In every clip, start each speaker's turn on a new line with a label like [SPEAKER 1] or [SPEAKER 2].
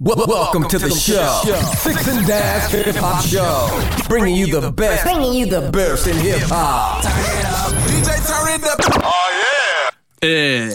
[SPEAKER 1] Wel- welcome, to, the, show. Six and Dash Hip Hop Show. Bringing you the best. Bringing you the best in hip hop.
[SPEAKER 2] Eh,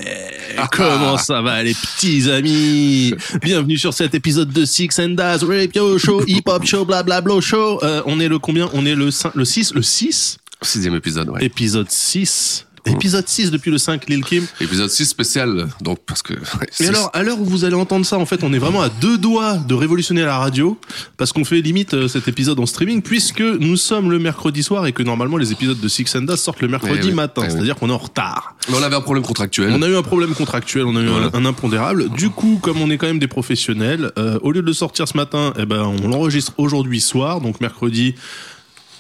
[SPEAKER 3] Ah.
[SPEAKER 2] comment ça va les petits amis Bienvenue sur cet épisode de Six and Daz Radio Show, Hip Hop Show, blablabla show. Euh, on est le combien On est le 5, le 6, le 6
[SPEAKER 3] Sixième épisode, ouais.
[SPEAKER 2] Épisode 6 Épisode 6 depuis le 5, Lil Kim.
[SPEAKER 3] Épisode 6 spécial, donc parce que...
[SPEAKER 2] Mais
[SPEAKER 3] six-
[SPEAKER 2] alors, à l'heure où vous allez entendre ça, en fait, on est vraiment à deux doigts de révolutionner la radio, parce qu'on fait limite euh, cet épisode en streaming, puisque nous sommes le mercredi soir et que normalement les épisodes de Six and Daz sortent le mercredi
[SPEAKER 3] Eh oui,
[SPEAKER 2] matin,
[SPEAKER 3] eh oui.
[SPEAKER 2] c'est-à-dire qu'on est en retard.
[SPEAKER 3] Mais on avait un problème contractuel.
[SPEAKER 2] On a eu un problème contractuel, on a eu
[SPEAKER 3] Voilà.
[SPEAKER 2] un, un impondérable. Du coup, comme on est quand même des professionnels, euh, au lieu de le sortir ce matin, eh ben, on l'enregistre aujourd'hui soir, donc mercredi.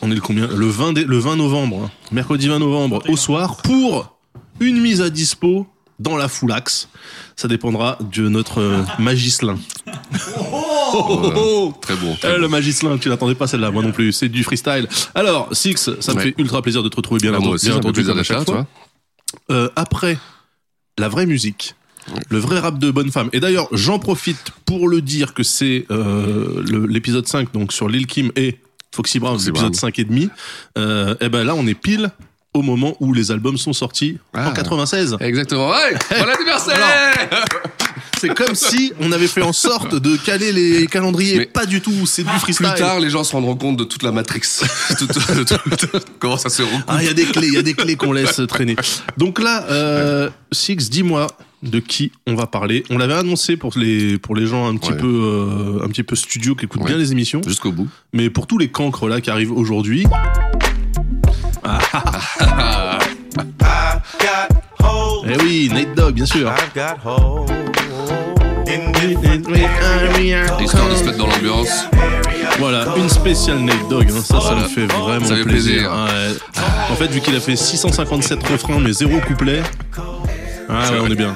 [SPEAKER 2] On est le combien Le 20, dé- le 20 novembre. hein. Mercredi 20 novembre au soir pour une mise à dispo dans la Foulax. Ça dépendra de notre euh, magislin.
[SPEAKER 3] Ah Très bon. très
[SPEAKER 2] Eh,
[SPEAKER 3] bon.
[SPEAKER 2] le magislin, tu l'attendais pas celle-là, moi non plus. C'est du freestyle. Alors, Six, ça me
[SPEAKER 3] Ouais.
[SPEAKER 2] fait ultra plaisir de te retrouver bien
[SPEAKER 3] Ah, moi
[SPEAKER 2] entendu.
[SPEAKER 3] aussi,
[SPEAKER 2] bien
[SPEAKER 3] ça me fait
[SPEAKER 2] entendu,
[SPEAKER 3] plaisir
[SPEAKER 2] comme à chaque
[SPEAKER 3] d'être là, tu
[SPEAKER 2] fois.
[SPEAKER 3] vois.
[SPEAKER 2] Euh, après la vraie musique, le vrai rap de bonne femme. Et d'ailleurs, j'en profite pour le dire que c'est euh, le- l'épisode 5, donc sur Lil Kim et Foxy Brown,
[SPEAKER 3] Foxy
[SPEAKER 2] l'épisode
[SPEAKER 3] Brown.
[SPEAKER 2] 5 et demi. Euh, et ben là, on est pile au moment où les albums sont sortis en
[SPEAKER 3] Ah.
[SPEAKER 2] 96.
[SPEAKER 3] Exactement, ouais Bon anniversaire
[SPEAKER 2] C'est comme si on avait fait en sorte de caler les calendriers.
[SPEAKER 3] Mais-
[SPEAKER 2] pas du tout, c'est du freestyle.
[SPEAKER 3] Plus tard, les gens se rendront compte de toute la matrix. Tout- tout- tout- Comment ça se recoupe.
[SPEAKER 2] Ah, il y a des clés, il y a des clés qu'on laisse traîner. Donc là, euh, Six, dis-moi de qui on va parler. On l'avait annoncé pour les pour les gens un petit
[SPEAKER 3] Ouais.
[SPEAKER 2] peu euh, un petit peu studio qui écoutent
[SPEAKER 3] Ouais.
[SPEAKER 2] bien les émissions,
[SPEAKER 3] Jusqu'au bout.
[SPEAKER 2] mais pour tous les cancres là qui arrivent aujourd'hui.
[SPEAKER 3] Ah,
[SPEAKER 4] I've got holes.
[SPEAKER 2] Eh oui, Nate Dogg, bien sûr.
[SPEAKER 3] Ah,
[SPEAKER 4] I've got holes. In different
[SPEAKER 3] Histoire de se mettre dans l'ambiance.
[SPEAKER 2] Voilà, une spéciale Nate Dogg. hein. Ça, ça me fait vraiment
[SPEAKER 3] Ça fait
[SPEAKER 2] plaisir.
[SPEAKER 3] plaisir.
[SPEAKER 2] Ouais. En fait, vu qu'il a fait 657 refrains mais zéro couplet, ah, ouais, on est bien.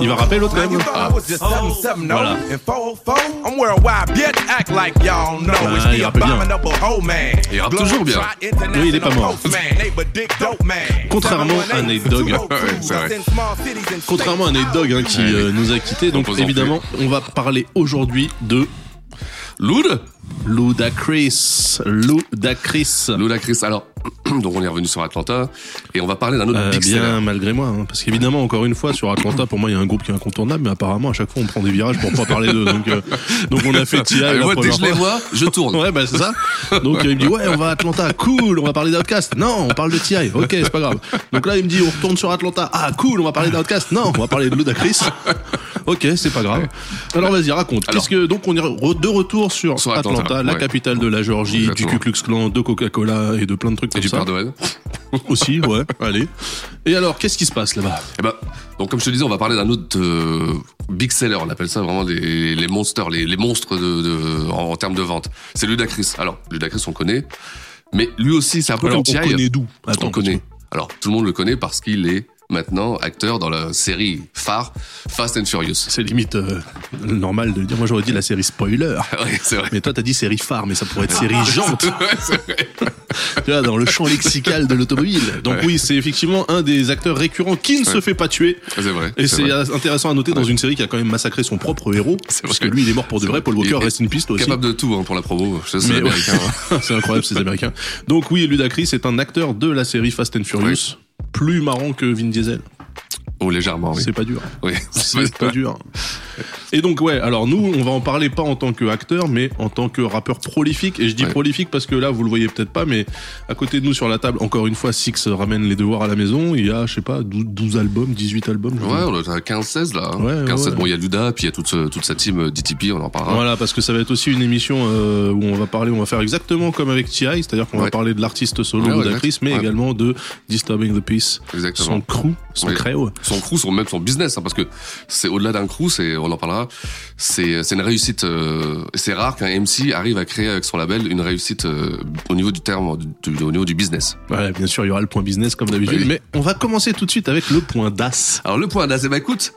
[SPEAKER 2] Il va rappeler l'autre quand même.
[SPEAKER 5] I was just something, something, no.
[SPEAKER 2] Voilà.
[SPEAKER 5] And four, four, I'm worldwide, bitch. Act like y'all know.
[SPEAKER 2] Ah,
[SPEAKER 5] It's
[SPEAKER 2] il
[SPEAKER 5] the
[SPEAKER 2] rappe bien.
[SPEAKER 5] abominable hoe man.
[SPEAKER 3] Il rappe
[SPEAKER 5] Blow
[SPEAKER 3] toujours bien.
[SPEAKER 5] try international
[SPEAKER 2] Oui, il est pas mort.
[SPEAKER 5] postman. Neighbor dick dope man.
[SPEAKER 2] Contrairement à Nate Dogg.
[SPEAKER 3] Ouais, c'est vrai.
[SPEAKER 2] Contrairement à Nate Dogg hein, qui
[SPEAKER 3] Ouais,
[SPEAKER 2] euh, nous a quittés, donc
[SPEAKER 3] Composant
[SPEAKER 2] évidemment, on va parler aujourd'hui de
[SPEAKER 3] Loud
[SPEAKER 2] Ludacris. Ludacris.
[SPEAKER 3] Ludacris. Alors, donc on est revenu sur Atlanta et on va parler d'un autre
[SPEAKER 2] Euh,
[SPEAKER 3] big
[SPEAKER 2] bien
[SPEAKER 3] seller.
[SPEAKER 2] malgré moi, hein, parce qu'évidemment encore une fois sur Atlanta, pour moi il y a un groupe qui est incontournable, mais apparemment à chaque fois on prend des virages pour pas parler d'eux. Donc, euh, donc on a fait TI la
[SPEAKER 3] Ah, mais moi, dès que
[SPEAKER 2] première
[SPEAKER 3] je les
[SPEAKER 2] fois.
[SPEAKER 3] vois, je tourne.
[SPEAKER 2] Ouais, bah c'est ça. Donc euh, il me dit, ouais, on va à Atlanta, cool, on va parler d'Outcast. Non, on parle de TI, ok, c'est pas grave. Donc là, il me dit, on retourne sur Atlanta, ah, cool, on va parler d'Outcast. Non, on va parler de Ludacris. Ok, c'est pas grave. Alors vas-y, raconte.
[SPEAKER 3] Alors.
[SPEAKER 2] Qu'est-ce que donc on est re- de retour sur,
[SPEAKER 3] Sur
[SPEAKER 2] Atlanta,
[SPEAKER 3] Atlanta,
[SPEAKER 2] la
[SPEAKER 3] ouais.
[SPEAKER 2] capitale de la Géorgie,
[SPEAKER 3] Exactement.
[SPEAKER 2] du Ku Klux Klan, de Coca-Cola et de plein de trucs
[SPEAKER 3] Et
[SPEAKER 2] comme
[SPEAKER 3] du
[SPEAKER 2] ça.
[SPEAKER 3] Père Noël.
[SPEAKER 2] Aussi, ouais. Allez. Et alors, qu'est-ce qui se passe là-bas
[SPEAKER 3] Eh ben, donc comme je te disais, on va parler d'un autre euh, big seller. On appelle ça vraiment les, les monsters, les, les monstres de, de- en, en termes de vente. C'est Ludacris. Alors Ludacris, on connaît, mais lui aussi, c'est un peu
[SPEAKER 2] Alors,
[SPEAKER 3] comme T.I.
[SPEAKER 2] on connaît d'où Attends,
[SPEAKER 3] On connaît. Alors tout le monde le connaît parce qu'il est maintenant acteur dans la série phare Fast and Furious.
[SPEAKER 2] C'est limite euh, normal de le dire. Moi, j'aurais dit la série spoiler.
[SPEAKER 3] Ouais, c'est vrai.
[SPEAKER 2] Mais toi, t'as dit série phare, mais ça pourrait être série jante.
[SPEAKER 3] Ouais, c'est vrai.
[SPEAKER 2] tu vois, dans le champ lexical de l'automobile. Donc oui, c'est effectivement un des acteurs récurrents qui ne se fait pas tuer.
[SPEAKER 3] Ah, C'est vrai.
[SPEAKER 2] Et
[SPEAKER 3] c'est
[SPEAKER 2] c'est
[SPEAKER 3] vrai.
[SPEAKER 2] intéressant à noter dans une série qui a quand même massacré son propre héros. Parce que
[SPEAKER 3] vrai.
[SPEAKER 2] lui, il est mort pour de
[SPEAKER 3] C'est
[SPEAKER 2] vrai.
[SPEAKER 3] vrai.
[SPEAKER 2] Paul Walker
[SPEAKER 3] Il est
[SPEAKER 2] reste une piste aussi.
[SPEAKER 3] Capable de tout hein, pour la promo. Je sais,
[SPEAKER 2] Mais ouais.
[SPEAKER 3] américain. hein.
[SPEAKER 2] c'est incroyable, ces Américains. Donc oui, Ludacris est un acteur de la série Fast and Furious. Plus marrant que Vin Diesel.
[SPEAKER 3] Oh légèrement. Oui.
[SPEAKER 2] C'est pas dur.
[SPEAKER 3] Oui.
[SPEAKER 2] C'est pas dur. Et donc ouais, alors nous, on va en parler pas en tant qu'acteur, mais en tant que rappeur prolifique. Et je dis
[SPEAKER 3] Ouais.
[SPEAKER 2] prolifique parce que là, vous le voyez peut-être pas, mais à côté de nous sur la table, encore une fois, Six ramène les devoirs à la maison. Il y a, je sais pas, 12, 12 albums, 18 albums. je
[SPEAKER 3] Ouais,
[SPEAKER 2] sais pas.
[SPEAKER 3] on est à 15-16 là. hein.
[SPEAKER 2] Mm. Ouais, ouais,
[SPEAKER 3] 15-16,
[SPEAKER 2] ouais.
[SPEAKER 3] bon, il y a Luda, puis il y a toute, ce- toute sa team euh, DTP, on en parlera.
[SPEAKER 2] Voilà, parce que ça va être aussi une émission euh, où on va parler, on va faire exactement comme avec T.I., c'est-à-dire qu'on va
[SPEAKER 3] Ouais.
[SPEAKER 2] parler de l'artiste solo
[SPEAKER 3] Ouais,
[SPEAKER 2] ou
[SPEAKER 3] ouais,
[SPEAKER 2] d'actrice,
[SPEAKER 3] exact.
[SPEAKER 2] mais
[SPEAKER 3] Ouais.
[SPEAKER 2] également de Disturbing the Peace,
[SPEAKER 3] Exactement.
[SPEAKER 2] son crew, son
[SPEAKER 3] Ouais.
[SPEAKER 2] créo.
[SPEAKER 3] Son crew, son, même son business, hein, parce que c'est au-delà d'un crew, c'est, on en parlera, c'est, c'est une réussite, euh, c'est rare qu'un MC arrive à créer avec son label une réussite euh, au niveau du terme, du- du- au niveau du business.
[SPEAKER 2] Ouais, bien sûr, il y aura le point business comme d'habitude,
[SPEAKER 3] Oui.
[SPEAKER 2] mais on va commencer tout de suite avec le point DAS.
[SPEAKER 3] Alors le point d'Azé, bah écoute,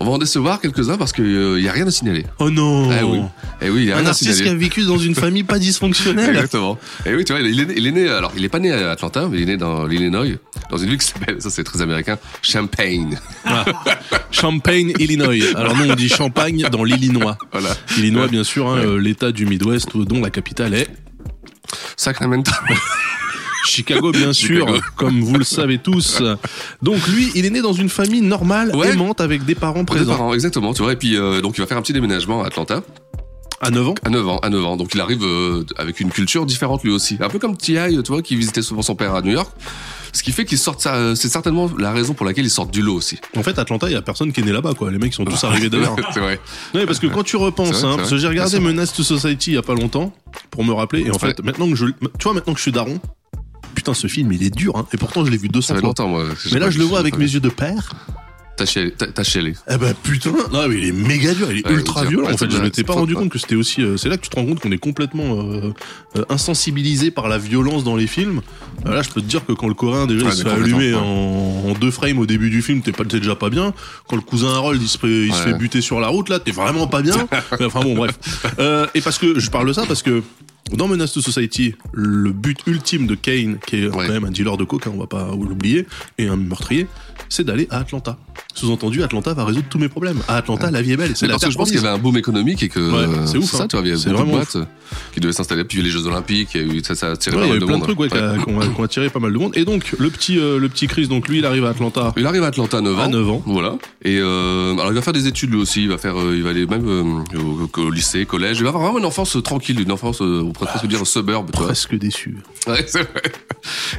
[SPEAKER 3] on va en décevoir quelques-uns parce que euh, il y a rien à signaler.
[SPEAKER 2] Oh non
[SPEAKER 3] Eh oui, eh oui, il y a
[SPEAKER 2] Un
[SPEAKER 3] rien à
[SPEAKER 2] artiste qui a
[SPEAKER 3] signaler.
[SPEAKER 2] vécu dans une famille pas dysfonctionnelle.
[SPEAKER 3] Exactement. Et oui, tu vois, il est, né- il est né, alors il est pas né à Atlanta, mais il est né dans l'Illinois, dans une ville qui s'appelle, ça c'est très américain, Champaign.
[SPEAKER 2] Champagne, Illinois. Alors nous on dit Champagne dans l'Illinois.
[SPEAKER 3] Voilà.
[SPEAKER 2] Illinois, bien sûr, hein, euh, l'État du Midwest dont la capitale est
[SPEAKER 3] Sacramento.
[SPEAKER 2] Chicago, bien sûr,
[SPEAKER 3] Chicago.
[SPEAKER 2] comme vous le savez tous. Donc lui, il est né dans une famille normale,
[SPEAKER 3] Ouais.
[SPEAKER 2] aimante, avec des parents
[SPEAKER 3] Pour les
[SPEAKER 2] présents.
[SPEAKER 3] parents, exactement, tu vois. Et puis, euh, donc, il va faire un petit déménagement à Atlanta.
[SPEAKER 2] À 9 ans
[SPEAKER 3] À 9 ans, à 9 ans. Donc il arrive euh, avec une culture différente lui aussi. Un peu comme T.I., tu vois, qui visitait souvent son père à New York. Ce qui fait qu'il sort, ça, euh, c'est certainement la raison pour laquelle il sort du lot aussi.
[SPEAKER 2] En fait, Atlanta, il y a personne qui est né là-bas, quoi. Les mecs sont tous arrivés d'ailleurs.
[SPEAKER 3] c'est vrai.
[SPEAKER 2] Non, mais parce que quand tu
[SPEAKER 3] C'est
[SPEAKER 2] repenses,
[SPEAKER 3] vrai,
[SPEAKER 2] hein,
[SPEAKER 3] c'est
[SPEAKER 2] parce
[SPEAKER 3] vrai.
[SPEAKER 2] que j'ai regardé
[SPEAKER 3] Ah, c'est vrai.
[SPEAKER 2] Menace to Society il y a pas longtemps pour me rappeler, et en fait, maintenant que je, tu vois, maintenant que je suis daron, putain, ce film, il est dur, hein, et pourtant je l'ai vu
[SPEAKER 3] Ça
[SPEAKER 2] 200
[SPEAKER 3] fait
[SPEAKER 2] fois.
[SPEAKER 3] longtemps, moi. que j'ai
[SPEAKER 2] Mais
[SPEAKER 3] pas
[SPEAKER 2] là, je le
[SPEAKER 3] vu,
[SPEAKER 2] vois avec
[SPEAKER 3] pas vu.
[SPEAKER 2] mes yeux de père.
[SPEAKER 3] T'as chialé. t'as- T'as chialé.
[SPEAKER 2] Eh ben putain, non, mais il est méga dur, il est
[SPEAKER 3] Ouais,
[SPEAKER 2] ultra
[SPEAKER 3] c'est-
[SPEAKER 2] violent.
[SPEAKER 3] ouais,
[SPEAKER 2] en fait,
[SPEAKER 3] c'est
[SPEAKER 2] je
[SPEAKER 3] vrai,
[SPEAKER 2] m'étais
[SPEAKER 3] c'est
[SPEAKER 2] pas
[SPEAKER 3] fort,
[SPEAKER 2] rendu
[SPEAKER 3] ouais.
[SPEAKER 2] compte que c'était aussi. euh, c'est là que tu te rends compte qu'on est complètement euh, euh, insensibilisé par la violence dans les films. Euh, là, je peux te dire que quand le Corin déjà
[SPEAKER 3] Ouais,
[SPEAKER 2] il se
[SPEAKER 3] mais
[SPEAKER 2] fait allumer en,
[SPEAKER 3] complètement,
[SPEAKER 2] en deux frames au début du film, t'es pas t'es déjà pas bien. Quand le cousin Harold il se fait, il se
[SPEAKER 3] Ouais.
[SPEAKER 2] fait buter sur la route, là, t'es vraiment pas bien. Mais enfin bon, bref. Euh, et parce que je parle de ça parce que. Dans Menace to Society, le but ultime de Kane, qui est
[SPEAKER 3] Ouais.
[SPEAKER 2] quand même un dealer de coca, on va pas l'oublier, et un meurtrier, c'est d'aller à Atlanta. Sous-entendu, Atlanta va résoldre tous mes problèmes. À Atlanta, la vie est belle. C'est
[SPEAKER 3] C'est
[SPEAKER 2] la
[SPEAKER 3] Ah. parce
[SPEAKER 2] terre
[SPEAKER 3] que je pense qu'il y
[SPEAKER 2] promise.
[SPEAKER 3] avait un boom économique et que
[SPEAKER 2] Ouais,
[SPEAKER 3] euh,
[SPEAKER 2] c'est ouf, hein.
[SPEAKER 3] ça, tu vois, il y
[SPEAKER 2] C'est
[SPEAKER 3] avait beaucoup de
[SPEAKER 2] vraiment
[SPEAKER 3] boîtes euh, qui devaient s'installer. Puis il y a eu les Jeux Olympiques, il y a eu ça, ça a attiré
[SPEAKER 2] Ouais, il y a eu
[SPEAKER 3] de
[SPEAKER 2] plein de
[SPEAKER 3] monde.
[SPEAKER 2] trucs ouais, qui a- qui ont euh, qui ont attiré pas mal de monde. Et donc, le petit, euh, le petit Chris, donc lui, il arrive à Atlanta.
[SPEAKER 3] Il arrive à Atlanta à 9 ans.
[SPEAKER 2] À 9 ans.
[SPEAKER 3] Voilà. Et euh, alors il va faire des études lui aussi. Il va faire, euh, il va aller même euh, au, au lycée, collège. Il va avoir vraiment une enfance euh, tranquille, une enfance, euh, on pourrait presque dire suburb, tu vois.
[SPEAKER 2] Presque déçu.
[SPEAKER 3] Ouais, c'est vrai.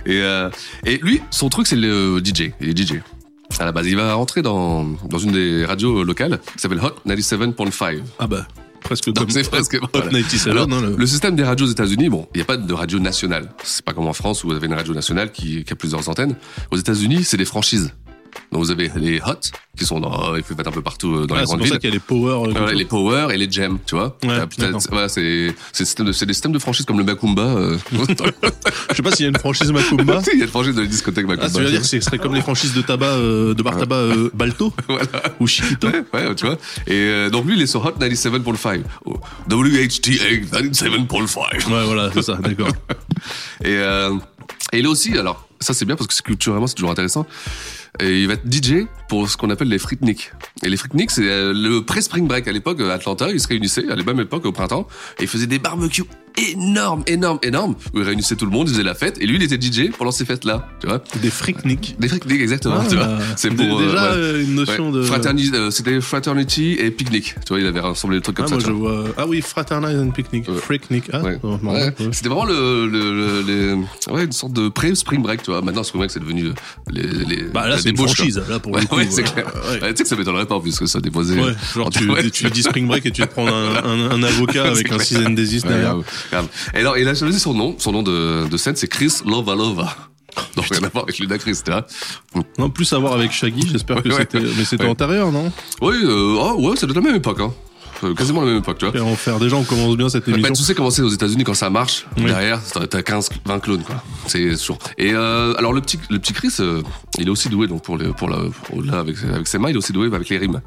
[SPEAKER 3] Et, euh, et lui, son truc, c'est le DJ. Il est DJ. À la base, il va rentrer dans, dans une des radios locales qui s'appelle Hot 97.5.
[SPEAKER 2] Ah bah, presque
[SPEAKER 3] Donc,
[SPEAKER 2] comme
[SPEAKER 3] c'est presque-
[SPEAKER 2] Hot
[SPEAKER 3] voilà.
[SPEAKER 2] 97,
[SPEAKER 3] Alors,
[SPEAKER 2] hein, le-
[SPEAKER 3] le... système des radios aux États-Unis, bon, il n'y a pas de radio nationale. C'est pas comme en France où vous avez une radio nationale qui, qui a plusieurs antennes. Aux États-Unis, c'est des franchises. Donc vous avez les hot qui sont dans, ils peuvent être un peu partout euh, dans
[SPEAKER 2] Ah, c'est
[SPEAKER 3] les grandes
[SPEAKER 2] pour ça
[SPEAKER 3] villes.
[SPEAKER 2] qu'il y a les power. euh,
[SPEAKER 3] Voilà,
[SPEAKER 2] comme
[SPEAKER 3] les power et les gems, tu vois.
[SPEAKER 2] Ouais,
[SPEAKER 3] T'as- t'as-
[SPEAKER 2] d'accord.
[SPEAKER 3] voilà, c'est c'est système de- c'est des systèmes de franchises comme le Macumba. euh.
[SPEAKER 2] ça. Je sais pas s'il y a une franchise Macumba.
[SPEAKER 3] Tu sais, il y a une franchise de la discothèque Macumba.
[SPEAKER 2] Ah, ça veut dire que ce serait comme les franchises de tabac, euh, de bar tabac euh, Balto ou Chiquito.
[SPEAKER 3] Ouais, ouais, tu vois. Et euh, donc lui, il est sur Hot 97.5. Oh, WHTA 97.5.
[SPEAKER 2] Ouais, voilà, c'est ça, Ah, d'accord.
[SPEAKER 3] Et, euh, et là aussi, alors, ça c'est bien parce que c'est culturellement c'est toujours intéressant. Et il va être DJ pour ce qu'on appelle les Freaknik. Et les Freaknik, c'est euh, le pré-spring break à l'époque, à Atlanta, ils se réunissaient à la même époque, au printemps, et ils faisaient des barbecues énormes, énormes, énormes, où ils réunissaient tout le monde, ils faisaient la fête, et lui, il était DJ pendant ces fêtes-là, tu vois.
[SPEAKER 2] Des fricnics.
[SPEAKER 3] Des Freaknik, exactement,
[SPEAKER 2] Ah,
[SPEAKER 3] tu vois. C'est
[SPEAKER 2] d-
[SPEAKER 3] pour. euh,
[SPEAKER 2] Déjà,
[SPEAKER 3] ouais.
[SPEAKER 2] euh, une notion
[SPEAKER 3] Ouais.
[SPEAKER 2] de.
[SPEAKER 3] Fraterni- euh, c'était Fraternity et Picnic. Tu vois, il avait rassemblé des trucs comme
[SPEAKER 2] Ah,
[SPEAKER 3] ça.
[SPEAKER 2] moi,
[SPEAKER 3] tu
[SPEAKER 2] je
[SPEAKER 3] vois.
[SPEAKER 2] vois. Ah oui, Fraternize and Picnic.
[SPEAKER 3] Ouais.
[SPEAKER 2] Freaknik. Ah,
[SPEAKER 3] Ouais.
[SPEAKER 2] non, je m'en
[SPEAKER 3] Ouais.
[SPEAKER 2] rappelle.
[SPEAKER 3] C'était vraiment le, le- le- les- ouais, une sorte de pré-spring break, tu vois. Maintenant, spring break, c'est devenu euh, les, les,
[SPEAKER 2] Bah là,
[SPEAKER 3] la
[SPEAKER 2] c'est une
[SPEAKER 3] débauche,
[SPEAKER 2] franchise,
[SPEAKER 3] quoi.
[SPEAKER 2] là, pour
[SPEAKER 3] Ouais,
[SPEAKER 2] le coup.
[SPEAKER 3] ouais, c'est
[SPEAKER 2] euh,
[SPEAKER 3] clair.
[SPEAKER 2] ouais.
[SPEAKER 3] Ouais, tu sais que ça m'étonnerait pas, puisque ça déposait.
[SPEAKER 2] Ouais, genre tu,
[SPEAKER 3] Ouais.
[SPEAKER 2] tu dis Spring Break et tu te prends un, un- un avocat avec un
[SPEAKER 3] C'est
[SPEAKER 2] season desist
[SPEAKER 3] Ouais,
[SPEAKER 2] derrière.
[SPEAKER 3] grave, grave. Et alors, il a choisi son nom, son nom de, de scène, c'est Chris Lovalova. Donc, rien à voir avec Luna Chris, tu vois.
[SPEAKER 2] Non, plus à voir avec Shaggy, j'espère que
[SPEAKER 3] Ouais,
[SPEAKER 2] c'était.
[SPEAKER 3] ouais.
[SPEAKER 2] Mais c'était
[SPEAKER 3] Ouais.
[SPEAKER 2] antérieur, non
[SPEAKER 3] Oui, euh, oh, ouais, c'est de la même époque, hein. Euh, Quasiment la même époque, tu vois.
[SPEAKER 2] Et en faire déjà, on commence bien cette
[SPEAKER 3] Bah,
[SPEAKER 2] émission.
[SPEAKER 3] tu sais comment c'est aux États-Unis quand ça marche.
[SPEAKER 2] Oui.
[SPEAKER 3] Derrière, t'as- t'as 15, 20 clones, quoi. C'est sûr. Et euh, alors, le petit, le petit Chris, euh, il est aussi doué, donc, pour, les, pour, la, pour là, avec, avec ses mains, il est aussi doué avec les rimes.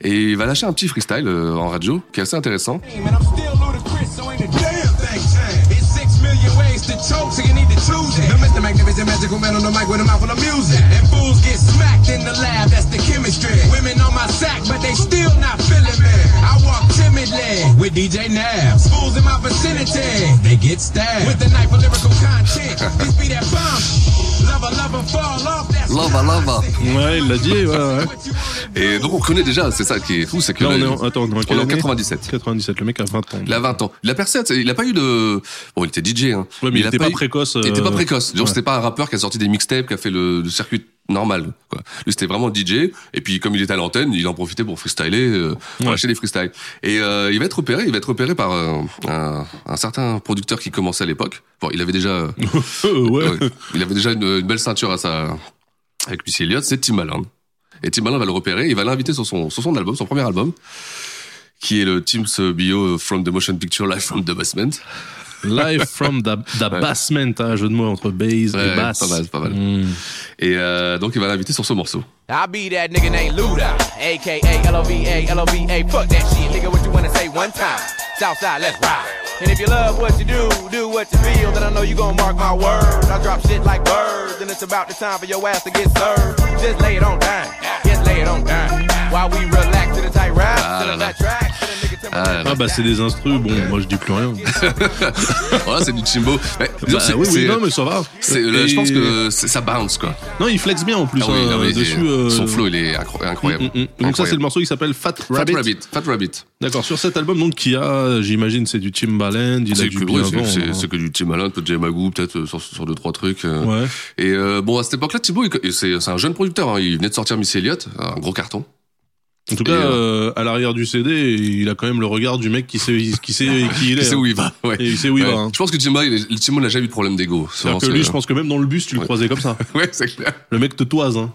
[SPEAKER 3] Et il va lâcher un petit freestyle euh, en radio qui est assez intéressant.
[SPEAKER 6] Man, I'm still ludicrous, so ain't a damn thing changed. It's six million ways to choke, so you need to choose it. The Mr. Magnificent Magical Man on the mic with a mouthful of music. And fools get smacked in the lab, that's the chemistry. Women on my sack, but they still not feeling me. I walk timidly with DJ Nav. Fools in my vicinity, they get stabbed. With the knife of lyrical content, this be that bomb. Lover, lover, fall off, that's
[SPEAKER 3] Lover, lover.
[SPEAKER 2] Ouais, il l'a dit, ouais, ouais.
[SPEAKER 6] What you wanna
[SPEAKER 3] Et donc, on connaît déjà, c'est ça qui est fou, c'est que.
[SPEAKER 2] Là, on
[SPEAKER 3] le-
[SPEAKER 2] est en, attends, on est en quelle
[SPEAKER 3] on est en
[SPEAKER 2] année
[SPEAKER 3] 97.
[SPEAKER 2] 97, le mec a 20 ans.
[SPEAKER 3] Il a 20 ans. Il a percé, il a pas eu de. Bon, il était DJ, hein.
[SPEAKER 2] Ouais, mais il
[SPEAKER 3] a
[SPEAKER 2] était pas
[SPEAKER 3] eu-
[SPEAKER 2] précoce,
[SPEAKER 3] Il était
[SPEAKER 2] euh,
[SPEAKER 3] pas précoce. Genre,
[SPEAKER 2] ouais.
[SPEAKER 3] c'était pas un rappeur qui a sorti des mixtapes, qui a fait le, le circuit normal, quoi. Lui, c'était vraiment DJ. Et puis, comme il était à l'antenne, il en profitait pour freestyler, euh, pour
[SPEAKER 2] Ouais.
[SPEAKER 3] lâcher des freestyles. Et euh, il va être repéré, il va être repéré par euh, un, un certain producteur qui commençait à l'époque. Bon, il avait déjà.
[SPEAKER 2] Euh, ouais.
[SPEAKER 3] Ouais. Il avait déjà une, une belle ceinture à sa, avec Missy Elliott, c'est Tim Allen. Et Tim Allen va le repérer, il va l'inviter sur son, sur son album, son premier album, qui est le Tim's Bio From the Motion Picture Live from the Basement.
[SPEAKER 2] Live from the, the basement, hein, jeu de mots entre base
[SPEAKER 3] Ouais,
[SPEAKER 2] et bass.
[SPEAKER 3] pas mal, pas mal.
[SPEAKER 2] Hmm.
[SPEAKER 3] Et euh, donc il va l'inviter sur ce morceau.
[SPEAKER 6] I be that nigga named Luda, aka L-O-V-A, L-O-V-A. Fuck that shit, nigga. What you wanna say one time? Southside, let's ride. And if you love what you do, do what you feel, then I know you gon' mark my words. I drop shit like birds, and it's about the time for your ass to get served. Just lay it on down, just lay it on down. While we relax to the
[SPEAKER 3] Ah là là. Ah là là.
[SPEAKER 2] Ah bah c'est des instrus, bon, moi je dis plus rien.
[SPEAKER 3] Voilà, c'est du chimbo. Mais, disons,
[SPEAKER 2] Bah
[SPEAKER 3] c'est-
[SPEAKER 2] oui, oui,
[SPEAKER 3] c'est-
[SPEAKER 2] non, mais ça va.
[SPEAKER 3] c'est- euh, là, je
[SPEAKER 2] Et-
[SPEAKER 3] pense que c'est- ça bounce, quoi.
[SPEAKER 2] Non, il flex bien en plus
[SPEAKER 3] Ah oui,
[SPEAKER 2] hein,
[SPEAKER 3] non, mais
[SPEAKER 2] dessus.
[SPEAKER 3] c'est-
[SPEAKER 2] euh,
[SPEAKER 3] Son flow, il est incro- incroyable.
[SPEAKER 2] Mm, mm, mm. Donc ça, c'est le morceau qui s'appelle Fat Rabbit.
[SPEAKER 3] Fat Rabbit. Fat Rabbit.
[SPEAKER 2] D'accord, sur cet album, donc, qui a, j'imagine, c'est du Timbaland, il a
[SPEAKER 3] C'est
[SPEAKER 2] du
[SPEAKER 3] que,
[SPEAKER 2] bien
[SPEAKER 3] ouais, c'est-
[SPEAKER 2] avant,
[SPEAKER 3] c'est-
[SPEAKER 2] hein.
[SPEAKER 3] c'est que du Timbaland, peut-être Jamagou, peut-être euh, sur, sur deux, trois trucs. euh.
[SPEAKER 2] Ouais.
[SPEAKER 3] Et euh, bon, à cette époque-là, Thibaut, il- c'est c'est un jeune producteur. hein. Il venait de sortir Miss Elliott, un gros carton.
[SPEAKER 2] En tout cas, euh, à l'arrière du CD, il a quand même le regard du mec qui sait qui, sait, qui il est. hein.
[SPEAKER 3] Il sait où il va. Ouais.
[SPEAKER 2] Et il sait où il
[SPEAKER 3] Ouais.
[SPEAKER 2] va. hein.
[SPEAKER 3] Je pense que Timba, il est- le Timon n'a jamais eu de problème d'ego.
[SPEAKER 2] C'est-à-dire que lui, je pense que même dans le bus, tu le
[SPEAKER 3] euh, Ouais.
[SPEAKER 2] croisais comme ça.
[SPEAKER 3] Ouais, c'est clair.
[SPEAKER 2] Le mec te toise. Hein.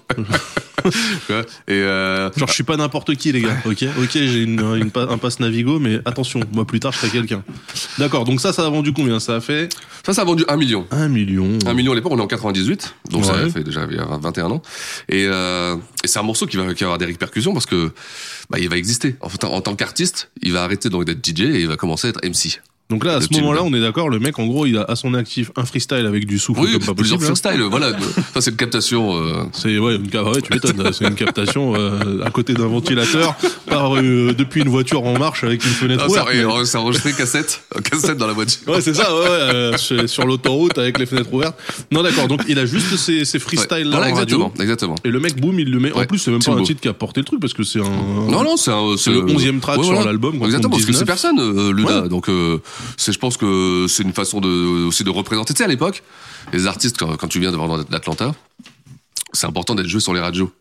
[SPEAKER 3] Ouais. Et euh,
[SPEAKER 2] Genre, je suis pas n'importe qui, les gars. Ok, ok, j'ai une, une pa- un passe Navigo, mais attention, moi plus tard, je serai quelqu'un. D'accord. Donc ça, ça a vendu combien Ça a fait
[SPEAKER 3] ça, ça a vendu un million.
[SPEAKER 2] un million.
[SPEAKER 3] Un million à l'époque, on est en 98, donc ça
[SPEAKER 2] Ah Ouais.
[SPEAKER 3] fait déjà il y a 21 ans. Et, euh, et c'est un morceau qui va, qui va avoir des répercussions parce que bah, il va exister. En, fait, en- en tant qu'artiste, il va arrêter donc d'être DJ et il va commencer à être MC.
[SPEAKER 2] Donc là, à
[SPEAKER 3] Le
[SPEAKER 2] ce
[SPEAKER 3] petit
[SPEAKER 2] moment-là,
[SPEAKER 3] Lula.
[SPEAKER 2] on est d'accord. Le mec, en gros, il a à son actif un freestyle avec du souffle
[SPEAKER 3] Oui,
[SPEAKER 2] comme pas
[SPEAKER 3] plusieurs
[SPEAKER 2] possible. hein.
[SPEAKER 3] freestyles, voilà. ça, c'est une captation. euh,
[SPEAKER 2] C'est ouais, une, ca- ouais, tu m'étonnes. c'est une captation euh, à côté d'un ventilateur par euh, depuis une voiture en marche avec une fenêtre
[SPEAKER 3] ah,
[SPEAKER 2] ouverte.
[SPEAKER 3] ça, et,
[SPEAKER 2] mais-
[SPEAKER 3] euh, c'est enregistré cassette, euh, cassette dans la voiture.
[SPEAKER 2] Ouais, c'est ça, ouais, ouais, euh, sur sur l'autoroute avec les fenêtres ouvertes. Non, d'accord, donc il a juste ces, ces freestyles là
[SPEAKER 3] voilà,
[SPEAKER 2] hein, en
[SPEAKER 3] exactement,
[SPEAKER 2] radio.
[SPEAKER 3] exactement.
[SPEAKER 2] Et le mec, boum, il le met. En
[SPEAKER 3] Ouais,
[SPEAKER 2] plus, c'est même pas
[SPEAKER 3] Timbo.
[SPEAKER 2] un titre qui a porté le truc parce que c'est un.
[SPEAKER 3] Non, non, c'est un- euh, c'est
[SPEAKER 2] Euh, le 11e track sur l'album, quand
[SPEAKER 3] Exactement,
[SPEAKER 2] on
[SPEAKER 3] parce que
[SPEAKER 2] 19.
[SPEAKER 3] c'est personne, euh, Luna.
[SPEAKER 2] Ouais.
[SPEAKER 3] Donc, euh, c'est, je pense que c'est une façon de, aussi de représenter. Tu sais, à l'époque, les artistes, quand, quand tu viens de vraiment d'Atlanta, c'est important d'être joué sur les radios.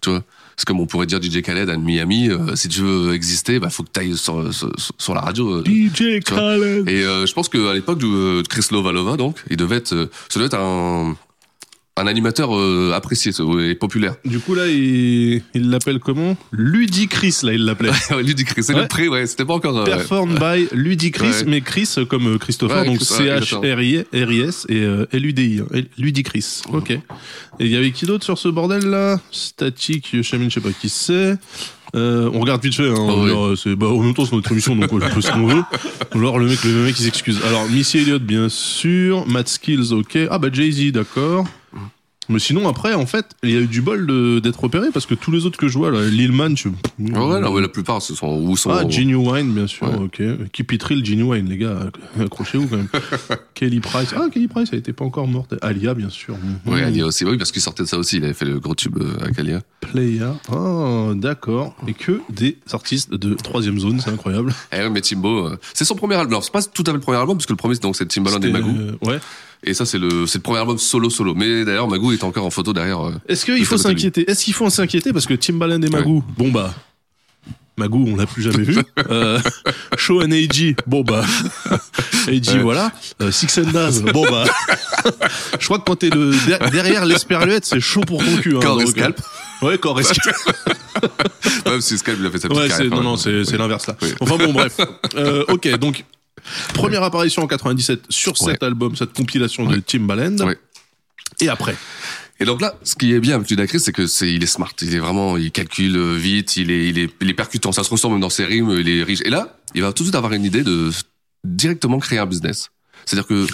[SPEAKER 3] Tu vois c'est comme on pourrait dire DJ Khaled à Miami, euh, si tu veux exister, bah faut que t'ailles sur, sur, sur la radio. euh,
[SPEAKER 2] DJ
[SPEAKER 3] Tu vois.
[SPEAKER 2] Khaled.
[SPEAKER 3] Et euh, je pense qu'à l'époque de euh, de Chris Valova, donc, il devait être, euh, ça devait être un, un animateur euh, apprécié ça, ouais, et populaire.
[SPEAKER 2] Du coup, là, il il l'appelle comment Ludicris, là, il l'appelait.
[SPEAKER 3] Ludicris, c'est
[SPEAKER 2] Ouais.
[SPEAKER 3] le pré, ouais, c'était pas encore. euh, ouais.
[SPEAKER 2] Performed by Ludicris,
[SPEAKER 3] Ouais.
[SPEAKER 2] mais Chris euh, comme euh, Christopher,
[SPEAKER 3] Ouais,
[SPEAKER 2] donc
[SPEAKER 3] Chris, ouais,
[SPEAKER 2] C-H-R-I-S et euh, L-U-D-I, hein, L- Ludicris. Ok. Et il y avait qui d'autre sur ce bordel là Static, Chamin, je sais pas qui c'est. Euh, on regarde vite fait, hein,
[SPEAKER 3] Ah ouais.
[SPEAKER 2] genre, euh, c'est, bah, en même temps c'est notre émission donc on fait ce qu'on veut. Alors le mec, le mec il s'excuse. Alors Missy Elliott bien sûr, Matt Skills ok, ah bah Jay-Z d'accord. Mais sinon après en fait il y a eu du bol de- d'être repéré parce que tous les autres que je vois là, Lil Man, je...
[SPEAKER 3] Ouais, ouais, non, mais la plupart, ce sont. Où sont
[SPEAKER 2] Mmh. Ah, Genuine, bien sûr,
[SPEAKER 3] Ouais.
[SPEAKER 2] ok. Keep it real, Genuine, les gars, accrochez-vous quand même. Kelly Price, ah, Kelly Price, elle était pas encore morte. Alia, bien sûr.
[SPEAKER 3] Ouais,
[SPEAKER 2] Mhm.
[SPEAKER 3] Alia aussi. Oui, parce qu'il sortait de ça aussi. Il avait fait le gros tube euh, avec Alia.
[SPEAKER 2] Playa, ah, d'accord. Et que des artistes de troisième zone, c'est incroyable.
[SPEAKER 3] Eh ouais, mais Timbo, euh, c'est son premier album. Alors, c'est pas tout à fait le premier album, parce que le premier, c'est donc c'est Timbaland et
[SPEAKER 2] C'était,
[SPEAKER 3] Magoo.
[SPEAKER 2] euh, ouais.
[SPEAKER 3] Et ça, c'est le, c'est le premier album solo-solo. Mais d'ailleurs, Magoo est encore en photo derrière. euh,
[SPEAKER 2] Est-ce qu'il
[SPEAKER 3] Je
[SPEAKER 2] faut
[SPEAKER 3] sais pas, t'as
[SPEAKER 2] s'inquiéter Est-ce qu'il faut s'inquiéter parce que Timbaland et Magoo, bon bah. Magoo, on l'a plus jamais vu. Euh, Show and AG, bon bah. AG,
[SPEAKER 3] Ouais.
[SPEAKER 2] voilà. Euh, Six and Daz, bon bah. Je crois que quand t'es le der- derrière l'esperluette, c'est chaud pour ton cul. Hein,
[SPEAKER 3] Corps et
[SPEAKER 2] donc,
[SPEAKER 3] scalp.
[SPEAKER 2] euh, Ouais, corps et scalp.
[SPEAKER 3] Même si Skype, il a fait sa petite
[SPEAKER 2] Ouais,
[SPEAKER 3] carrière,
[SPEAKER 2] c'est,
[SPEAKER 3] quand
[SPEAKER 2] non,
[SPEAKER 3] même.
[SPEAKER 2] non, c'est, c'est
[SPEAKER 3] Oui.
[SPEAKER 2] l'inverse là.
[SPEAKER 3] Oui.
[SPEAKER 2] Enfin bon, bref. Euh, ok, donc première apparition en 97 sur
[SPEAKER 3] Ouais.
[SPEAKER 2] cet album, cette compilation de Timbaland.
[SPEAKER 3] Ouais.
[SPEAKER 2] Et après,
[SPEAKER 3] Et donc là, ce qui est bien avec Ludacris, c'est que c'est, il est smart. Il est vraiment, il calcule euh, vite, il est, il est, il est percutant. Ça se ressent même dans ses rimes, il est riche. Et là, il va tout de suite avoir une idée de directement créer un business. C'est-à-dire que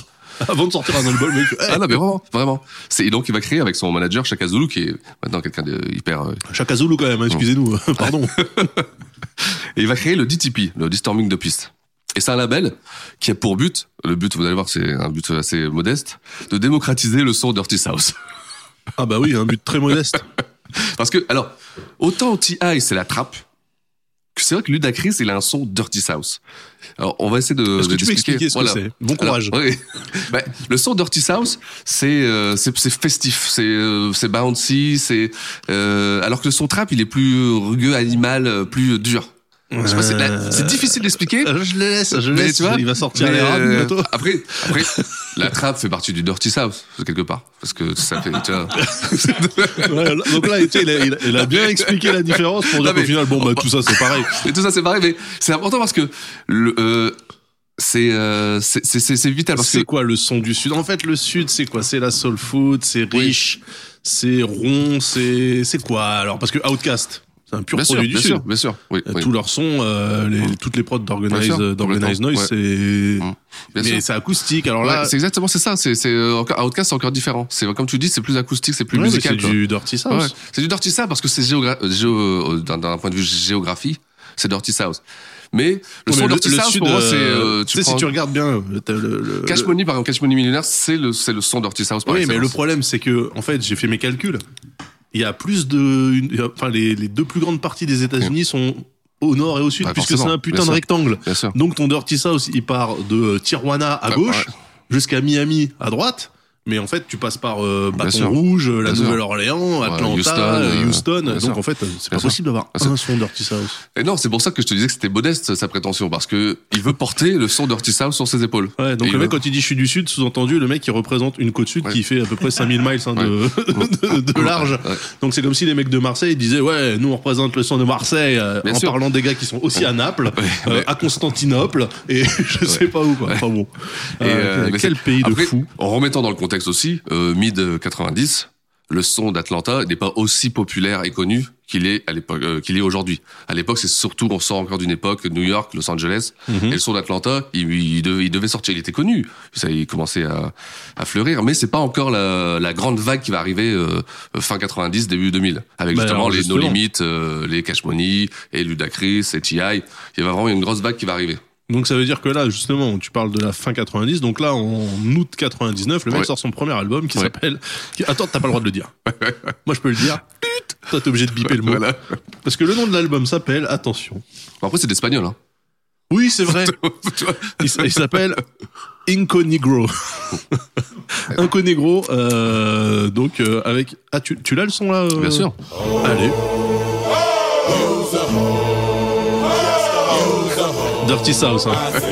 [SPEAKER 2] avant de sortir un album, mec, eh,
[SPEAKER 3] ah non mais vraiment vraiment c'est et donc il va créer avec son manager Chaka Zulu qui est maintenant quelqu'un de hyper euh,
[SPEAKER 2] Chaka Zulu quand même, hein, excusez-nous, pardon.
[SPEAKER 3] et il va créer le DTP le Disturbing de piste et c'est un label qui a pour but le but vous allez voir c'est un but assez modeste de démocratiser le son Dirty South
[SPEAKER 2] Ah bah oui, un but très modeste.
[SPEAKER 3] Parce que, alors, autant T.I. c'est la trappe, que c'est vrai que Ludacris, il a un son Dirty South. Alors, on va essayer de.
[SPEAKER 2] Est-ce que
[SPEAKER 3] de
[SPEAKER 2] tu peux
[SPEAKER 3] d'expliquer.
[SPEAKER 2] expliquer ce que c'est Bon
[SPEAKER 3] Alors,
[SPEAKER 2] courage.
[SPEAKER 3] oui. Bah, le son Dirty South, c'est euh, c'est c'est festif, c'est euh, c'est bouncy, c'est euh, alors que le son trap, il est plus rugueux, animal, euh, plus dur. Je sais pas, c'est la- c'est difficile d'expliquer.
[SPEAKER 2] Euh, Je le laisse, je le
[SPEAKER 3] Mais
[SPEAKER 2] laisse,
[SPEAKER 3] tu vois,
[SPEAKER 2] il va sortir
[SPEAKER 3] mais,
[SPEAKER 2] les rames
[SPEAKER 3] euh,
[SPEAKER 2] bientôt.
[SPEAKER 3] Après, après, la trappe fait partie du Dirty South quelque part, parce que ça fait, tu vois.
[SPEAKER 2] Ouais, là- donc là, tu sais, il a, il a- il a bien expliqué la différence pour dire
[SPEAKER 3] Non, mais-
[SPEAKER 2] qu'au final, bon bah tout ça c'est pareil.
[SPEAKER 3] Et tout ça, c'est pareil, mais c'est important parce que le, euh, c'est, euh, c'est, c'est, c'est- c'est vital parce que
[SPEAKER 2] C'est quoi le son du sud En fait, le sud, c'est quoi C'est la soul food, c'est riche, c'est rond, c'est c'est quoi alors Parce que Outcast, c'est un pur
[SPEAKER 3] bien sûr,
[SPEAKER 2] produit
[SPEAKER 3] bien
[SPEAKER 2] du sud.
[SPEAKER 3] sûr, bien sûr, oui,
[SPEAKER 2] Euh,
[SPEAKER 3] oui, Mm.
[SPEAKER 2] Tous leurs sons, euh, les- toutes les prods
[SPEAKER 3] Bien
[SPEAKER 2] d'Organize
[SPEAKER 3] sûr,
[SPEAKER 2] d'Organize
[SPEAKER 3] complètement,
[SPEAKER 2] Noise,
[SPEAKER 3] ouais. Mm.
[SPEAKER 2] c'est
[SPEAKER 3] bien
[SPEAKER 2] mais
[SPEAKER 3] sûr.
[SPEAKER 2] c'est acoustique. Alors
[SPEAKER 3] Ouais,
[SPEAKER 2] là,
[SPEAKER 3] c'est exactement c'est ça. C'est, c'est euh, encore, Outcast, c'est encore différent. C'est comme tu dis, c'est plus acoustique, c'est plus
[SPEAKER 2] Ouais, mais
[SPEAKER 3] musical.
[SPEAKER 2] c'est
[SPEAKER 3] quoi.
[SPEAKER 2] du dirty
[SPEAKER 3] Ouais,
[SPEAKER 2] south.
[SPEAKER 3] c'est du dirty ça parce que c'est géogra- euh, géo- euh, d'un, d'un point de vue géographie, c'est Dirty South. Mais le
[SPEAKER 2] Mais
[SPEAKER 3] son Dirty South,
[SPEAKER 2] sud,
[SPEAKER 3] pour moi,
[SPEAKER 2] euh,
[SPEAKER 3] c'est. euh,
[SPEAKER 2] tu sais, si
[SPEAKER 3] prends-
[SPEAKER 2] tu regardes bien, euh, t'as le, le-
[SPEAKER 3] Cash
[SPEAKER 2] le-
[SPEAKER 3] Money, par exemple, Cash Money Millionnaire, c'est le, c'est le son Dirty South par
[SPEAKER 2] Oui, mais le
[SPEAKER 3] excellence.
[SPEAKER 2] problème, c'est que, en fait, j'ai fait mes calculs. Il y a plus de. une- il y a- enfin, les, les deux plus grandes parties des États-Unis sont au nord et au sud,
[SPEAKER 3] Bah,
[SPEAKER 2] puisque c'est
[SPEAKER 3] forcément,
[SPEAKER 2] un
[SPEAKER 3] bien
[SPEAKER 2] putain de
[SPEAKER 3] sûr.
[SPEAKER 2] rectangle.
[SPEAKER 3] Bien sûr.
[SPEAKER 2] Donc, ton Dirty South, il part de euh, Tijuana à
[SPEAKER 3] Ouais,
[SPEAKER 2] gauche,
[SPEAKER 3] ouais.
[SPEAKER 2] jusqu'à Miami à droite. Mais en fait, tu passes par euh, Bâton
[SPEAKER 3] sûr.
[SPEAKER 2] Rouge, euh, la
[SPEAKER 3] Bien sûr.
[SPEAKER 2] Nouvelle-Orléans, Atlanta,
[SPEAKER 3] Houston,
[SPEAKER 2] Houston.
[SPEAKER 3] euh, bien
[SPEAKER 2] donc,
[SPEAKER 3] sûr.
[SPEAKER 2] en fait, euh, c'est pas
[SPEAKER 3] Bien sûr.
[SPEAKER 2] possible d'avoir
[SPEAKER 3] Bien sûr.
[SPEAKER 2] un son Dirty South.
[SPEAKER 3] Et non, c'est pour ça que je te disais que c'était modeste sa prétention, parce que il veut porter le son Dirty South sur ses épaules.
[SPEAKER 2] Ouais, donc
[SPEAKER 3] Et
[SPEAKER 2] le mec,
[SPEAKER 3] il veut-
[SPEAKER 2] quand il dit je suis du sud, sous-entendu, le mec, il représente une côte sud
[SPEAKER 3] Ouais.
[SPEAKER 2] qui fait à peu près 5000 miles hein, de, de- de large.
[SPEAKER 3] Ouais.
[SPEAKER 2] Donc c'est comme si les mecs de Marseille disaient ouais nous on représente le son de Marseille euh,
[SPEAKER 3] Bien
[SPEAKER 2] en
[SPEAKER 3] sûr.
[SPEAKER 2] parlant des gars qui sont aussi à Naples,
[SPEAKER 3] Ouais,
[SPEAKER 2] euh,
[SPEAKER 3] ouais.
[SPEAKER 2] à Constantinople et je sais pas où quoi. Enfin bon,
[SPEAKER 3] Et,
[SPEAKER 2] Euh,
[SPEAKER 3] euh, mais
[SPEAKER 2] quel
[SPEAKER 3] c'est-
[SPEAKER 2] pays de
[SPEAKER 3] Après,
[SPEAKER 2] fou.
[SPEAKER 3] En remettant dans le contexte aussi, euh, mid 90, le son d'Atlanta n'est pas aussi populaire et connu qu'il est à l'époque, euh, qu'il est aujourd'hui. À l'époque, c'est surtout, on sort encore d'une époque New York, Los Angeles,
[SPEAKER 2] Mhm.
[SPEAKER 3] et le son d'Atlanta, il, il, devait, il devait sortir, il était connu, ça, il commençait à, à fleurir, mais c'est pas encore la, la grande vague qui va arriver euh, fin 90, début 2000, avec
[SPEAKER 2] Bah,
[SPEAKER 3] justement
[SPEAKER 2] alors,
[SPEAKER 3] les
[SPEAKER 2] justement.
[SPEAKER 3] No Limit, euh, les Cash Money, et Ludacris, et T.I. Il y a vraiment une grosse vague qui va arriver.
[SPEAKER 2] Donc ça veut dire que là justement tu parles de la fin 90, donc là en août 99 le mec
[SPEAKER 3] Ouais.
[SPEAKER 2] sort son premier album qui
[SPEAKER 3] Ouais.
[SPEAKER 2] s'appelle. qui- Attends t'as pas le droit de le dire. Moi je peux le dire. Toi t'es obligé de biper le mot
[SPEAKER 3] Voilà.
[SPEAKER 2] parce que le nom de l'album s'appelle attention.
[SPEAKER 3] Bon, après, c'est d'espagnol, hein.
[SPEAKER 2] Oui c'est vrai.
[SPEAKER 3] Tu vois
[SPEAKER 2] Il s- il s'appelle Inco Negro. Inco Negro, euh, donc euh, avec. Ah, tu, tu l'as le son là euh
[SPEAKER 3] Bien sûr.
[SPEAKER 2] Allez. Dirty South. Hein.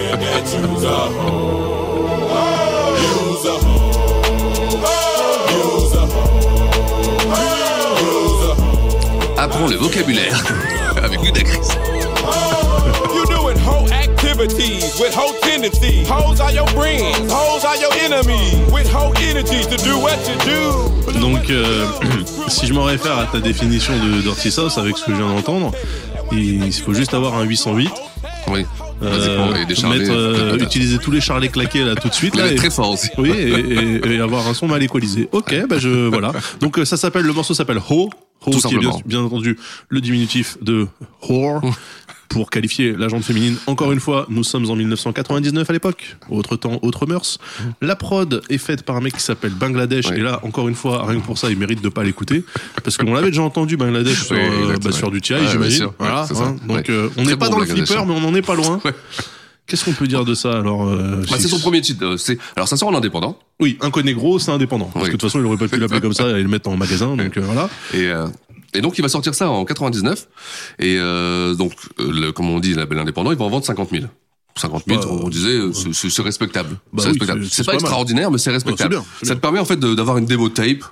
[SPEAKER 3] Apprends le vocabulaire avec Ludacris.
[SPEAKER 5] You doing whole activities with whole tendencies. Hoes are your friends, hoes are your enemies. With whole energies to do what you do.
[SPEAKER 2] Donc, euh, si je m'en réfère à ta définition de Dirty South avec ce que je viens d'entendre, il faut juste avoir un 808.
[SPEAKER 3] Oui.
[SPEAKER 2] euh,
[SPEAKER 3] Basiquement, et des charlets.
[SPEAKER 2] mettre, euh,
[SPEAKER 3] euh,
[SPEAKER 2] utiliser tous les charlets claqués là tout de suite.
[SPEAKER 3] Il
[SPEAKER 2] là,
[SPEAKER 3] est
[SPEAKER 2] et-
[SPEAKER 3] très fort aussi.
[SPEAKER 2] Oui, et, et- et avoir un son mal équalisé. Ok, bah je voilà. Donc euh, ça s'appelle le morceau s'appelle Ho, Ho
[SPEAKER 3] Tout
[SPEAKER 2] qui est bien,
[SPEAKER 3] simplement.
[SPEAKER 2] bien entendu le diminutif de whore pour qualifier la gente féminine. Encore une fois, nous sommes en 1999 à l'époque. Autre temps, autre mœurs. La prod est faite par un mec qui s'appelle Bangladesh
[SPEAKER 3] Mm. Ouais.
[SPEAKER 2] et là encore une fois, rien que pour ça, il mérite de pas l'écouter parce qu'on l'avait déjà entendu Bangladesh sur,
[SPEAKER 3] Oui,
[SPEAKER 2] euh,
[SPEAKER 3] exactement.
[SPEAKER 2] bah, sur du TI,
[SPEAKER 3] Ouais, bien
[SPEAKER 2] j'imagine.
[SPEAKER 3] sûr. Ouais,
[SPEAKER 2] Voilà,
[SPEAKER 3] c'est ça.
[SPEAKER 2] hein. Donc
[SPEAKER 3] Ouais.
[SPEAKER 2] euh, on
[SPEAKER 3] Très
[SPEAKER 2] n'est pas
[SPEAKER 3] bon,
[SPEAKER 2] dans le
[SPEAKER 3] Bangladesh,
[SPEAKER 2] flipper,
[SPEAKER 3] hein.
[SPEAKER 2] mais on en est pas loin.
[SPEAKER 3] Ouais.
[SPEAKER 2] Qu'est-ce qu'on peut dire de ça alors euh,
[SPEAKER 3] Bah, c'est
[SPEAKER 2] Six
[SPEAKER 3] son premier titre. euh, c'est- Alors, ça sort en indépendant.
[SPEAKER 2] oui, un Negro, c'est indépendant. Parce
[SPEAKER 3] Oui.
[SPEAKER 2] que de toute façon, il aurait pas pu l'appeler comme ça et le mettre en magasin. Donc euh, voilà.
[SPEAKER 3] Et, euh, et donc, il va sortir ça en 99. Et euh, donc, euh, le, comme on dit, le label indépendant, il va en vendre 50 000. 50 000,
[SPEAKER 2] Bah,
[SPEAKER 3] on disait, euh, c'est- c'est c'est respectable.
[SPEAKER 2] Bah
[SPEAKER 3] c'est
[SPEAKER 2] oui,
[SPEAKER 3] respectable.
[SPEAKER 2] c'est-
[SPEAKER 3] C'est
[SPEAKER 2] c'est
[SPEAKER 3] pas,
[SPEAKER 2] pas mal.
[SPEAKER 3] extraordinaire, mais c'est respectable.
[SPEAKER 2] Bah, c'est bien, c'est
[SPEAKER 3] ça te permet en fait de- d'avoir une démo tape,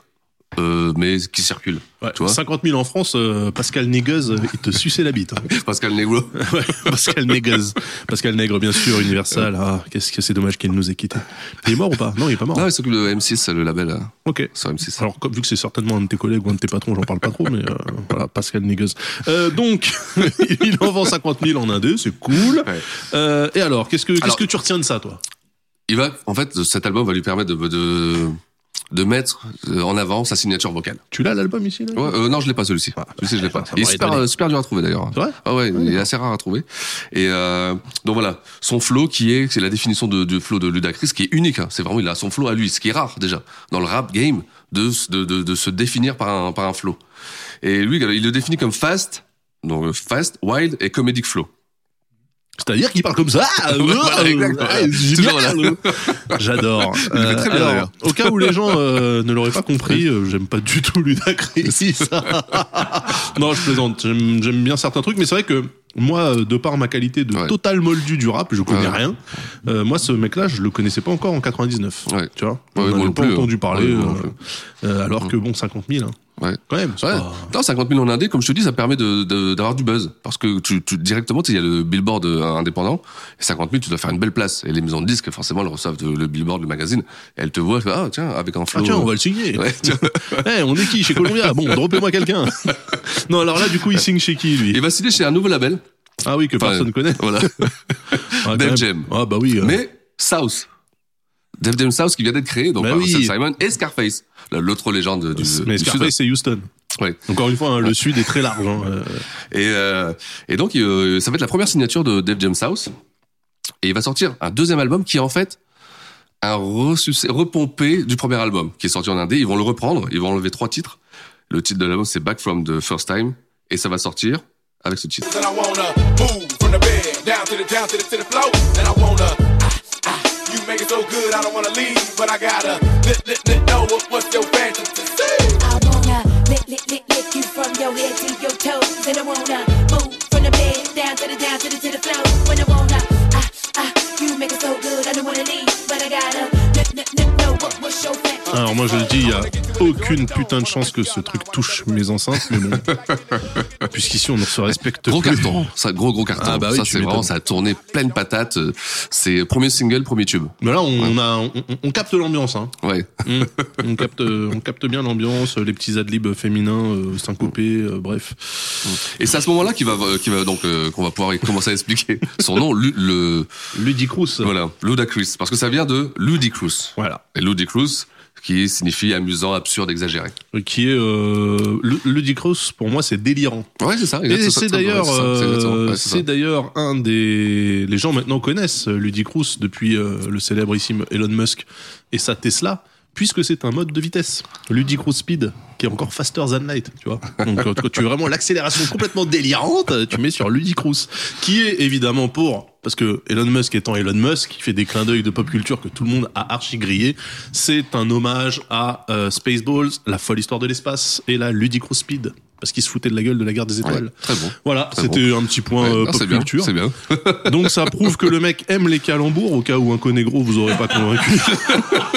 [SPEAKER 3] euh, mais qui circule.
[SPEAKER 2] Ouais,
[SPEAKER 3] Tu vois
[SPEAKER 2] 50 000 en France, euh, Pascal Négueuse, euh, il te suçait la bite. hein.
[SPEAKER 3] Pascal Negro.
[SPEAKER 2] Ouais, Pascal Négueuse. Pascal Nègre, bien sûr, Universal. Ah, qu'est-ce que c'est dommage qu'il nous ait quittés. Il est mort ou pas Non, il est pas mort.
[SPEAKER 3] Non, il s'occupe de M6, le label euh,
[SPEAKER 2] ok.
[SPEAKER 3] sur M6.
[SPEAKER 2] Alors, comme, vu que c'est certainement un de tes collègues ou un de tes patrons, j'en parle pas trop, mais euh, voilà, Pascal Négueuse. Euh, donc, il en vend 50 000 en un deux, c'est cool.
[SPEAKER 3] Ouais.
[SPEAKER 2] Euh, et alors, qu'est-ce que, qu'est-ce
[SPEAKER 3] Alors-
[SPEAKER 2] que tu retiens de ça, toi
[SPEAKER 3] il va, en fait, cet album va lui permettre de, de, de mettre euh, en avant sa signature vocale.
[SPEAKER 2] Tu l'as l'album ici là
[SPEAKER 3] Ouais, euh, non, je l'ai pas celui-ci.
[SPEAKER 2] Ah,
[SPEAKER 3] Celui-ci, je l'ai pas.
[SPEAKER 2] Mm-hmm. ça
[SPEAKER 3] Il est
[SPEAKER 2] m'aurait
[SPEAKER 3] super,
[SPEAKER 2] étonné.
[SPEAKER 3] euh, super dur à trouver d'ailleurs.
[SPEAKER 2] C'est vrai
[SPEAKER 3] Ah ouais, il est assez rare à trouver. Et euh, donc voilà, son flow qui est, c'est la définition de, du flow de Ludacris qui est unique. hein. C'est vraiment, il a son flow à lui, ce qui est rare déjà dans le rap game de s- de, de, de se définir par un par un flow. Et lui, il le définit comme fast, donc euh, fast, wild et comedic flow.
[SPEAKER 2] C'est-à-dire qu'il parle comme ça. euh,
[SPEAKER 3] Voilà, exact,
[SPEAKER 2] euh,
[SPEAKER 3] voilà.
[SPEAKER 2] euh, génial,
[SPEAKER 3] Toujours
[SPEAKER 2] euh. J'adore. Euh,
[SPEAKER 3] très bien,
[SPEAKER 2] alors,
[SPEAKER 3] d'ailleurs.
[SPEAKER 2] au cas où les gens euh, ne l'auraient pas compris, euh, j'aime pas du tout Ludacris. non, je plaisante. J'aime j'aime bien certains trucs, mais c'est vrai que moi, euh, de par ma qualité de
[SPEAKER 3] Ouais.
[SPEAKER 2] total moldu du rap, je connais
[SPEAKER 3] Ouais.
[SPEAKER 2] rien. Euh, moi, ce mec-là, je le connaissais pas encore en 99.
[SPEAKER 3] Ouais.
[SPEAKER 2] Tu vois,
[SPEAKER 3] Ouais,
[SPEAKER 2] on
[SPEAKER 3] moi
[SPEAKER 2] n'avait
[SPEAKER 3] non
[SPEAKER 2] pas
[SPEAKER 3] plus,
[SPEAKER 2] entendu
[SPEAKER 3] hein.
[SPEAKER 2] parler.
[SPEAKER 3] Ouais, moi non
[SPEAKER 2] euh,
[SPEAKER 3] plus.
[SPEAKER 2] euh, alors que bon, 50 000, hein.
[SPEAKER 3] Ouais.
[SPEAKER 2] quand même. c'est
[SPEAKER 3] Ouais.
[SPEAKER 2] pas-
[SPEAKER 3] Non, 50 000 en indé, comme je te dis, ça permet de- de- d'avoir du buzz. Parce que tu, tu- directement, tu sais, il y a le billboard euh, indépendant. Et 50 000, tu dois faire une belle place. Et les maisons de disques, forcément, elles reçoivent de- le billboard, le magazine. Et elles te voient, elles font, ah tiens, avec un flow. euh,
[SPEAKER 2] Ah tiens, on va le signer.
[SPEAKER 3] Ouais, tiens.
[SPEAKER 2] Eh, on est qui chez Columbia Bon, dropez-moi quelqu'un. non, alors là, du coup, il signe chez qui lui
[SPEAKER 3] Il va signer chez un nouveau label.
[SPEAKER 2] Ah oui, que
[SPEAKER 3] Enfin,
[SPEAKER 2] personne connaît.
[SPEAKER 3] Voilà.
[SPEAKER 2] Ah,
[SPEAKER 3] Def
[SPEAKER 2] quand même.
[SPEAKER 3] Jam.
[SPEAKER 2] Ah bah oui. euh,
[SPEAKER 3] Mais South. Def Jam South qui vient d'être créé donc
[SPEAKER 2] Bah
[SPEAKER 3] par
[SPEAKER 2] oui.
[SPEAKER 3] Seth Simon et Scarface, l'autre légende du,
[SPEAKER 2] mais
[SPEAKER 3] du
[SPEAKER 2] Scarface,
[SPEAKER 3] sud.
[SPEAKER 2] c'est Houston.
[SPEAKER 3] Ouais.
[SPEAKER 2] Encore une fois, hein, le sud est très large. hein, euh,
[SPEAKER 3] Et, euh, et donc, euh, ça va être la première signature de Dave James House. Et il va sortir un deuxième album qui est en fait un ressucé- repompé du premier album qui est sorti en indé. Ils vont le reprendre, ils vont enlever trois titres. Le titre de l'album, c'est Back from the First Time. Et ça va sortir avec ce titre.
[SPEAKER 5] And I wanna move from the bed down to the down to the to the floor. And I wanna ah, ah, you make it so good I don't wanna leave, but I gotta let let let know what, what's your fantasy.
[SPEAKER 7] I wanna lick, lick, lick, lick you from your head to your toes. And I wanna move from the bed down to the down to the to the floor. When I wanna, ah, ah, you make it so good. I don't wanna leave, but I gotta n- n- n- know what what's your plan.
[SPEAKER 2] Alors moi je le dis, il n'y a aucune putain de chance que ce truc touche mes enceintes, mais bon. Puisqu'ici on ne se respecte
[SPEAKER 3] Gros
[SPEAKER 2] plus.
[SPEAKER 3] carton, ça, gros gros carton.
[SPEAKER 2] Ah bah oui,
[SPEAKER 3] ça
[SPEAKER 2] tu
[SPEAKER 3] c'est vraiment,
[SPEAKER 2] m'étonnes.
[SPEAKER 3] ça a tourné pleine patate. Euh, C'est premier single, premier tube.
[SPEAKER 2] Mais là on, on a, on, on- on capte l'ambiance. Hein.
[SPEAKER 3] Ouais.
[SPEAKER 2] Mm. on, capte, on capte bien l'ambiance, les petits adlibs féminins, euh, syncopés, euh, bref.
[SPEAKER 3] Et c'est à ce moment-là qu'il va, qu'il va donc euh, qu'on va pouvoir commencer à expliquer son nom, Lu- le
[SPEAKER 2] Ludicrous.
[SPEAKER 3] voilà, Ludacris, parce que ça vient de Ludicrous.
[SPEAKER 2] Voilà.
[SPEAKER 3] Et Ludicrous, qui signifie amusant, absurde, exagéré.
[SPEAKER 2] Qui est euh, Lu- Ludicrous pour moi c'est délirant.
[SPEAKER 3] Ouais, c'est ça.
[SPEAKER 2] Et
[SPEAKER 3] exact-
[SPEAKER 2] c'est
[SPEAKER 3] ça,
[SPEAKER 2] d'ailleurs,
[SPEAKER 3] c'est ça, c'est exactement-
[SPEAKER 2] euh,
[SPEAKER 3] ouais, c'est ça.
[SPEAKER 2] c'est d'ailleurs un des les gens maintenant connaissent euh, Ludicrous depuis euh, le célébrissime Elon Musk et sa Tesla, puisque c'est un mode de vitesse Ludicrous Speed qui est encore faster than light, tu vois. Donc quand quand tu veux vraiment l'accélération complètement délirante, euh, tu mets sur Ludicrous, qui est évidemment pour parce que Elon Musk étant Elon Musk, il fait des clins d'œil de pop culture que tout le monde a archi grillé. C'est un hommage à euh, Spaceballs, la folle histoire de l'espace et la Ludicrous Speed. Parce qu'il se foutait de la gueule de la guerre des
[SPEAKER 3] Ouais,
[SPEAKER 2] étoiles.
[SPEAKER 3] très bon.
[SPEAKER 2] Voilà,
[SPEAKER 3] Très
[SPEAKER 2] c'était un petit point
[SPEAKER 3] Ouais,
[SPEAKER 2] euh,
[SPEAKER 3] non,
[SPEAKER 2] pop
[SPEAKER 3] c'est bien,
[SPEAKER 2] culture.
[SPEAKER 3] c'est bien.
[SPEAKER 2] Donc ça prouve que le mec aime les calembours, au cas où un conégro vous aurait pas convaincu.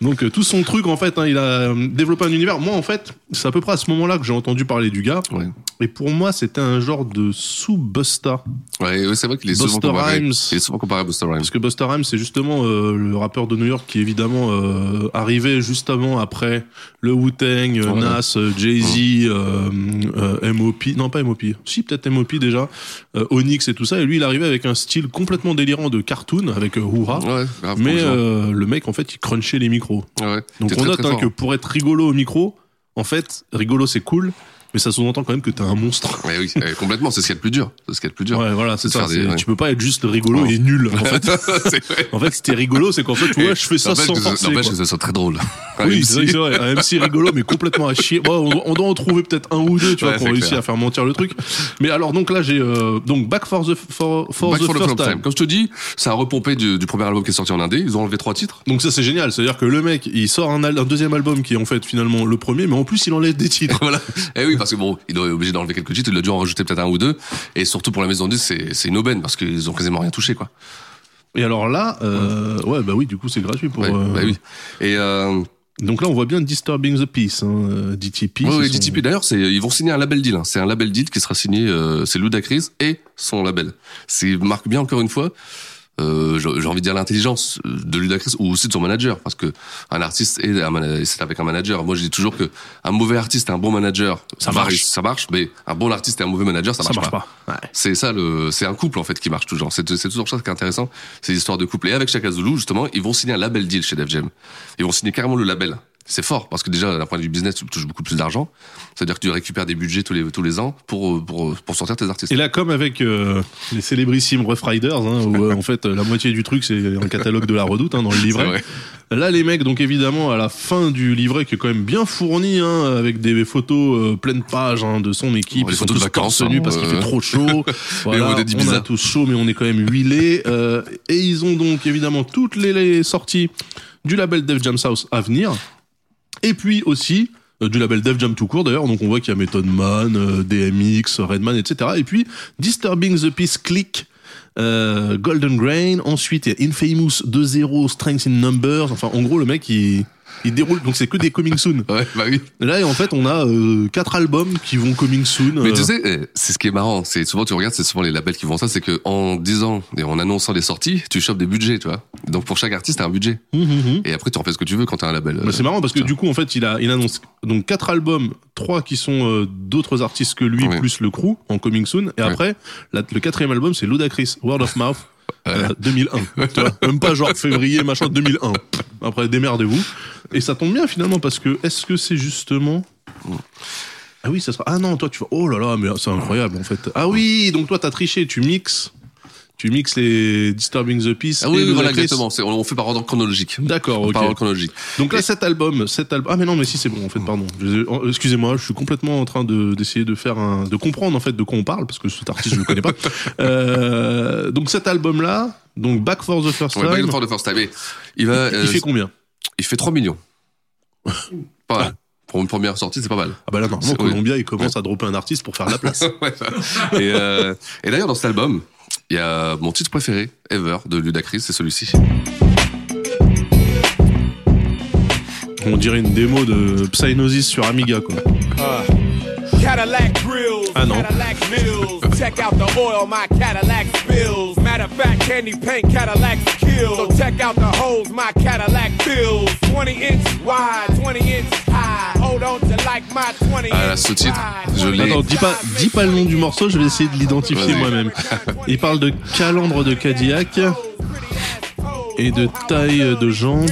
[SPEAKER 2] Donc euh, tout son truc, en fait, hein, il a euh, développé un univers. Moi, en fait, c'est à peu près à ce moment-là que j'ai entendu parler du gars.
[SPEAKER 3] Ouais.
[SPEAKER 2] Et pour moi, c'était un genre de sous-Busta.
[SPEAKER 3] Ouais, ouais, c'est vrai qu'il est souvent
[SPEAKER 2] Busta
[SPEAKER 3] comparé.
[SPEAKER 2] Rhymes.
[SPEAKER 3] Il est souvent comparé à Busta Rhymes.
[SPEAKER 2] Parce que Busta Rhymes, c'est justement euh, le rappeur de New York qui, évidemment, euh, arrivait juste avant, après le Wu-Tang, euh,
[SPEAKER 3] Ouais.
[SPEAKER 2] Nas, euh, Jay-Z, euh, euh, M.O.P. Non, pas M.O.P. Si, peut-être M.O.P. déjà, euh, Onyx et tout ça. Et lui, il arrivait avec un style complètement délirant de cartoon, avec euh, Hoo-Ha.
[SPEAKER 3] Ouais, grave.
[SPEAKER 2] Mais
[SPEAKER 3] complètement.
[SPEAKER 2] euh, le mec, en fait, il crunchait les micros.
[SPEAKER 3] Ouais,
[SPEAKER 2] Donc
[SPEAKER 3] t'es
[SPEAKER 2] on
[SPEAKER 3] très,
[SPEAKER 2] note
[SPEAKER 3] très
[SPEAKER 2] hein,
[SPEAKER 3] fort.
[SPEAKER 2] que pour être rigolo au micro, en fait, rigolo c'est cool, mais ça sous-entend quand même que t'es un monstre.
[SPEAKER 3] Ouais, oui, euh, complètement, c'est ce qu'il y a de plus dur. C'est ce qu'il y a de plus dur.
[SPEAKER 2] Ouais, voilà, c'est
[SPEAKER 3] de faire
[SPEAKER 2] ça.
[SPEAKER 3] des-
[SPEAKER 2] c'est-
[SPEAKER 3] ouais.
[SPEAKER 2] Tu peux pas être juste rigolo
[SPEAKER 3] Ouais.
[SPEAKER 2] et nul. En fait,
[SPEAKER 3] c'est vrai.
[SPEAKER 2] en fait c'était rigolo, c'est qu'en fait, tu vois, je fais ça
[SPEAKER 3] N'empêche
[SPEAKER 2] sans
[SPEAKER 3] que ce-
[SPEAKER 2] forcer.
[SPEAKER 3] N'empêche
[SPEAKER 2] quoi.
[SPEAKER 3] que ce soit très drôle.
[SPEAKER 2] Oui, c'est
[SPEAKER 3] Même si-
[SPEAKER 2] vrai, c'est vrai. Un MC rigolo, mais complètement à chier. Bon, on, doit- on doit en trouver peut-être un ou deux, tu
[SPEAKER 3] Ouais,
[SPEAKER 2] vois, pour
[SPEAKER 3] c'est
[SPEAKER 2] réussir
[SPEAKER 3] clair.
[SPEAKER 2] à faire mentir le truc. Mais alors, donc là, j'ai euh, donc Back for the for, for
[SPEAKER 3] Back
[SPEAKER 2] the
[SPEAKER 3] for the
[SPEAKER 2] First
[SPEAKER 3] First
[SPEAKER 2] Time.
[SPEAKER 3] Time. Comme je te dis, ça a repompé du, du premier album qui est sorti en indé. Ils ont enlevé trois titres.
[SPEAKER 2] Donc ça c'est génial, c'est-à-dire que le mec il sort un, al- un deuxième album qui est en fait finalement le premier, mais en plus il enlève des titres.
[SPEAKER 3] voilà. Eh oui, parce que bon, il est obligé d'enlever quelques titres. Il a dû en rajouter peut-être un ou deux. Et surtout pour la maison 10, c'est c'est une aubaine parce qu'ils ont quasiment rien touché, quoi.
[SPEAKER 2] Et alors là, euh, ouais bah oui du coup c'est gratuit pour.
[SPEAKER 3] Ouais,
[SPEAKER 2] euh,
[SPEAKER 3] bah oui. Et euh,
[SPEAKER 2] Donc là on voit bien Disturbing the Peace, hein, euh, DTP.
[SPEAKER 3] ouais,
[SPEAKER 2] c'est
[SPEAKER 3] ouais,
[SPEAKER 2] son-
[SPEAKER 3] DTP. D'ailleurs, c'est ils vont signer un label deal. hein. C'est un label deal qui sera signé. Euh, c'est Ludacris et son label. C'est marque bien encore une fois. Euh, j'ai j'ai envie de dire l'intelligence de Ludacris ou aussi de son manager parce que un artiste est un mana- c'est avec un manager moi je dis toujours que un mauvais artiste et un bon manager
[SPEAKER 2] Ça
[SPEAKER 3] varie,
[SPEAKER 2] marche.
[SPEAKER 3] ça marche mais un bon artiste et un mauvais manager ça
[SPEAKER 2] Ça
[SPEAKER 3] marche,
[SPEAKER 2] marche
[SPEAKER 3] pas.
[SPEAKER 2] pas. Ouais.
[SPEAKER 3] C'est ça le, c'est un couple en fait qui marche toujours. C'est c'est toujours ça qui est intéressant, ces histoires de couple. Et avec Chaka Zulu, justement, ils vont signer un label deal chez Def Jam. Ils vont signer carrément le label. C'est fort parce que déjà d'un point de vue business, tu touches beaucoup plus d'argent. C'est-à-dire que tu récupères des budgets tous les tous les ans pour euh, pour pour sortir tes artistes.
[SPEAKER 2] Et là comme avec euh, les célébrissimes Rough Riders, hein, où euh, en fait euh, la moitié du truc c'est un catalogue de la Redoute hein, dans le livret.
[SPEAKER 3] C'est vrai.
[SPEAKER 2] Là, les mecs, donc évidemment, à la fin du livret qui est quand même bien fourni, hein, avec des photos euh, pleines pages hein, de son équipe,
[SPEAKER 3] Ouais, les
[SPEAKER 2] ils sont
[SPEAKER 3] photos de
[SPEAKER 2] tous
[SPEAKER 3] vacances,
[SPEAKER 2] torse nu
[SPEAKER 3] hein,
[SPEAKER 2] parce qu'il
[SPEAKER 3] euh.
[SPEAKER 2] fait trop chaud.
[SPEAKER 3] Les
[SPEAKER 2] voilà,
[SPEAKER 3] modèles
[SPEAKER 2] on
[SPEAKER 3] d'Ibiza.
[SPEAKER 2] a tous chaud, mais on est quand même huilé. euh, et ils ont donc évidemment toutes les, les sorties du label Def Jam House à venir, et puis aussi euh, du label Def Jam tout court d'ailleurs. Donc on voit qu'il y a Method Man, euh, DMX, Redman, etc. Et puis Disturbing the Peace Click. Euh, Golden Grain, ensuite il y a Infamous 2-0, Strength in Numbers, enfin en gros le mec il, il déroule, donc c'est que des coming soon.
[SPEAKER 3] Ouais, bah oui.
[SPEAKER 2] Là et en fait on a euh, quatre albums qui vont coming soon.
[SPEAKER 3] Mais
[SPEAKER 2] euh,
[SPEAKER 3] tu sais, euh, c'est ce qui est marrant. C'est souvent tu regardes, c'est souvent les labels qui font ça, c'est que en disant et en annonçant les sorties, tu chopes des budgets, tu vois. Donc pour chaque artiste, t'as un budget.
[SPEAKER 2] hum, hum, hum.
[SPEAKER 3] Et après, tu en fais ce que tu veux quand t'as un label.
[SPEAKER 2] Bah, c'est marrant parce que du coup en fait il a il annonce donc quatre albums, trois qui sont euh, d'autres artistes que lui
[SPEAKER 3] Ouais.
[SPEAKER 2] plus le crew en coming soon et
[SPEAKER 3] Ouais.
[SPEAKER 2] après la- le quatrième album c'est Ludacris Word of Mouth euh, 2001 tu vois. même pas genre février machin 2001 après démerdez-vous et ça tombe bien finalement parce que est-ce que c'est justement Ah oui, ça sera. Ah non, toi, tu vas. Oh là là, mais c'est incroyable, en fait. Ah oui, donc toi, t'as triché, tu mixes. Tu mixes les Disturbing the Peace.
[SPEAKER 3] Ah
[SPEAKER 2] et
[SPEAKER 3] oui, oui,
[SPEAKER 2] les
[SPEAKER 3] voilà,
[SPEAKER 2] Black Race.
[SPEAKER 3] exactement. C'est- On, on fait par ordre chronologique.
[SPEAKER 2] D'accord, ok.
[SPEAKER 3] Par ordre chronologique.
[SPEAKER 2] Donc là,
[SPEAKER 3] Et-
[SPEAKER 2] cet album, cet album. Ah mais non, mais si c'est bon en fait. Pardon. Je- euh, Excusez-moi, je suis complètement en train de d'essayer de faire un, de comprendre en fait de quoi on parle parce que cet artiste je le connais pas. Euh, donc cet album là, donc Back for the First
[SPEAKER 3] Ouais,
[SPEAKER 2] Time,
[SPEAKER 3] Back for the First Time. Et Il va,
[SPEAKER 2] il
[SPEAKER 3] euh,
[SPEAKER 2] fait combien
[SPEAKER 3] il fait 3 millions. pas mal. Pour une première sortie, c'est pas mal.
[SPEAKER 2] Ah bah là normalement
[SPEAKER 3] c'est- oui.
[SPEAKER 2] Columbia il commence à dropper un artiste pour faire la place.
[SPEAKER 3] Ouais. et euh, et d'ailleurs, dans cet album, il y a mon titre préféré, Ever, de Ludacris, c'est celui-ci.
[SPEAKER 2] on dirait une démo de Psygnosis sur Amiga quoi.
[SPEAKER 5] Cadillac grills,
[SPEAKER 2] Ah, non.
[SPEAKER 5] Cadillac mills. Check out the oil my Cadillac spills. Matter of fact, candy paint Cadillacs kill. So check out the holes my Cadillac fills. 20 inch wide, 20 inch high. Hold on to like my 20
[SPEAKER 3] Ah, là,
[SPEAKER 5] inch
[SPEAKER 3] ce titre,
[SPEAKER 5] wide.
[SPEAKER 3] je l'ai.
[SPEAKER 2] Attends, dis pas, dis pas le nom du morceau, je vais essayer de l'identifier
[SPEAKER 3] Vas-y.
[SPEAKER 2] moi-même. Il parle de calandre de Cadillac. et de taille de jante.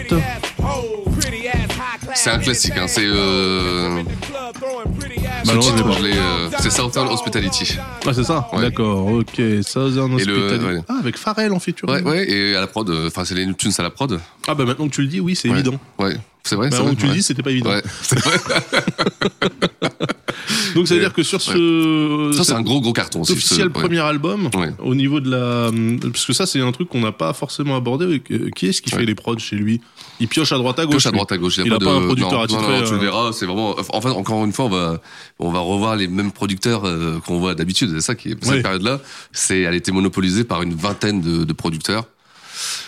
[SPEAKER 3] C'est un classique, hein, c'est, euh,
[SPEAKER 2] Bah non,
[SPEAKER 3] ce titre,
[SPEAKER 2] je l'ai pas.
[SPEAKER 3] je l'ai, euh, c'est Southern Hospitality.
[SPEAKER 2] Ah c'est ça.
[SPEAKER 3] Ouais.
[SPEAKER 2] D'accord. Ok. Southern
[SPEAKER 3] Et le-
[SPEAKER 2] Hospitality.
[SPEAKER 3] ouais.
[SPEAKER 2] Ah avec Pharrell en featuring.
[SPEAKER 3] Ouais, ouais, et à la prod, euh, enfin, c'est les Neptunes à la prod.
[SPEAKER 2] Ah bah maintenant que tu le dis, oui, c'est
[SPEAKER 3] Ouais.
[SPEAKER 2] évident.
[SPEAKER 3] Ouais, c'est vrai,
[SPEAKER 2] Bah,
[SPEAKER 3] c'est
[SPEAKER 2] avant
[SPEAKER 3] vrai.
[SPEAKER 2] que tu le
[SPEAKER 3] ouais.
[SPEAKER 2] dis, c'était pas évident.
[SPEAKER 3] Ouais, c'est vrai.
[SPEAKER 2] Donc ça veut
[SPEAKER 3] Et-
[SPEAKER 2] dire que sur ce
[SPEAKER 3] Ça, c'est
[SPEAKER 2] cet
[SPEAKER 3] un gros, gros carton. c'est
[SPEAKER 2] officiel
[SPEAKER 3] ce- ouais.
[SPEAKER 2] premier album,
[SPEAKER 3] Ouais.
[SPEAKER 2] au niveau de la, parce que ça c'est un truc qu'on n'a pas forcément abordé. avec- euh, Qui est-ce qui
[SPEAKER 3] Ouais.
[SPEAKER 2] fait les prods chez lui Il pioche à droite à gauche.
[SPEAKER 3] Gauche à
[SPEAKER 2] lui.
[SPEAKER 3] droite à gauche.
[SPEAKER 2] Il a pas un producteur
[SPEAKER 3] non,
[SPEAKER 2] attitré,
[SPEAKER 3] Non, non, tu
[SPEAKER 2] euh.
[SPEAKER 3] le verras. C'est vraiment. En fait, encore une fois, on va on va revoir les mêmes producteurs euh, qu'on voit d'habitude. C'est ça qui est cette
[SPEAKER 2] Oui.
[SPEAKER 3] période-là. C'est elle était monopolisée par une vingtaine de, de producteurs.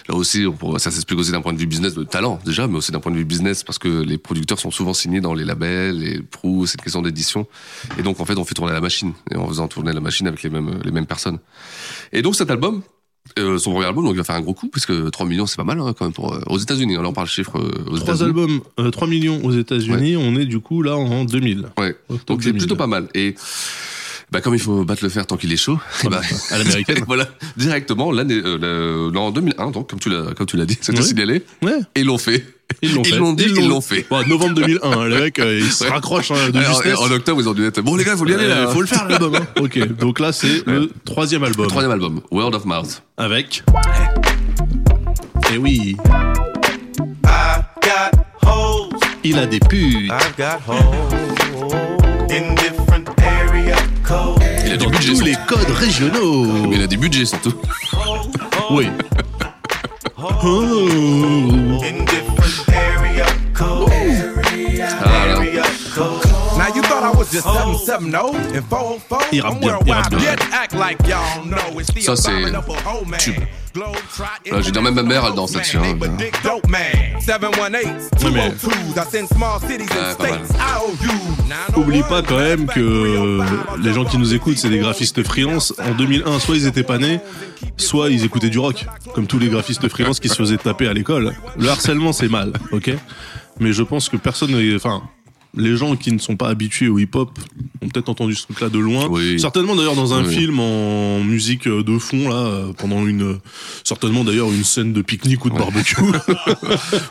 [SPEAKER 3] Là aussi, on pourra- ça s'explique aussi d'un point de vue business, de talent déjà, mais aussi d'un point de vue business parce que les producteurs sont souvent signés dans les labels, les prous, c'est une question d'édition. Et donc, en fait, on fait tourner la machine. Et en faisant tourner la machine avec les mêmes, euh, les mêmes personnes. Et donc, cet album, euh, son premier album, donc il va faire un gros coup, parce que 3 millions, c'est pas mal hein, quand même pour, euh, aux États-Unis. Là, on parle chiffre euh, aux
[SPEAKER 2] Trois
[SPEAKER 3] États-Unis.
[SPEAKER 2] albums, euh, 3 millions aux États-Unis. On est du coup là en 2000.
[SPEAKER 3] Ouais.
[SPEAKER 2] Octobre
[SPEAKER 3] Donc c'est
[SPEAKER 2] 2000.
[SPEAKER 3] plutôt pas mal. Et bah, comme il faut battre le fer tant qu'il est chaud, eh bah,
[SPEAKER 2] à l'américaine.
[SPEAKER 3] voilà, directement l'année euh, le- en 2001, donc comme tu l'as comme tu l'as dit, c'était
[SPEAKER 2] Ouais.
[SPEAKER 3] signalé
[SPEAKER 2] Ouais.
[SPEAKER 3] et ils l'ont fait.
[SPEAKER 2] Ils l'ont fait.
[SPEAKER 3] dit, ils l'ont fait.
[SPEAKER 2] Bon, novembre 2001, hein, les mecs, euh, ils se
[SPEAKER 3] Ouais.
[SPEAKER 2] raccrochent hein, de
[SPEAKER 3] Alors,
[SPEAKER 2] justesse.
[SPEAKER 3] en octobre, ils ont dû être bon les gars, faut y aller là.
[SPEAKER 2] Euh, faut le faire l'album. hein. ok, donc là c'est le troisième album.
[SPEAKER 3] Troisième album, World of Mouth.
[SPEAKER 2] Avec. Et Eh. oui,
[SPEAKER 4] got holes,
[SPEAKER 2] il a des putes.
[SPEAKER 4] I've got holes in different area codes.
[SPEAKER 3] Il a du
[SPEAKER 2] dans
[SPEAKER 3] budget,
[SPEAKER 2] tous
[SPEAKER 3] surtout.
[SPEAKER 2] les codes régionaux.
[SPEAKER 3] Mais il a des budgets surtout.
[SPEAKER 2] Oui. Oh.
[SPEAKER 4] In different area codes.
[SPEAKER 3] Ah, là.
[SPEAKER 4] Area codes.
[SPEAKER 6] Now you thought I was just
[SPEAKER 2] Oh.
[SPEAKER 6] 770 and 404?
[SPEAKER 2] Il rappe
[SPEAKER 6] I'm
[SPEAKER 2] bien,
[SPEAKER 6] where
[SPEAKER 2] il
[SPEAKER 6] I
[SPEAKER 2] rappe bien.
[SPEAKER 6] did act like y'all know it's the
[SPEAKER 3] Ça, c'est
[SPEAKER 6] abominable old man.
[SPEAKER 3] tube.
[SPEAKER 6] Globetrotting
[SPEAKER 3] Là, j'ai dans même ma mère, elle danse
[SPEAKER 6] man,
[SPEAKER 3] là-dessus, hein.
[SPEAKER 6] they but dick dope man. 718,
[SPEAKER 2] Oui, mais-
[SPEAKER 6] 202s, I send small cities and
[SPEAKER 3] Ouais, pas mal.
[SPEAKER 6] states, IOU.
[SPEAKER 2] Oublie pas quand même que les gens qui nous écoutent, c'est des graphistes freelance. En 2001, soit ils étaient pas nés, soit ils écoutaient du rock, comme tous les graphistes freelance qui se faisaient taper à l'école. Le harcèlement, c'est mal, ok Mais je pense que personne, n'est- enfin, les gens qui ne sont pas habitués au hip-hop ont peut-être entendu ce truc-là de loin.
[SPEAKER 3] Oui.
[SPEAKER 2] Certainement d'ailleurs dans un
[SPEAKER 3] Oui.
[SPEAKER 2] film en musique euh, de fond là, euh, pendant une, euh, certainement d'ailleurs une scène de pique-nique ou de barbecue.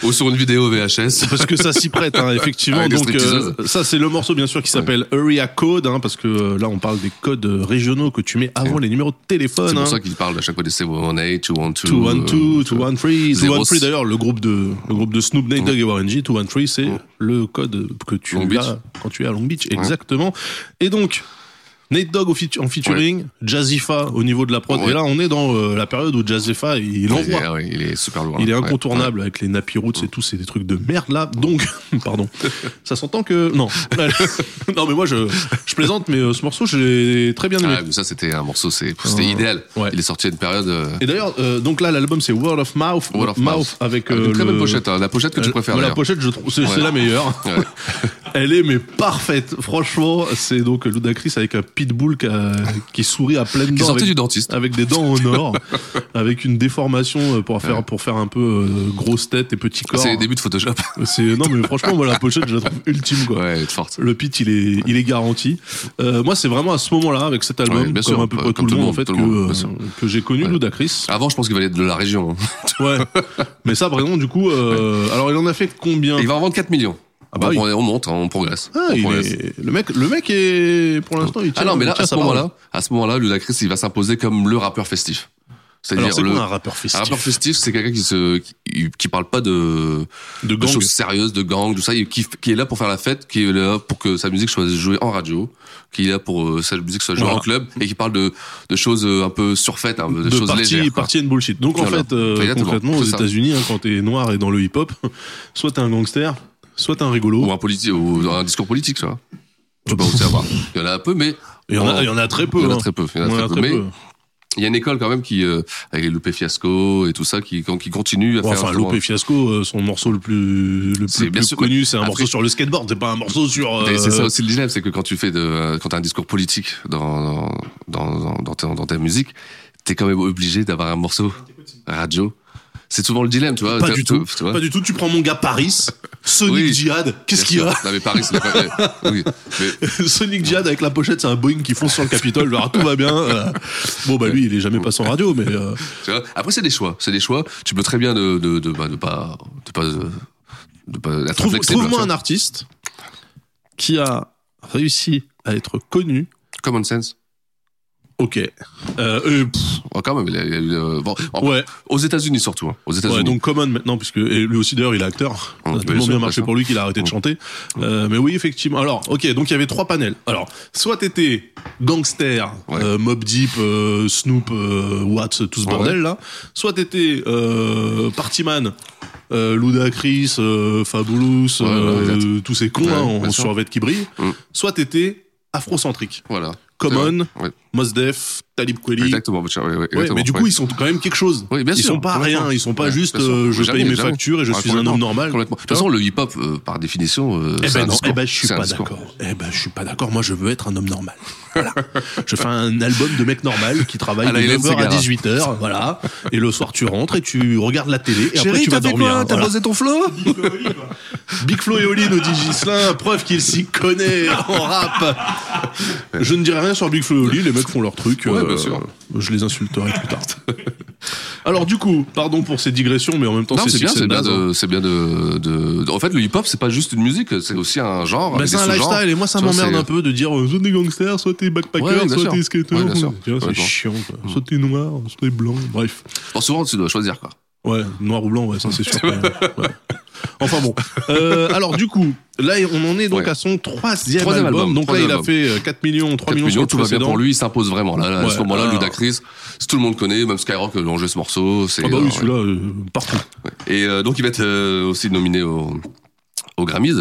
[SPEAKER 3] Ou sur une vidéo VHS.
[SPEAKER 2] parce que ça s'y prête hein, effectivement
[SPEAKER 3] Avec des
[SPEAKER 2] donc
[SPEAKER 3] Ah, stripteaseuses.
[SPEAKER 2] euh, ça c'est le morceau bien sûr qui s'appelle Area Code hein, parce que euh, là on parle des codes euh, régionaux que tu mets avant les numéros de
[SPEAKER 3] C'est
[SPEAKER 2] téléphone
[SPEAKER 3] pour
[SPEAKER 2] hein.
[SPEAKER 3] ça qu'il parle à chaque fois des 718, 212. euh,
[SPEAKER 2] 212 213
[SPEAKER 3] zéro-
[SPEAKER 2] 213 d'ailleurs le groupe de le groupe de Snoop Dogg et Warren G 213 c'est le code que tu
[SPEAKER 3] Long
[SPEAKER 2] as
[SPEAKER 3] Beach.
[SPEAKER 2] quand tu es à Long Beach exactement et donc Nate Dogg au feat- en featuring, Jazzifa au niveau de la prod.
[SPEAKER 3] Ouais.
[SPEAKER 2] Et là, on est dans euh, la période où Jazzifa, il
[SPEAKER 3] Il
[SPEAKER 2] envoie.
[SPEAKER 3] est, ouais, il est super lourd.
[SPEAKER 2] Il est
[SPEAKER 3] Ouais.
[SPEAKER 2] incontournable avec les nappy roots et tout, c'est des trucs de merde là. Donc, pardon, ça s'entend que non, non mais moi je, je plaisante, mais euh, ce morceau je l'ai très bien aimé.
[SPEAKER 3] Ah, mais ça, c'était un morceau, c'est- c'était idéal.
[SPEAKER 2] Oh. Ouais.
[SPEAKER 3] Il est sorti à une période. euh,
[SPEAKER 2] Et d'ailleurs, euh, donc là l'album c'est World of Mouth,
[SPEAKER 3] Word of Mouth.
[SPEAKER 2] avec,
[SPEAKER 3] une
[SPEAKER 2] euh,
[SPEAKER 3] très
[SPEAKER 2] le-
[SPEAKER 3] bonne pochette, hein, la pochette que tu
[SPEAKER 2] Elle-
[SPEAKER 3] préfères
[SPEAKER 2] moi, La
[SPEAKER 3] d'ailleurs.
[SPEAKER 2] pochette, je trouve, c'est c'est
[SPEAKER 3] Ouais.
[SPEAKER 2] la meilleure.
[SPEAKER 3] Ouais.
[SPEAKER 2] Elle est mais parfaite, franchement. C'est donc Ludacris avec un pitbull qui, a- qui sourit à pleine dents.
[SPEAKER 3] Qui est sorti
[SPEAKER 2] avec-
[SPEAKER 3] du dentiste.
[SPEAKER 2] avec des dents en or, avec une déformation euh, pour faire pour faire un peu euh, grosse tête et petit corps.
[SPEAKER 3] Ah, C'est les débuts de Photoshop.
[SPEAKER 2] C'est non mais franchement moi la pochette je la trouve ultime quoi.
[SPEAKER 3] Ouais, elle est forte.
[SPEAKER 2] Le pitch il est il est garanti. Euh, moi c'est vraiment à ce moment-là avec cet album
[SPEAKER 3] Ouais,
[SPEAKER 2] comme
[SPEAKER 3] bien sûr,
[SPEAKER 2] à peu
[SPEAKER 3] euh,
[SPEAKER 2] près tout
[SPEAKER 3] comme
[SPEAKER 2] le
[SPEAKER 3] tout le
[SPEAKER 2] monde en
[SPEAKER 3] monde,
[SPEAKER 2] fait que
[SPEAKER 3] tout le monde, bien
[SPEAKER 2] euh,
[SPEAKER 3] sûr.
[SPEAKER 2] que j'ai connu
[SPEAKER 3] Ouais.
[SPEAKER 2] Ludacris.
[SPEAKER 3] Avant, je pense qu'il valait de la région. hein.
[SPEAKER 2] Ouais. mais ça par exemple du coup euh, alors il en a fait combien
[SPEAKER 3] Et il va en vendre 4 millions.
[SPEAKER 2] Ah bah oui.
[SPEAKER 3] on, on monte, hein, on progresse.
[SPEAKER 2] Ah,
[SPEAKER 3] on
[SPEAKER 2] il
[SPEAKER 3] progresse.
[SPEAKER 2] est- le, mec, le mec est. Pour l'instant, il tient.
[SPEAKER 3] Ah non, mais là,
[SPEAKER 2] il tient
[SPEAKER 3] à ce
[SPEAKER 2] sa parole.
[SPEAKER 3] moment-là, à ce moment-là, Ludacris, il va s'imposer comme le rappeur festif.
[SPEAKER 2] Alors,
[SPEAKER 3] C'est-à-dire
[SPEAKER 2] c'est
[SPEAKER 3] le
[SPEAKER 2] quoi un rappeur festif
[SPEAKER 3] un rappeur festif, c'est quelqu'un qui se qui, qui parle pas de
[SPEAKER 2] De
[SPEAKER 3] de
[SPEAKER 2] gang.
[SPEAKER 3] choses sérieuses, de gang, tout ça, et qui, qui est là pour faire la fête, qui est là pour que sa musique soit jouée en radio, qui est là pour euh, sa musique soit jouée
[SPEAKER 2] Voilà.
[SPEAKER 3] en club, et qui parle de, de choses euh, un peu surfaites, un peu, de,
[SPEAKER 2] de
[SPEAKER 3] choses
[SPEAKER 2] partie,
[SPEAKER 3] légères. quoi.
[SPEAKER 2] partie and bullshit. Donc en
[SPEAKER 3] Voilà.
[SPEAKER 2] fait, euh,
[SPEAKER 3] Exactement.
[SPEAKER 2] concrètement, aux
[SPEAKER 3] C'est ça.
[SPEAKER 2] États-Unis, hein, quand t'es noir et dans le hip-hop, soit t'es un gangster, soit t'es un rigolo.
[SPEAKER 3] Ou un politi- ou un discours politique, tu vois. Je sais pas où c'est à voir. Il y en a un peu, mais
[SPEAKER 2] Il y en a, il y en a très peu.
[SPEAKER 3] Il y en a
[SPEAKER 2] hein.
[SPEAKER 3] très peu. Il y en a
[SPEAKER 2] Il y
[SPEAKER 3] très peu. Mais il y a une école quand même qui, euh, avec les Loupé Fiasco et tout ça, qui, qui continue à
[SPEAKER 2] Bon,
[SPEAKER 3] faire.
[SPEAKER 2] enfin,
[SPEAKER 3] justement-
[SPEAKER 2] Lope et Fiasco, euh, son morceau le plus, le
[SPEAKER 3] C'est
[SPEAKER 2] plus,
[SPEAKER 3] bien
[SPEAKER 2] plus
[SPEAKER 3] sûr,
[SPEAKER 2] connu, c'est un
[SPEAKER 3] après-
[SPEAKER 2] morceau sur le skateboard, c'est pas un morceau sur. euh,
[SPEAKER 3] Mais c'est ça aussi le dilemme, c'est que quand tu fais de, quand t'as un discours politique dans, dans, dans, dans, ta, dans ta musique, t'es quand même obligé d'avoir un morceau radio. C'est souvent le dilemme, tu vois.
[SPEAKER 2] Pas
[SPEAKER 3] T'as-
[SPEAKER 2] du
[SPEAKER 3] tu-
[SPEAKER 2] tout.
[SPEAKER 3] tu vois.
[SPEAKER 2] Pas du tout. Tu prends mon gars Paris, Sonic
[SPEAKER 3] Oui.
[SPEAKER 2] Jihad, qu'est-ce
[SPEAKER 3] Bien
[SPEAKER 2] qu'il y a
[SPEAKER 3] sûr. Non, mais Paris, c'est pas- oui. Mais-
[SPEAKER 2] Sonic Jihad avec la pochette, c'est un Boeing qui fonce sur le Capitole, genre, ah, tout va bien. euh. Bon, bah lui, il est jamais passé en radio, mais. euh,
[SPEAKER 3] Tu vois Après, c'est des choix. C'est des choix. Tu peux très bien de, de, de, bah, de pas, de pas, euh, de pas être
[SPEAKER 2] Trouve-
[SPEAKER 3] flexible, tu
[SPEAKER 2] Trouve-moi
[SPEAKER 3] vois.
[SPEAKER 2] un artiste qui a réussi à être connu.
[SPEAKER 3] Common sense.
[SPEAKER 2] Ok. Euh, euh, pff,
[SPEAKER 3] Oh, quand même, il y a- il y a eu, euh, bon, en-
[SPEAKER 2] ouais.
[SPEAKER 3] aux États-Unis surtout. hein. Aux États-Unis.
[SPEAKER 2] ouais, donc Common maintenant, puisque et lui aussi d'ailleurs, il est acteur. Ça
[SPEAKER 3] Mmh,
[SPEAKER 2] a
[SPEAKER 3] bien
[SPEAKER 2] tellement
[SPEAKER 3] sûr,
[SPEAKER 2] bien
[SPEAKER 3] bien
[SPEAKER 2] marché
[SPEAKER 3] sûr.
[SPEAKER 2] pour lui qu'il a arrêté de
[SPEAKER 3] Mmh.
[SPEAKER 2] chanter. Euh, mais oui, effectivement. Alors, ok, donc il y avait trois panels. Alors, soit t'étais gangster,
[SPEAKER 3] Ouais.
[SPEAKER 2] euh, Mob Deep, euh, Snoop, euh, Watts, tout ce
[SPEAKER 3] Ouais,
[SPEAKER 2] bordel là. Soit t'étais euh, Partyman. Euh, Ludacris, euh, Fabulous,
[SPEAKER 3] Ouais, ouais,
[SPEAKER 2] euh, tous ces cons
[SPEAKER 3] Ouais,
[SPEAKER 2] hein, en
[SPEAKER 3] bien sûr.
[SPEAKER 2] survêt qui brille.
[SPEAKER 3] Mmh.
[SPEAKER 2] Soit t'étais afrocentrique.
[SPEAKER 3] voilà.
[SPEAKER 2] Common,
[SPEAKER 3] Ouais.
[SPEAKER 2] Mos Def, Talib Kweli.
[SPEAKER 3] Exactement. Ouais, ouais,
[SPEAKER 2] Ouais,
[SPEAKER 3] exactement,
[SPEAKER 2] mais du
[SPEAKER 3] ouais.
[SPEAKER 2] coup, ils sont quand même quelque chose.
[SPEAKER 3] Oui, bien
[SPEAKER 2] ils
[SPEAKER 3] sûr,
[SPEAKER 2] sont pas
[SPEAKER 3] complètement.
[SPEAKER 2] rien, ils sont pas
[SPEAKER 3] Ouais,
[SPEAKER 2] juste
[SPEAKER 3] bien sûr.
[SPEAKER 2] euh, je
[SPEAKER 3] Jamais,
[SPEAKER 2] paye mes
[SPEAKER 3] jamais.
[SPEAKER 2] factures et je
[SPEAKER 3] Ouais,
[SPEAKER 2] suis un homme
[SPEAKER 3] complètement,
[SPEAKER 2] normal. Ah,
[SPEAKER 3] complètement. De toute façon, le hip-hop, euh, par définition, euh,
[SPEAKER 2] Eh
[SPEAKER 3] c'est un
[SPEAKER 2] ben non,
[SPEAKER 3] discours.
[SPEAKER 2] eh ben je suis
[SPEAKER 3] C'est un
[SPEAKER 2] pas
[SPEAKER 3] discours.
[SPEAKER 2] d'accord. Eh ben je suis pas d'accord. Moi je veux être un homme normal. Voilà. je fais un album de mec normal qui travaille
[SPEAKER 3] À la
[SPEAKER 2] de
[SPEAKER 3] Hélène
[SPEAKER 2] 9h à
[SPEAKER 3] Segarra.
[SPEAKER 2] 18h, voilà. Et le soir tu rentres et tu regardes la télé et après
[SPEAKER 3] Chérie,
[SPEAKER 2] tu vas
[SPEAKER 3] t'as fait
[SPEAKER 2] dormir.
[SPEAKER 3] quoi T'as
[SPEAKER 2] Voilà.
[SPEAKER 3] posé ton flow
[SPEAKER 2] Big Flo et Oli nous dit Gislin, preuve qu'il s'y connaît en rap. Je ne dirai rien sur Big Flo et Oli, les mecs font leur truc. euh,
[SPEAKER 3] Ouais, bien sûr.
[SPEAKER 2] Je les insulterai plus tard. Alors du coup, pardon pour ces digressions, mais en même temps
[SPEAKER 3] Non,
[SPEAKER 2] c'est
[SPEAKER 3] c'est bien,
[SPEAKER 2] six
[SPEAKER 3] c'est
[SPEAKER 2] and
[SPEAKER 3] bien,
[SPEAKER 2] naze, hein.
[SPEAKER 3] de, c'est bien de, de- de- En fait, le hip-hop, c'est pas juste une musique, c'est aussi un genre.
[SPEAKER 2] Bah,
[SPEAKER 3] avec
[SPEAKER 2] c'est
[SPEAKER 3] des
[SPEAKER 2] un
[SPEAKER 3] sous-genres.
[SPEAKER 2] lifestyle et moi ça
[SPEAKER 3] Tu vois,
[SPEAKER 2] m'emmerde
[SPEAKER 3] c'est-
[SPEAKER 2] un peu de dire euh, soit t'es gangster, soit t'es
[SPEAKER 3] Ouais,
[SPEAKER 2] backpacker,
[SPEAKER 3] bien
[SPEAKER 2] soit
[SPEAKER 3] sûr.
[SPEAKER 2] t'es skater,
[SPEAKER 3] Ouais, bien sûr.
[SPEAKER 2] Tu vois, c'est
[SPEAKER 3] Complètement. Mm.
[SPEAKER 2] chiant. quoi. Soit t'es noir, soit t'es blanc, bref.
[SPEAKER 3] Bon, souvent, tu dois choisir, quoi.
[SPEAKER 2] Ouais, noir ou blanc, ouais, ça c'est sûr. Ouais. Ouais. Enfin bon. Euh, alors du coup, là on en est donc
[SPEAKER 3] Ouais.
[SPEAKER 2] à son troisième,
[SPEAKER 3] Troisième
[SPEAKER 2] album.
[SPEAKER 3] album,
[SPEAKER 2] Donc
[SPEAKER 3] troisième
[SPEAKER 2] là il a
[SPEAKER 3] album.
[SPEAKER 2] fait euh, 4 millions, 3
[SPEAKER 3] 4
[SPEAKER 2] millions,
[SPEAKER 3] millions,
[SPEAKER 2] sur le
[SPEAKER 3] tout va bien
[SPEAKER 2] précédent.
[SPEAKER 3] pour lui, il s'impose vraiment. Là, là, à
[SPEAKER 2] Ouais,
[SPEAKER 3] ce moment-là,
[SPEAKER 2] ah.
[SPEAKER 3] Ludacris, c'est- tout le monde connaît, même Skyrock, on joue ce morceau. c'est-
[SPEAKER 2] Ah bah
[SPEAKER 3] euh,
[SPEAKER 2] oui, celui-là, euh, partout.
[SPEAKER 3] Et euh, donc il va être euh, aussi nominé au, au Grammys.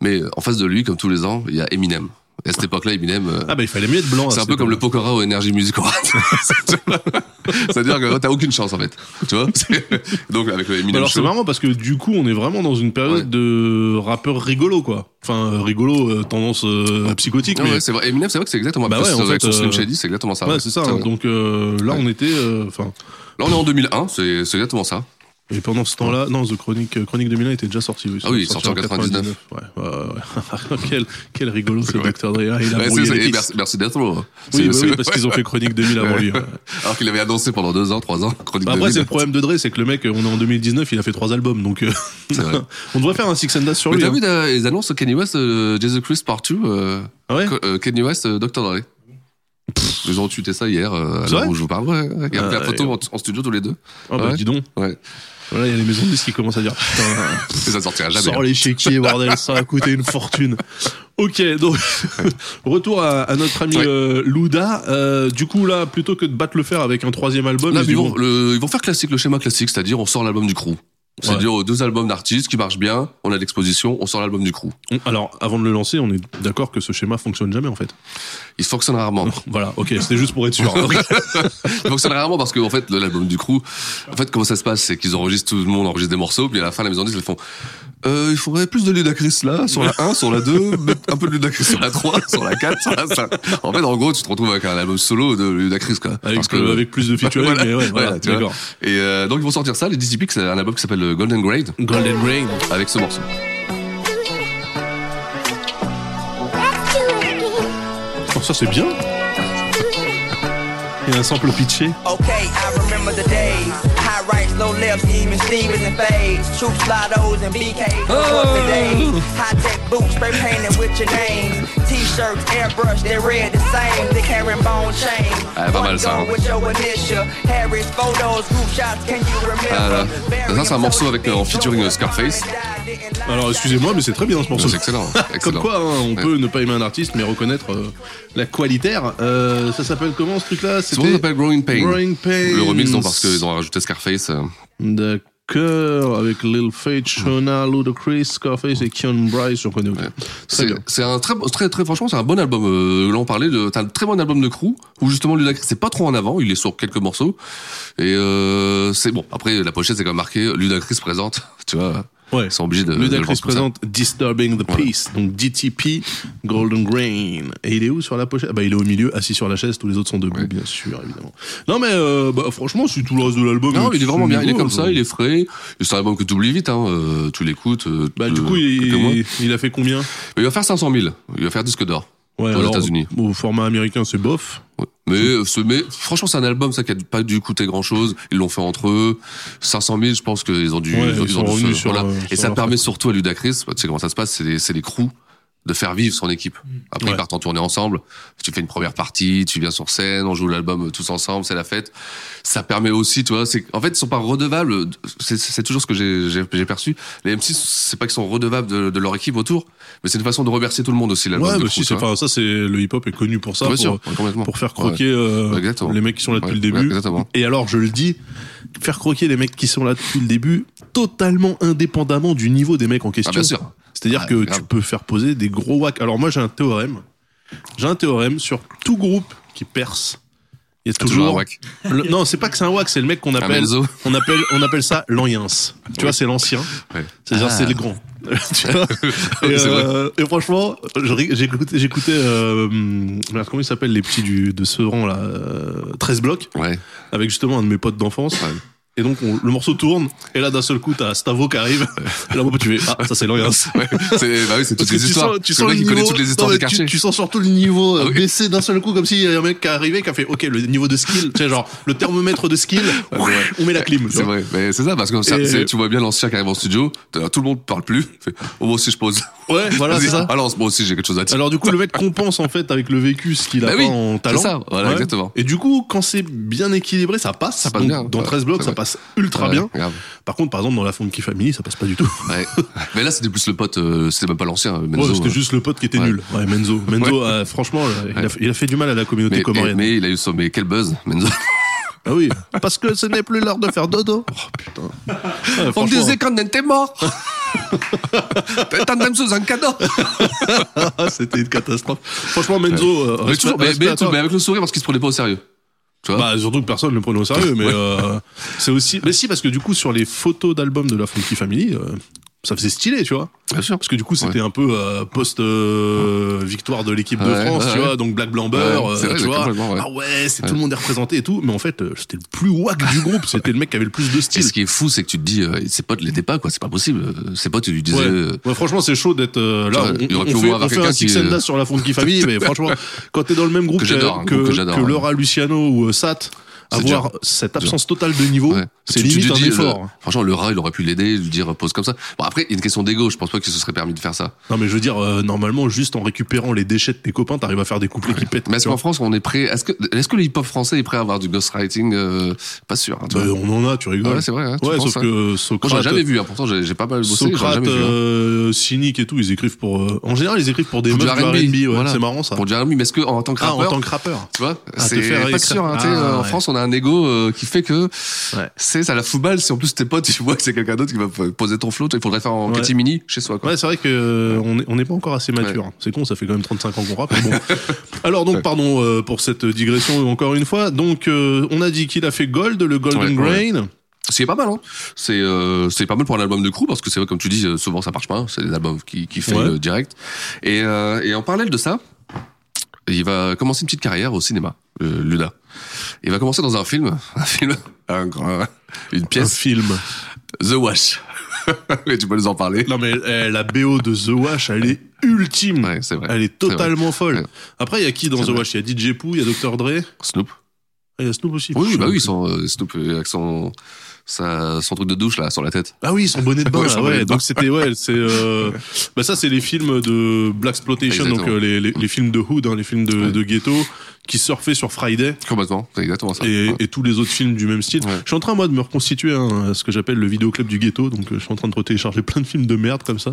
[SPEAKER 3] Mais euh, en face de lui, comme tous les ans, il y a Eminem. Et à cette époque-là, Eminem, euh,
[SPEAKER 2] Ah bah il fallait mieux être blanc.
[SPEAKER 3] c'est
[SPEAKER 2] à
[SPEAKER 3] un
[SPEAKER 2] cette
[SPEAKER 3] peu comme le
[SPEAKER 2] époque-là.
[SPEAKER 3] Pokora au Energy Music Award. C'est-à-dire que t'as aucune chance en fait. Tu vois C'est- Donc avec le Eminem
[SPEAKER 2] Bah Alors c'est
[SPEAKER 3] Show,
[SPEAKER 2] marrant parce que du coup on est vraiment dans une période
[SPEAKER 3] Ouais.
[SPEAKER 2] de rappeur rigolo quoi. Enfin euh, rigolo, euh, tendance euh, psychotique.
[SPEAKER 3] Ah
[SPEAKER 2] mais...
[SPEAKER 3] ouais, c'est vrai. Eminem, c'est vrai que c'est exactement
[SPEAKER 2] Bah
[SPEAKER 3] parce
[SPEAKER 2] ouais,
[SPEAKER 3] que
[SPEAKER 2] en
[SPEAKER 3] avec
[SPEAKER 2] fait,
[SPEAKER 3] son Slim
[SPEAKER 2] euh,
[SPEAKER 3] Shady, c'est exactement ça.
[SPEAKER 2] Ouais,
[SPEAKER 3] ouais.
[SPEAKER 2] c'est ça.
[SPEAKER 3] C'est
[SPEAKER 2] hein.
[SPEAKER 3] vrai.
[SPEAKER 2] Donc euh, là,
[SPEAKER 3] Ouais.
[SPEAKER 2] on était, euh, enfin,
[SPEAKER 3] Là, on est en 2001, c'est c'est exactement ça.
[SPEAKER 2] et pendant ce temps-là, non, The Chronic, euh, Chronic 2001 était déjà sorti.
[SPEAKER 3] Ah oui, il est sorti en
[SPEAKER 2] 99. Ouais, ouais, ouais. quel, quel rigolo ce Dr Dre là, il a
[SPEAKER 3] Ouais,
[SPEAKER 2] brouillé
[SPEAKER 3] c'est-
[SPEAKER 2] les
[SPEAKER 3] et
[SPEAKER 2] pistes.
[SPEAKER 3] merci merci d'être là.
[SPEAKER 2] Oui,
[SPEAKER 3] hein. C'est-
[SPEAKER 2] bah
[SPEAKER 3] c'est-
[SPEAKER 2] oui, parce qu'ils ont fait Chronic 2000 avant lui. ouais.
[SPEAKER 3] Alors qu'il avait annoncé pendant deux ans, trois ans, Chronique
[SPEAKER 2] Bah, après,
[SPEAKER 3] 2000.
[SPEAKER 2] c'est le problème de Dre, c'est que le mec, on est en 2019, il a fait trois albums, donc euh,
[SPEAKER 3] C'est vrai.
[SPEAKER 2] on devrait faire un Six and Dust sur
[SPEAKER 3] Mais
[SPEAKER 2] lui.
[SPEAKER 3] t'as
[SPEAKER 2] hein.
[SPEAKER 3] vu, t'as- ils annoncent Kenny West, euh, Jesus Christ Part 2, euh,
[SPEAKER 2] Ah ouais
[SPEAKER 3] Co- euh, Kenny West, euh, Dr. Dre. Ils ont tweeté ça hier, euh, à
[SPEAKER 2] C'est
[SPEAKER 3] l'heure
[SPEAKER 2] vrai
[SPEAKER 3] où je vous parle. Ouais, ouais. Ils ont
[SPEAKER 2] Ah,
[SPEAKER 3] pris la photo
[SPEAKER 2] ouais.
[SPEAKER 3] en, en studio tous les deux.
[SPEAKER 2] Ah bah
[SPEAKER 3] Ouais.
[SPEAKER 2] dis donc.
[SPEAKER 3] Ouais.
[SPEAKER 2] Voilà, il y a les maisons de disques qui commencent à dire putain.
[SPEAKER 3] Et ça sortira jamais.
[SPEAKER 2] Sors
[SPEAKER 3] hein.
[SPEAKER 2] les chéquiers, bordel, ça a coûté une fortune. Ok, donc retour à, à notre ami
[SPEAKER 3] Ouais.
[SPEAKER 2] euh, Luda. Euh, du coup, là, plutôt que de battre le fer avec un troisième album,
[SPEAKER 3] Là,
[SPEAKER 2] ils
[SPEAKER 3] ils
[SPEAKER 2] diront,
[SPEAKER 3] vont, le- ils vont faire classique, le schéma classique, c'est-à-dire on sort l'album du crew. C'est-à-dire euh, deux albums d'artistes qui marchent bien, on a de l'exposition, on sort l'album du crew.
[SPEAKER 2] on- alors avant de le lancer, on est d'accord que ce schéma fonctionne jamais en fait.
[SPEAKER 3] Ils fonctionnent rarement.
[SPEAKER 2] Voilà, ok, c'était juste pour être sûr.
[SPEAKER 3] Ils fonctionnent rarement parce que en fait, le- l'album du crew, en fait, comment ça se passe, c'est qu'ils enregistrent, tout le monde enregistre des morceaux, puis à la fin, la maison de disque, ils font, euh, il faudrait plus de Ludacris là, sur la 1, sur la 2, mettre un peu de Ludacris sur la 3, sur la 4, sur la 5. En fait, en gros, tu te retrouves avec un album solo de Ludacris, quoi.
[SPEAKER 2] avec,
[SPEAKER 3] Parce que-
[SPEAKER 2] euh, avec plus de featuring,
[SPEAKER 3] Voilà,
[SPEAKER 2] mais ouais, voilà,
[SPEAKER 3] voilà, tu vois.
[SPEAKER 2] d'accord.
[SPEAKER 3] Et euh, donc, ils vont sortir ça, les DCP, c'est un album qui s'appelle euh, Golden Grade,
[SPEAKER 2] Golden Rain.
[SPEAKER 3] avec ce morceau.
[SPEAKER 2] Oh, ça c'est bien. Il y a un sample pitché.
[SPEAKER 8] Okay, I remember the days I High rights, low lefts, even Stevens and fades. Troop slidos and BKs before
[SPEAKER 9] Oh.
[SPEAKER 8] today. High tech boots, spray painted with your name. T-shirts, airbrush, they're red the same. The herring bone chain.
[SPEAKER 3] Ah, pas mal, ça, hein.
[SPEAKER 8] One gun with your initial. Harris photos, group shots, can you
[SPEAKER 3] Ah,
[SPEAKER 8] remember?
[SPEAKER 3] là. ça, c'est un morceau avec, euh, en featuring euh, Scarface.
[SPEAKER 2] Alors excusez-moi, mais c'est très bien ce morceau.
[SPEAKER 3] C'est excellent.
[SPEAKER 2] Comme
[SPEAKER 3] excellent.
[SPEAKER 2] quoi, hein, on
[SPEAKER 3] Ouais.
[SPEAKER 2] peut ne pas aimer un artiste, mais reconnaître euh, la qualitaire. Euh, ça s'appelle comment ce truc-là
[SPEAKER 3] C'est bon, ça
[SPEAKER 2] C'était
[SPEAKER 3] s'appelle Growing Pain.
[SPEAKER 2] Growing Pains.
[SPEAKER 3] Le remix, non, parce qu'ils ont rajouté Scarface. euh,
[SPEAKER 2] D'accord, avec Lil Fate, Shona, Ludacris, Scarface et Keon Bryce, je connais. aucun. Très
[SPEAKER 3] C'est
[SPEAKER 2] bien.
[SPEAKER 3] c'est un très, très, très franchement, c'est un bon album. Euh, là, on parlait de, t'as un très bon album de crew où justement Ludacris c'est pas trop en avant. Il est sur quelques morceaux et euh, c'est bon. Après, la pochette c'est quand même marqué Ludacris présente. Tu vois,
[SPEAKER 2] Ouais.
[SPEAKER 3] ils sont obligés de. de le voir
[SPEAKER 2] Ludacris
[SPEAKER 3] comme ça.
[SPEAKER 2] présente Disturbing the
[SPEAKER 3] Voilà.
[SPEAKER 2] Peace, donc DTP, Golden Grain. Et il est où sur la pochette Ah Bah il est au milieu, assis sur la chaise, tous les autres sont debout,
[SPEAKER 3] Ouais.
[SPEAKER 2] bien sûr, évidemment. Non mais euh, bah, franchement, si tout euh. le reste de l'album...
[SPEAKER 3] Non, il est vraiment bien. Il est
[SPEAKER 2] nouveau,
[SPEAKER 3] comme ça, il est frais. Et C'est un album que t'oublies vite. Hein. euh, tu l'écoutes. euh,
[SPEAKER 2] Bah du
[SPEAKER 3] euh,
[SPEAKER 2] coup,
[SPEAKER 3] quelques mois.
[SPEAKER 2] il, il a fait combien
[SPEAKER 3] il va faire 500 000. Il va faire disque d'or.
[SPEAKER 2] Ouais,
[SPEAKER 3] Aux États-Unis.
[SPEAKER 2] Au format américain, c'est bof.
[SPEAKER 3] Ouais. Mais, euh, ce, mais franchement, c'est un album ça qui a pas dû coûter grand chose. Ils l'ont fait entre eux. 500 000, je pense qu'ils ont dû.
[SPEAKER 2] Ouais,
[SPEAKER 3] ils ont,
[SPEAKER 2] ils
[SPEAKER 3] ils
[SPEAKER 2] sont
[SPEAKER 3] ont dû
[SPEAKER 2] revenus
[SPEAKER 3] se-
[SPEAKER 2] sur,
[SPEAKER 3] voilà.
[SPEAKER 2] euh,
[SPEAKER 3] Et
[SPEAKER 2] sur
[SPEAKER 3] ça
[SPEAKER 2] leur
[SPEAKER 3] permet
[SPEAKER 2] truc.
[SPEAKER 3] surtout à Ludacris, tu sais comment ça se passe, c'est les, c'est les crews de faire vivre son équipe. Après,
[SPEAKER 2] Ouais.
[SPEAKER 3] ils partent en tournée ensemble. Tu fais une première partie, tu viens sur scène, on joue l'album euh, tous ensemble, c'est la fête. Ça permet aussi, tu vois, c'est en fait, ils sont pas redevables. C'est- C'est c'est toujours ce que j'ai- j'ai j'ai perçu. Les MC, c'est pas qu'ils sont redevables de, de leur équipe autour, mais c'est une façon de remercier tout le monde aussi l'album.
[SPEAKER 2] Ouais, mais
[SPEAKER 3] de crew,
[SPEAKER 2] si,
[SPEAKER 3] tu
[SPEAKER 2] c'est
[SPEAKER 3] vois.
[SPEAKER 2] enfin, ça, c'est le hip-hop est connu pour ça,
[SPEAKER 3] Bien
[SPEAKER 2] pour,
[SPEAKER 3] sûr, complètement.
[SPEAKER 2] pour faire
[SPEAKER 3] Ouais.
[SPEAKER 2] croquer euh,
[SPEAKER 3] Exactement.
[SPEAKER 2] les mecs qui sont là depuis
[SPEAKER 3] Ouais,
[SPEAKER 2] le début.
[SPEAKER 3] ouais, exactement.
[SPEAKER 2] Et alors, je le dis, faire croquer les mecs qui sont là depuis le début, totalement indépendamment du niveau des mecs en question.
[SPEAKER 3] Ah, bien sûr.
[SPEAKER 2] C'est-à-dire
[SPEAKER 3] Ah,
[SPEAKER 2] que
[SPEAKER 3] grave.
[SPEAKER 2] tu peux faire poser des gros wacks. Alors moi, j'ai un théorème. J'ai un théorème sur tout groupe qui perce. Il y a toujours,
[SPEAKER 3] toujours un wack.
[SPEAKER 2] Le- non, c'est pas que c'est un wack, c'est le mec qu'on appelle,
[SPEAKER 3] mezzo.
[SPEAKER 2] on appelle, on appelle ça l'ancien. Tu vois, c'est l'ancien.
[SPEAKER 3] Ouais.
[SPEAKER 2] C'est-à-dire,
[SPEAKER 3] Ah.
[SPEAKER 2] c'est le grand. Tu vois et,
[SPEAKER 3] C'est vrai.
[SPEAKER 2] euh, et franchement, je rig- j'écoutais, j'écoutais, euh, hum, merde, comment ils s'appellent les petits du, de ce rang là, euh, 13 blocs,
[SPEAKER 3] Ouais.
[SPEAKER 2] avec justement un de mes potes d'enfance. Et donc, on- le morceau tourne, et là, d'un seul coup, t'as Stavo qui arrive, et là, moi, tu fais, ah, ça c'est l'ancien.
[SPEAKER 3] Ouais, c'est bah oui, c'est toutes
[SPEAKER 2] Parce que
[SPEAKER 3] les histoires.
[SPEAKER 2] tu
[SPEAKER 3] Parce que
[SPEAKER 2] sens
[SPEAKER 3] le mec, il connaît toutes les histoires
[SPEAKER 2] non,
[SPEAKER 3] du
[SPEAKER 2] mais tu-
[SPEAKER 3] quartier.
[SPEAKER 2] Tu, sens surtout le niveau euh,
[SPEAKER 3] Ah oui.
[SPEAKER 2] baisser d'un seul coup, comme s'il y a un mec qui est arrivé, qui a fait, OK, le niveau de skill, tu sais, genre, le thermomètre de skill, on met la clim. tu
[SPEAKER 3] C'est
[SPEAKER 2] vois.
[SPEAKER 3] vrai, mais c'est ça, parce que ça,
[SPEAKER 2] Et-
[SPEAKER 3] c'est- tu vois bien l'ancien qui arrive en studio, t'as- tout le monde parle plus, fait, oh, moi aussi je pose.
[SPEAKER 2] Ouais, voilà,
[SPEAKER 3] Vas-y.
[SPEAKER 2] c'est ça.
[SPEAKER 3] Alors, moi aussi j'ai quelque chose à dire.
[SPEAKER 2] Alors du coup, le mec compense en fait avec le vécu ce qu'il a
[SPEAKER 3] Bah
[SPEAKER 2] pas
[SPEAKER 3] oui,
[SPEAKER 2] en
[SPEAKER 3] c'est
[SPEAKER 2] talent.
[SPEAKER 3] ça, voilà, exactement.
[SPEAKER 2] Et du coup, quand c'est bien équilibré, ça passe.
[SPEAKER 3] Ça passe
[SPEAKER 2] Donc,
[SPEAKER 3] bien,
[SPEAKER 2] Dans
[SPEAKER 3] ouais,
[SPEAKER 2] 13 blocs,
[SPEAKER 3] c'est
[SPEAKER 2] ça
[SPEAKER 3] vrai.
[SPEAKER 2] passe ultra
[SPEAKER 3] Ouais,
[SPEAKER 2] bien.
[SPEAKER 3] grave.
[SPEAKER 2] Par contre, par exemple, dans la Funky Family, ça passe pas du tout.
[SPEAKER 3] Ouais. mais là, c'était plus le pote, euh, c'était même pas l'ancien, euh, Menzo.
[SPEAKER 2] Ouais, c'était
[SPEAKER 3] euh.
[SPEAKER 2] juste le pote qui était
[SPEAKER 3] Ouais.
[SPEAKER 2] nul. Ouais, Menzo. Menzo, euh, franchement, il, a,
[SPEAKER 3] Ouais.
[SPEAKER 2] il a fait du mal à la communauté
[SPEAKER 3] Mais, mais,
[SPEAKER 2] comorienne.
[SPEAKER 3] mais il a eu ça, mais quel buzz, Menzo.
[SPEAKER 2] Ah oui. Parce que ce n'est plus l'heure de faire dodo. Oh putain. Ouais,
[SPEAKER 3] On
[SPEAKER 2] franchement.
[SPEAKER 3] disait qu'on était mort. T'as même sous un cadeau.
[SPEAKER 2] Ah, c'était une catastrophe. Franchement, Menzo. euh,
[SPEAKER 3] Mais
[SPEAKER 2] respect-
[SPEAKER 3] toujours, mais,
[SPEAKER 2] respect
[SPEAKER 3] mais
[SPEAKER 2] à toi.
[SPEAKER 3] tout- mais avec le sourire parce qu'il se prenait pas au sérieux. Tu vois?
[SPEAKER 2] Bah, surtout que personne ne le prenait au sérieux, mais euh, c'est aussi. Mais si, parce que du coup, sur les photos d'albums de la Funky Family, euh, ça faisait stylé, tu vois.
[SPEAKER 3] bien sûr.
[SPEAKER 2] Parce que du coup, c'était un peu euh, post-victoire de l'équipe de
[SPEAKER 3] Ouais,
[SPEAKER 2] France,
[SPEAKER 3] ouais,
[SPEAKER 2] tu
[SPEAKER 3] ouais.
[SPEAKER 2] vois, donc Black Blamber,
[SPEAKER 3] Ouais,
[SPEAKER 2] euh,
[SPEAKER 3] c'est vrai,
[SPEAKER 2] tu vois.
[SPEAKER 3] complètement, ouais.
[SPEAKER 2] Ah ouais, c'est tout le monde est représenté et tout, mais en fait, euh, c'était le plus wack du groupe, c'était le mec qui avait le plus de
[SPEAKER 3] Et
[SPEAKER 2] style.
[SPEAKER 3] ce qui est fou, c'est que tu te dis, euh, ses potes l'étaient pas, quoi. C'est pas possible. Ses potes, ils lui disaient,
[SPEAKER 2] Ouais.
[SPEAKER 3] euh,
[SPEAKER 2] Ouais, franchement, c'est chaud d'être euh, là.
[SPEAKER 3] Ouais,
[SPEAKER 2] on,
[SPEAKER 3] il aurait
[SPEAKER 2] on
[SPEAKER 3] pu au
[SPEAKER 2] fait,
[SPEAKER 3] moins avoir
[SPEAKER 2] on fait un
[SPEAKER 3] quelqu'un
[SPEAKER 2] Six
[SPEAKER 3] qui- euh,
[SPEAKER 2] and Dust sur la Funky Family, mais franchement, quand t'es dans le même groupe
[SPEAKER 3] Que j'adore, hein,
[SPEAKER 2] que,
[SPEAKER 3] groupe que j'adore, hein.
[SPEAKER 2] Laura Luciano ou euh, Sat,
[SPEAKER 3] C'est
[SPEAKER 2] avoir
[SPEAKER 3] dur.
[SPEAKER 2] cette absence totale de niveau,
[SPEAKER 3] Ouais.
[SPEAKER 2] c'est
[SPEAKER 3] Tu- tu
[SPEAKER 2] limite
[SPEAKER 3] lui
[SPEAKER 2] un
[SPEAKER 3] dis, le-
[SPEAKER 2] effort.
[SPEAKER 3] franchement, le rat, il aurait pu l'aider, lui dire pose comme ça. Bon, après, il y a une question d'ego. Je pense pas qu'il se serait permis de faire ça.
[SPEAKER 2] Non, mais je veux dire, euh, normalement, juste en récupérant les déchets de tes copains, t'arrives à faire des couplets qui pètent.
[SPEAKER 3] Mais est-ce
[SPEAKER 2] tu vois.
[SPEAKER 3] qu'en France, on est prêt Est-ce que, est-ce que le hip-hop français est prêt à avoir du ghostwriting euh, Pas sûr. Hein, tu
[SPEAKER 2] Bah,
[SPEAKER 3] vois.
[SPEAKER 2] on en a, tu rigoles.
[SPEAKER 3] Ah ouais, c'est vrai, hein, tu
[SPEAKER 2] ouais,
[SPEAKER 3] penses,
[SPEAKER 2] sauf
[SPEAKER 3] hein.
[SPEAKER 2] que euh,
[SPEAKER 3] Moi,
[SPEAKER 2] Socrate.
[SPEAKER 3] j'en ai jamais vu. Hein, pourtant, j'ai j'ai pas mal bossé. j'en ai
[SPEAKER 2] Socrate,
[SPEAKER 3] jamais vu. hein.
[SPEAKER 2] euh, cynique et tout, ils écrivent pour. euh, En général, ils écrivent pour des
[SPEAKER 3] Pour du
[SPEAKER 2] meufs
[SPEAKER 3] R&B,
[SPEAKER 2] du R&B. ouais,
[SPEAKER 3] voilà.
[SPEAKER 2] C'est marrant ça.
[SPEAKER 3] Pour du R&B, mais est-ce que en tant que
[SPEAKER 2] Ah, en
[SPEAKER 3] rappeur,
[SPEAKER 2] tant que rappeur.
[SPEAKER 3] tu vois,
[SPEAKER 2] Ah, te faire
[SPEAKER 3] c'est pas
[SPEAKER 2] écrire.
[SPEAKER 3] sûr. Hein, tu sais,
[SPEAKER 2] Ah,
[SPEAKER 3] euh, En
[SPEAKER 2] ouais.
[SPEAKER 3] France, on a un ego euh, qui fait que
[SPEAKER 2] Ouais.
[SPEAKER 3] c'est ça la fout balle. Si en plus tes potes, tu vois que c'est quelqu'un d'autre qui va poser ton flow, il faudrait faire en
[SPEAKER 2] Ouais.
[SPEAKER 3] catimini chez soi. Quoi.
[SPEAKER 2] Ouais, c'est vrai que euh, on est- on n'est pas encore assez mature. C'est con, ça fait quand même 35 ans qu'on rappe. mais bon. Alors donc, pardon euh, pour cette digression encore une fois. Donc, euh, on a dit qu'il a fait Gold, le Golden
[SPEAKER 3] Ouais, ouais.
[SPEAKER 2] Grain.
[SPEAKER 3] C'est pas mal, hein. C'est euh, c'est pas mal pour un album de crew parce que c'est vrai comme tu dis, euh, souvent ça marche pas. hein. C'est des albums qui qui fait
[SPEAKER 2] Ouais.
[SPEAKER 3] euh, direct. Et, euh, et en parallèle de ça, il va commencer une petite carrière au cinéma, euh, Luda. Il va commencer dans un film, un film, un grand- euh, une
[SPEAKER 2] Un
[SPEAKER 3] pièce,
[SPEAKER 2] film.
[SPEAKER 3] The Wash. Et tu peux nous en parler.
[SPEAKER 2] Non mais eh, la BO de The Wash, elle est ultime.
[SPEAKER 3] Ouais, c'est vrai.
[SPEAKER 2] Elle est
[SPEAKER 3] C'est vrai.
[SPEAKER 2] totalement folle.
[SPEAKER 3] Ouais.
[SPEAKER 2] Après, il y a qui dans
[SPEAKER 3] C'est
[SPEAKER 2] The
[SPEAKER 3] vrai.
[SPEAKER 2] Wash Il y a DJ Pooh, il y a Dr Dre,
[SPEAKER 3] Snoop.
[SPEAKER 2] Ah, il y a Snoop aussi.
[SPEAKER 3] Oui, bah oui, ils
[SPEAKER 2] sont
[SPEAKER 3] sont euh, Snoop euh, avec son sa- son truc de douche là sur la tête.
[SPEAKER 2] Ah oui, son bonnet de bain.
[SPEAKER 3] Ouais,
[SPEAKER 2] là,
[SPEAKER 3] son
[SPEAKER 2] ouais.
[SPEAKER 3] bonnet de bain.
[SPEAKER 2] Donc c'était ouais, c'est euh, bah ça c'est les films de Black Exploitation, donc
[SPEAKER 3] Exactement.
[SPEAKER 2] euh, les, les, les films de hood, hein, les films de,
[SPEAKER 3] Ouais.
[SPEAKER 2] de ghetto qui surfaient sur Friday.
[SPEAKER 3] Complètement, c'est exactement ça.
[SPEAKER 2] Et,
[SPEAKER 3] Ouais.
[SPEAKER 2] et tous les autres films du même style.
[SPEAKER 3] Ah. Ouais.
[SPEAKER 2] Je suis en train moi de me reconstituer hein, à ce que j'appelle le vidéoclub du ghetto, donc euh, je suis en train de télécharger plein de films de merde comme ça.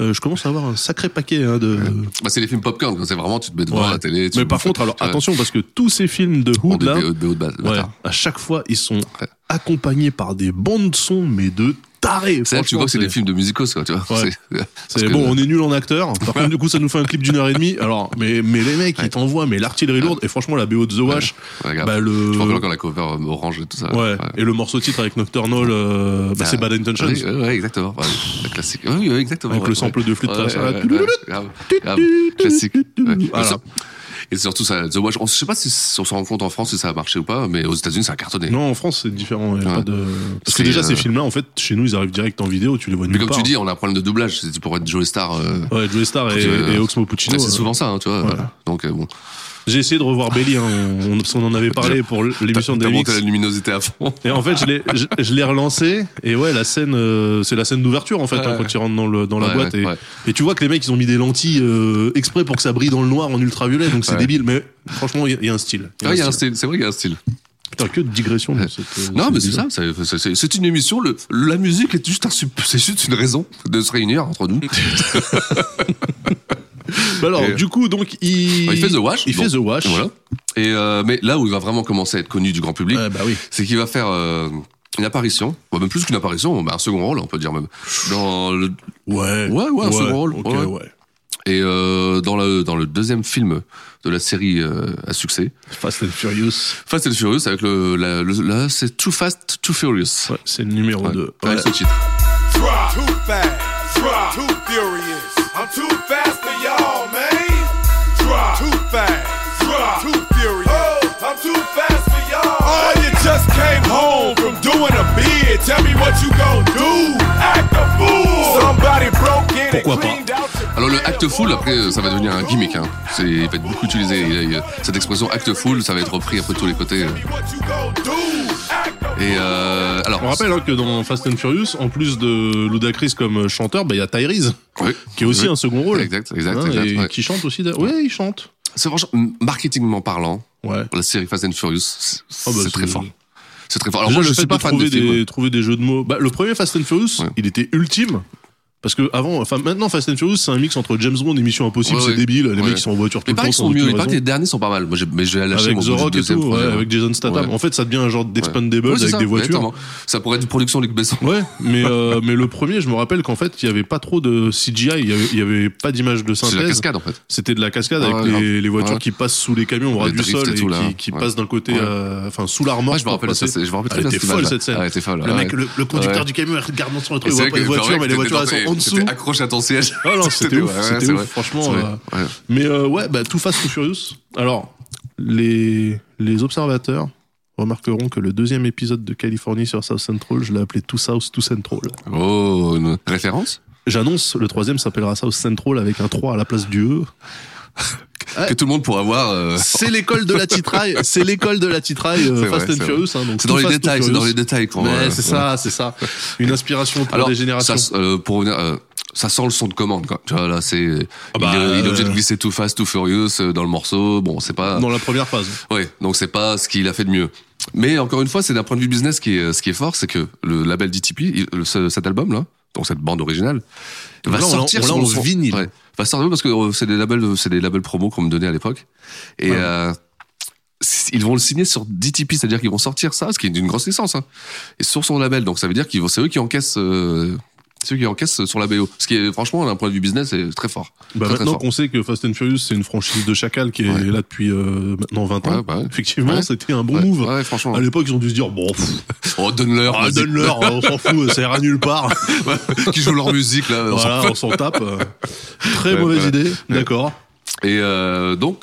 [SPEAKER 2] Euh, je commence à avoir un sacré paquet hein, de.
[SPEAKER 3] Bah, c'est les films popcorn, quand c'est vraiment, tu te mets devant
[SPEAKER 2] Ouais.
[SPEAKER 3] la télé. Tu
[SPEAKER 2] Mais par
[SPEAKER 3] bouffes-
[SPEAKER 2] contre, alors
[SPEAKER 3] Ouais.
[SPEAKER 2] attention parce que tous ces films de
[SPEAKER 3] Ont
[SPEAKER 2] hood
[SPEAKER 3] des
[SPEAKER 2] là,
[SPEAKER 3] BO de BO de base.
[SPEAKER 2] ouais,
[SPEAKER 3] bâtard.
[SPEAKER 2] à chaque fois ils sont accompagnés par des bandes son mais de tarés.
[SPEAKER 3] C'est là que tu vois
[SPEAKER 2] Franchement,
[SPEAKER 3] que c'est des films de musicos, quoi, tu vois.
[SPEAKER 2] Ouais.
[SPEAKER 3] C'est-
[SPEAKER 2] C'est
[SPEAKER 3] parce que-
[SPEAKER 2] bon, on est nul en acteur. Par contre, du coup, ça nous fait un clip d'une heure et demie. Alors, mais, mais les mecs, ils t'envoient, mais l'artillerie lourde. Et franchement, la BO de The Wash,
[SPEAKER 3] Ouais, grave.
[SPEAKER 2] bah, le.
[SPEAKER 3] Je me rappelle encore la cover euh, orange et tout ça. Ah,
[SPEAKER 2] Ouais, et le morceau titre avec Nocturnal, euh, bah, c'est Bad Intentions.
[SPEAKER 3] Oui, ouais, ouais, exactement. Ouais, la classique. Ouais, Oui, ouais, exactement.
[SPEAKER 2] Avec
[SPEAKER 3] ouais,
[SPEAKER 2] le
[SPEAKER 3] ouais.
[SPEAKER 2] sample de flûte, Ah,
[SPEAKER 3] Ouais,
[SPEAKER 2] là,
[SPEAKER 3] ouais,
[SPEAKER 2] ça,
[SPEAKER 3] ouais,
[SPEAKER 2] là.
[SPEAKER 3] ouais, grave, grave. Classique. Ouais.
[SPEAKER 2] Voilà.
[SPEAKER 3] Et surtout, ça, The Watch, on, je sais pas si on se rend compte en France si ça a marché ou pas, mais aux États-Unis, ça a cartonné.
[SPEAKER 2] Non, en France, c'est différent. y a
[SPEAKER 3] Ouais.
[SPEAKER 2] pas de... Parce que
[SPEAKER 3] C'est,
[SPEAKER 2] déjà, ces
[SPEAKER 3] euh,
[SPEAKER 2] films-là, en fait, chez nous, ils arrivent direct en vidéo, tu les vois
[SPEAKER 3] Mais
[SPEAKER 2] nulle
[SPEAKER 3] comme
[SPEAKER 2] part.
[SPEAKER 3] tu dis, on a un problème de doublage. C'est pour être Joe Star. euh,
[SPEAKER 2] Ouais, Joe Star et,
[SPEAKER 3] euh,
[SPEAKER 2] et Oxmo Puccino.
[SPEAKER 3] ouais, c'est
[SPEAKER 2] euh.
[SPEAKER 3] souvent ça, hein, tu vois.
[SPEAKER 2] Ouais.
[SPEAKER 3] Donc, euh, bon.
[SPEAKER 2] J'ai essayé de revoir Belly, hein, on, on- on en avait parlé pour l'émission
[SPEAKER 3] T'as monté la
[SPEAKER 2] d'Elix.
[SPEAKER 3] luminosité à fond.
[SPEAKER 2] Et en fait, je l'ai, je, je l'ai relancé. Et ouais, la scène, euh, c'est la scène d'ouverture en fait
[SPEAKER 3] Ouais,
[SPEAKER 2] hein, quand
[SPEAKER 3] ouais.
[SPEAKER 2] ils rentrent dans le dans la
[SPEAKER 3] Ouais,
[SPEAKER 2] boîte.
[SPEAKER 3] ouais,
[SPEAKER 2] et,
[SPEAKER 3] ouais.
[SPEAKER 2] et tu vois que les mecs ils ont mis des lentilles euh, exprès pour que ça brille dans le noir en ultraviolet. Donc c'est
[SPEAKER 3] Ouais.
[SPEAKER 2] débile. Mais franchement, il y, a- il y a un style. Il y a
[SPEAKER 3] Ouais, Ah, il y a un
[SPEAKER 2] style.
[SPEAKER 3] style. C'est vrai qu'il y a un style.
[SPEAKER 2] Putain, que de digression. dans cette, euh,
[SPEAKER 3] Non,
[SPEAKER 2] cette
[SPEAKER 3] mais c'est
[SPEAKER 2] vidéo.
[SPEAKER 3] ça. c'est- c'est- c'est- C'est une émission. le- la musique est juste un sup- c'est juste une raison de se réunir entre nous.
[SPEAKER 2] Bah alors,
[SPEAKER 3] Et- Ah,
[SPEAKER 2] du coup, donc il,
[SPEAKER 3] Il fait The Wash.
[SPEAKER 2] Il
[SPEAKER 3] bon,
[SPEAKER 2] fait The Wash.
[SPEAKER 3] Voilà. Et euh, mais là où il va vraiment commencer à être connu du grand public,
[SPEAKER 2] Ouais, bah oui.
[SPEAKER 3] c'est qu'il va faire euh, une apparition, ou même plus qu'une apparition, bah, un second rôle, on peut dire même, dans le,
[SPEAKER 2] Ouais.
[SPEAKER 3] Ouais, ouais, un second rôle.
[SPEAKER 2] ok,
[SPEAKER 3] Ouais.
[SPEAKER 2] ouais.
[SPEAKER 3] et euh, dans le dans le deuxième film de la série euh, à succès,
[SPEAKER 2] Fast and Furious.
[SPEAKER 3] Fast and Furious avec le, la- le- là c'est Too Fast Too Furious.
[SPEAKER 2] Ouais, c'est le numéro
[SPEAKER 3] Ouais.
[SPEAKER 2] 2.
[SPEAKER 3] Avec ce titre.
[SPEAKER 5] Thrive. Too fast, thrive. Too furious. I'm too fast for y'all, man. Thrive. Too fast, thrive. Too furious. Oh, I'm too fast for y'all. Oh, you just came home from doing a bid. Tell me what you gon' do. Act a fool. Somebody broke in and
[SPEAKER 2] Pourquoi pas?
[SPEAKER 5] cleaned out your
[SPEAKER 3] Alors le acte full après euh, ça va devenir un gimmick, hein. c'est il va être beaucoup utilisé. Il y a- il y a- cette expression acte full ça va être repris après de tous les côtés. euh.
[SPEAKER 5] Tell me what you gon' do. Act a
[SPEAKER 3] Et euh, alors
[SPEAKER 2] On rappelle hein, que dans Fast and Furious, en plus de Ludacris comme chanteur, bah, il y a Tyrese.
[SPEAKER 3] Oui.
[SPEAKER 2] Qui est aussi
[SPEAKER 3] Oui.
[SPEAKER 2] un second rôle.
[SPEAKER 3] Exact, exact,
[SPEAKER 2] Hein,
[SPEAKER 3] exact,
[SPEAKER 2] et
[SPEAKER 3] ouais.
[SPEAKER 2] qui chante aussi. d'a- Ouais, il chante.
[SPEAKER 3] C'est franchement, m- marketingment parlant,
[SPEAKER 2] Ouais.
[SPEAKER 3] pour la série Fast and Furious, c'est
[SPEAKER 2] bah,
[SPEAKER 3] c'est
[SPEAKER 2] c'est-
[SPEAKER 3] très fort. C'est très fort. Alors
[SPEAKER 2] Déjà,
[SPEAKER 3] moi, je
[SPEAKER 2] le fait
[SPEAKER 3] suis
[SPEAKER 2] de
[SPEAKER 3] pas fan
[SPEAKER 2] trouver
[SPEAKER 3] de film.
[SPEAKER 2] des, trouver des jeux de mots. Bah, le premier Fast and Furious,
[SPEAKER 3] Ouais.
[SPEAKER 2] il était ultime. Parce que avant, enfin maintenant, Fast and Furious, c'est un mix entre James Bond et Mission Impossible,
[SPEAKER 3] Ouais,
[SPEAKER 2] c'est
[SPEAKER 3] ouais.
[SPEAKER 2] débile. Les
[SPEAKER 3] Ouais.
[SPEAKER 2] mecs, ils sont en voiture tout
[SPEAKER 3] Mais
[SPEAKER 2] le temps.
[SPEAKER 3] pareil, ils
[SPEAKER 2] sans
[SPEAKER 3] sont mieux.
[SPEAKER 2] aucune
[SPEAKER 3] Il paraît que
[SPEAKER 2] raison.
[SPEAKER 3] les derniers sont pas mal. Moi, j'ai- mais je vais lâcher
[SPEAKER 2] Avec
[SPEAKER 3] mon
[SPEAKER 2] The
[SPEAKER 3] bout
[SPEAKER 2] Rock
[SPEAKER 3] du
[SPEAKER 2] et tout,
[SPEAKER 3] deuxième,
[SPEAKER 2] ouais,
[SPEAKER 3] troisième.
[SPEAKER 2] avec Jason Statham.
[SPEAKER 3] Ouais.
[SPEAKER 2] En fait, ça devient un genre d'Expand
[SPEAKER 3] Ouais,
[SPEAKER 2] Expendables
[SPEAKER 3] c'est
[SPEAKER 2] avec
[SPEAKER 3] ça,
[SPEAKER 2] des voitures.
[SPEAKER 3] exactement. Ça pourrait être une production Luc Besson.
[SPEAKER 2] Ouais, mais euh, mais le premier, je me rappelle qu'en fait, il y avait pas trop de CGI, il y avait, il y avait pas d'image de
[SPEAKER 3] C'est la
[SPEAKER 2] synthèse.
[SPEAKER 3] cascade en fait.
[SPEAKER 2] C'était de la cascade
[SPEAKER 3] Ah
[SPEAKER 2] avec
[SPEAKER 3] ouais, grave.
[SPEAKER 2] les, les voitures
[SPEAKER 3] Ouais.
[SPEAKER 2] qui passent sous les camions au ras
[SPEAKER 3] Les
[SPEAKER 2] du
[SPEAKER 3] drifts
[SPEAKER 2] sol
[SPEAKER 3] et
[SPEAKER 2] et,
[SPEAKER 3] tout, là.
[SPEAKER 2] qui, qui
[SPEAKER 3] Ouais.
[SPEAKER 2] passent d'un côté,
[SPEAKER 3] Ouais.
[SPEAKER 2] euh, enfin sous l'armor.
[SPEAKER 3] Ouais, je me
[SPEAKER 2] pour
[SPEAKER 3] rappelle ça.
[SPEAKER 2] passer.
[SPEAKER 3] c'est- Je me rappelle très
[SPEAKER 2] Elle
[SPEAKER 3] bien
[SPEAKER 2] était
[SPEAKER 3] cette
[SPEAKER 2] folle
[SPEAKER 3] image-là.
[SPEAKER 2] cette scène.
[SPEAKER 3] Ouais, elle était folle.
[SPEAKER 2] le
[SPEAKER 3] ouais.
[SPEAKER 2] mec, le, le conducteur
[SPEAKER 3] Ouais.
[SPEAKER 2] du camion, il regarde dans son
[SPEAKER 3] Et
[SPEAKER 2] truc,
[SPEAKER 3] c'est
[SPEAKER 2] il voit
[SPEAKER 3] vrai
[SPEAKER 2] pas les
[SPEAKER 3] que- c'est
[SPEAKER 2] voitures,
[SPEAKER 3] vrai
[SPEAKER 2] mais
[SPEAKER 3] que
[SPEAKER 2] les voitures elles
[SPEAKER 3] t'étais
[SPEAKER 2] sont en dessous.
[SPEAKER 3] T'étais accroché à ton siège.
[SPEAKER 2] Ah non, c'était ouf,
[SPEAKER 3] ouais,
[SPEAKER 2] c'était
[SPEAKER 3] c'est
[SPEAKER 2] ouf,
[SPEAKER 3] vrai.
[SPEAKER 2] franchement.
[SPEAKER 3] C'est vrai.
[SPEAKER 2] euh,
[SPEAKER 3] Ouais.
[SPEAKER 2] Mais euh, ouais, bah, Too Fast, Too Furious. Alors, les, les observateurs remarqueront que le deuxième épisode de Californie sur South Central, je l'ai appelé Too South, Too Central.
[SPEAKER 3] Oh, une référence
[SPEAKER 2] J'annonce, le troisième s'appellera South Central avec un 3 à la place du E. Ouais.
[SPEAKER 3] que tout le monde pourra voir. euh,
[SPEAKER 2] C'est l'école de la titraille, c'est l'école de la titraille euh,
[SPEAKER 3] C'est
[SPEAKER 2] Fast
[SPEAKER 3] vrai,
[SPEAKER 2] and
[SPEAKER 3] c'est
[SPEAKER 2] Furious. hein, donc Too
[SPEAKER 3] C'est dans les
[SPEAKER 2] Fast, Too
[SPEAKER 3] détails. C'est
[SPEAKER 2] Furious.
[SPEAKER 3] dans les détails qu'on.
[SPEAKER 2] Ouais,
[SPEAKER 3] euh,
[SPEAKER 2] c'est ça, c'est ça. Une inspiration pour
[SPEAKER 3] Alors,
[SPEAKER 2] les générations.
[SPEAKER 3] ça, euh, pour revenir, euh, ça sent le son de commande. Quoi. Tu vois, là, c'est.
[SPEAKER 2] Ah bah,
[SPEAKER 3] il, est, il est obligé
[SPEAKER 2] euh,
[SPEAKER 3] de glisser tout fast, tout furious euh, dans le morceau. Bon, c'est pas.
[SPEAKER 2] Dans la première phase.
[SPEAKER 3] Ouais, donc c'est pas ce qu'il a fait de mieux. Mais encore une fois, c'est d'un point de vue business qui est, ce qui est fort, c'est que le label DTP, il- le- ce- cet album là, donc cette bande originale,
[SPEAKER 2] Là,
[SPEAKER 3] va
[SPEAKER 2] on l'a-
[SPEAKER 3] sortir
[SPEAKER 2] on l'a
[SPEAKER 3] son
[SPEAKER 2] en
[SPEAKER 3] son-
[SPEAKER 2] vinyle.
[SPEAKER 3] ouais, va sortir parce que euh, c'est des labels, c'est des labels promo qu'on me donnait à l'époque, et
[SPEAKER 2] Ouais.
[SPEAKER 3] euh, s- ils vont le signer sur DTP, c'est-à-dire qu'ils vont sortir ça, ce qui est une grosse licence, hein, et sur son label. Donc ça veut dire qu'ils vont, c'est eux qui encaissent. euh, c'est eux qui encaissent sur la BO. Ce qui est, franchement, d'un point de vue business, c'est très fort.
[SPEAKER 2] Bah
[SPEAKER 3] Très, très
[SPEAKER 2] maintenant
[SPEAKER 3] fort.
[SPEAKER 2] qu'on sait que Fast and Furious c'est une franchise de chacal qui est
[SPEAKER 3] Ouais.
[SPEAKER 2] là depuis euh, maintenant 20 ans,
[SPEAKER 3] Ouais, bah ouais.
[SPEAKER 2] effectivement
[SPEAKER 3] Ouais.
[SPEAKER 2] c'était un bon
[SPEAKER 3] Ouais,
[SPEAKER 2] move.
[SPEAKER 3] ouais, franchement.
[SPEAKER 2] À l'époque ils ont dû se dire bon, pff,
[SPEAKER 3] Oh, donne-leur,
[SPEAKER 2] ah,
[SPEAKER 3] vas-y.
[SPEAKER 2] donne-leur, on s'en fout, ça ira nulle part.
[SPEAKER 3] qui jouent leur musique, là. on s'en
[SPEAKER 2] voilà, on s'en tape. euh. Très
[SPEAKER 3] Ouais,
[SPEAKER 2] mauvaise
[SPEAKER 3] ouais.
[SPEAKER 2] idée, d'accord.
[SPEAKER 3] Et euh, donc,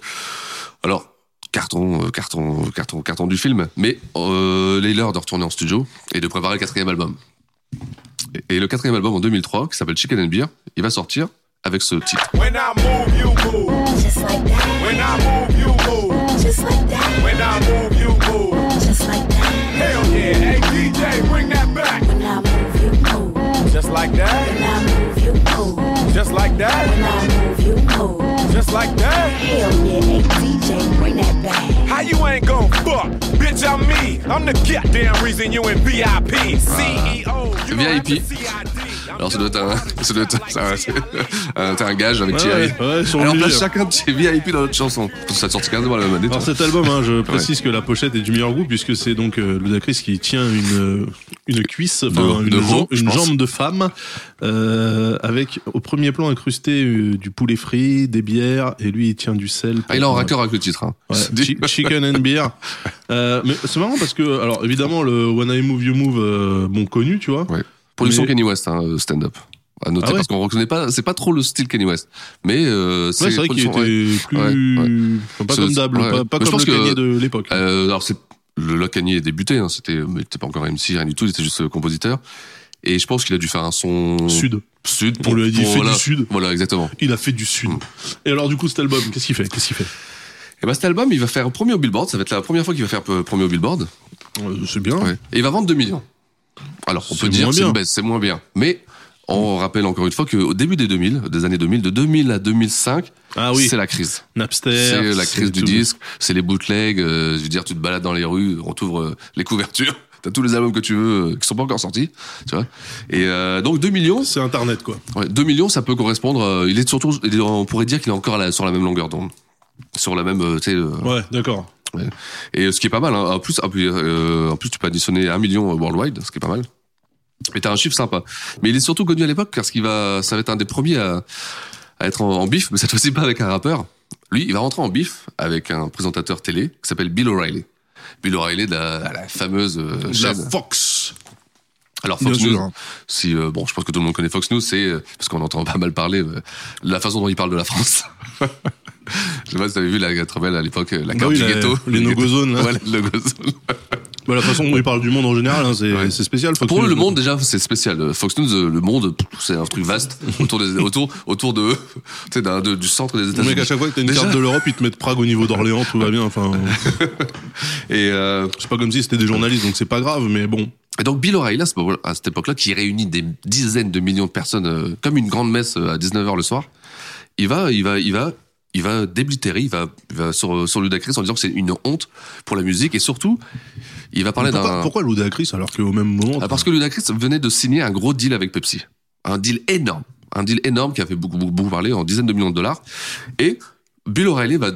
[SPEAKER 3] alors carton, euh, carton, carton, carton du film. Mais euh, il est l'heure de retourner en studio et de préparer le quatrième album. Et, et le quatrième album en 2003, qui s'appelle Chicken and Beer, il va sortir avec ce titre.
[SPEAKER 5] When I move, you move.
[SPEAKER 7] Just like that,
[SPEAKER 5] When I move, you move.
[SPEAKER 7] just like that,
[SPEAKER 5] When I move, you move.
[SPEAKER 7] just like that.
[SPEAKER 5] Hell yeah, hey DJ, bring that just like that.
[SPEAKER 7] Hell yeah, hey DJ, bring that back.
[SPEAKER 5] How you ain't gon' fuck? Bitch, I'm me. I'm the goddamn reason you in VIP.
[SPEAKER 6] E
[SPEAKER 5] CEO. you don't have
[SPEAKER 3] VIP.
[SPEAKER 5] to CID.
[SPEAKER 3] Alors, ça doit être un, ça doit être ça- ça- un, t'as un gage avec
[SPEAKER 2] Ouais,
[SPEAKER 3] Thierry.
[SPEAKER 2] ouais, ils sont
[SPEAKER 3] Alors, on place
[SPEAKER 2] obligés.
[SPEAKER 3] chacun de tes VIP dans notre chanson. Ça te sorti quand même dans la même année.
[SPEAKER 2] Alors
[SPEAKER 3] toi.
[SPEAKER 2] cet album, hein, je précise que la pochette est du meilleur goût puisque c'est donc euh, Ludacris qui tient une euh, une cuisse, enfin
[SPEAKER 3] De-
[SPEAKER 2] une,
[SPEAKER 3] de
[SPEAKER 2] jambe,
[SPEAKER 3] haut, je
[SPEAKER 2] une
[SPEAKER 3] pense.
[SPEAKER 2] jambe de femme, euh, avec au premier plan incrusté euh, du poulet frit, des bières et lui il tient du sel. euh,
[SPEAKER 3] Ah, il est en raccord avec le titre. Hein.
[SPEAKER 2] Ouais,
[SPEAKER 3] C'est dit.
[SPEAKER 2] chi- chicken and beer. Euh, mais c'est marrant parce que alors évidemment le When I Move You Move, euh, bon connu, tu vois.
[SPEAKER 3] Ouais. Production
[SPEAKER 2] Mais-
[SPEAKER 3] Kenny West, hein, euh, stand-up. À noter
[SPEAKER 2] Ah ouais.
[SPEAKER 3] parce qu'on reconnaît pas, c'est pas trop le style Kenny West, mais euh,
[SPEAKER 2] Ouais, c'est vrai qu'il
[SPEAKER 3] production-
[SPEAKER 2] était
[SPEAKER 3] ouais.
[SPEAKER 2] plus
[SPEAKER 3] Ouais,
[SPEAKER 2] enfin, pas
[SPEAKER 3] C'est-
[SPEAKER 2] comme Dable,
[SPEAKER 3] ouais.
[SPEAKER 2] pas, pas
[SPEAKER 3] Mais je
[SPEAKER 2] comme le
[SPEAKER 3] pense que-
[SPEAKER 2] canier de l'époque.
[SPEAKER 3] Euh, alors c'est le Loc Cagné est débuté, hein, c'était, mais c'était pas encore MC rien du tout, il était juste euh, compositeur. Et je pense qu'il a dû faire un son
[SPEAKER 2] Sud.
[SPEAKER 3] sud
[SPEAKER 2] On lui a dit, fais
[SPEAKER 3] voilà.
[SPEAKER 2] du sud.
[SPEAKER 3] Voilà, exactement.
[SPEAKER 2] Il a fait du sud.
[SPEAKER 3] Mm.
[SPEAKER 2] Et alors du coup cet album, qu'est-ce qu'il fait Qu'est-ce qu'il fait
[SPEAKER 3] Et ben cet album, il va faire premier au Billboard. Ça va être la première fois qu'il va faire euh, premier au Billboard.
[SPEAKER 2] Euh, C'est bien.
[SPEAKER 3] Ouais. Et il va vendre 2 millions. Alors, on
[SPEAKER 2] C'est
[SPEAKER 3] peut dire
[SPEAKER 2] moins
[SPEAKER 3] que c'est
[SPEAKER 2] bien.
[SPEAKER 3] une baisse, c'est moins bien. Mais on rappelle encore une fois qu'au début des 2000, des années 2000, de 2000 à 2005,
[SPEAKER 2] Ah oui.
[SPEAKER 3] c'est la crise.
[SPEAKER 2] Napster.
[SPEAKER 3] C'est euh, la crise du
[SPEAKER 2] tout.
[SPEAKER 3] disque, c'est les bootlegs, euh, je veux dire, tu te balades dans les rues, on t'ouvre euh, les couvertures, t'as tous les albums que tu veux, euh, qui sont pas encore sortis, tu vois. Et euh, donc 2 millions,
[SPEAKER 2] C'est Internet quoi.
[SPEAKER 3] ouais, 2 millions, ça peut correspondre, euh, il est surtout, il est- on pourrait dire qu'il est encore à la- sur la même longueur d'onde. Sur la même, euh, tu sais, euh,
[SPEAKER 2] Ouais, d'accord.
[SPEAKER 3] Ouais. Et ce qui est pas mal, hein. en, plus, en, plus, euh, en plus, tu peux additionner un million euh, worldwide, ce qui est pas mal. Et t'as un chiffre sympa. Mais il est surtout connu à l'époque, parce qu'il va, ça va être un des premiers à, à être en, en bif, mais cette fois-ci pas avec un rappeur. Lui, il va rentrer en bif avec un présentateur télé qui s'appelle Bill O'Reilly. Bill O'Reilly de la, la fameuse euh,
[SPEAKER 2] De la
[SPEAKER 3] chaîne.
[SPEAKER 2] Fox.
[SPEAKER 3] Alors Fox
[SPEAKER 2] Bien
[SPEAKER 3] News,
[SPEAKER 2] sûr.
[SPEAKER 3] si euh, bon, je pense que tout le monde connaît Fox News, c'est euh, parce qu'on entend pas mal parler euh, la façon dont il parle de la France. je sais pas si t'avais vu la la Travel à l'époque, euh, la carte
[SPEAKER 2] Bah oui,
[SPEAKER 3] du
[SPEAKER 2] la-
[SPEAKER 3] ghetto,
[SPEAKER 2] les hein.
[SPEAKER 3] Le
[SPEAKER 2] no-go
[SPEAKER 3] ghetto.
[SPEAKER 2] zones, là.
[SPEAKER 3] Ouais, les no-go zones.
[SPEAKER 2] Bah, la façon dont il parle du monde en général, hein, c'est
[SPEAKER 3] Ouais.
[SPEAKER 2] c'est spécial. Fox
[SPEAKER 3] Pour eux,
[SPEAKER 2] News.
[SPEAKER 3] le monde déjà, c'est spécial. Euh, Fox News, euh, le monde, pff, c'est un truc vaste autour des, autour, autour de, tu sais, d'un- de- du centre des
[SPEAKER 2] Le
[SPEAKER 3] États-Unis.
[SPEAKER 2] mec, à chaque fois que t'as une
[SPEAKER 3] Déjà.
[SPEAKER 2] carte de l'Europe, ils te mettent Prague au niveau d'Orléans, tout va bien. Enfin,
[SPEAKER 3] Et, euh,
[SPEAKER 2] c'est pas comme si c'était des journalistes, donc c'est pas grave, mais bon.
[SPEAKER 3] Et donc Bill O'Reilly, à ce moment- à cette époque-là, qui réunit des dizaines de millions de personnes, euh, comme une grande messe euh, à 19h le soir, il va, il va, il va, il va déblitérer, il va, il va sur, sur Ludacris en disant que c'est une honte pour la musique et surtout, il va parler
[SPEAKER 2] Pourquoi,
[SPEAKER 3] d'un...
[SPEAKER 2] pourquoi Ludacris alors qu'au même moment.
[SPEAKER 3] Ah, Parce que Ludacris venait de signer un gros deal avec Pepsi. Un deal énorme. Un deal énorme qui a fait beaucoup, beaucoup, beaucoup parler en dizaines de millions de dollars. Et Bill O'Reilly va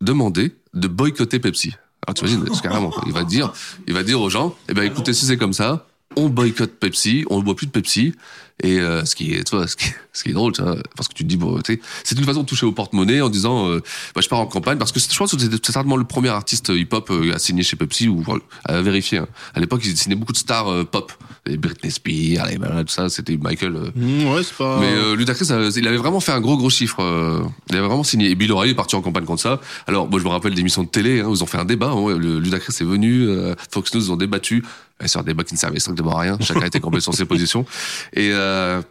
[SPEAKER 3] demander de boycotter Pepsi. Alors tu imagines, c'est carrément. Il va dire, il va dire aux gens, eh ben écoutez, si c'est comme ça, on boycotte Pepsi, on ne boit plus de Pepsi. Et euh, ce qui est, tu vois, ce qui, ce qui est drôle, tu vois, parce que tu te dis, bon, tu sais, c'est une façon de toucher au porte-monnaie en disant, euh, bah, je pars en campagne, parce que c'est- je pense que c'est certainement le premier artiste hip-hop euh, à signer chez Pepsi ou voilà, à vérifier. hein. À l'époque, ils signaient beaucoup de stars euh, pop, les Britney Spears, les malades, tout ça, c'était Michael. euh,
[SPEAKER 2] Mmh, ouais, c'est pas.
[SPEAKER 3] mais euh, Ludacris, ça- il avait vraiment fait un gros gros chiffre. euh, il avait vraiment signé. Et Bill O'Reilly est parti en campagne contre ça. Alors, moi, je me rappelle d'émissions de télé. Hein, où ils ont fait un débat. Hein, le Ludacris est venu. euh, Fox News ils ont débattu. Et C'est un débat qui ne servait strictement à rien. Chacun était campé sur ses positions. Et euh,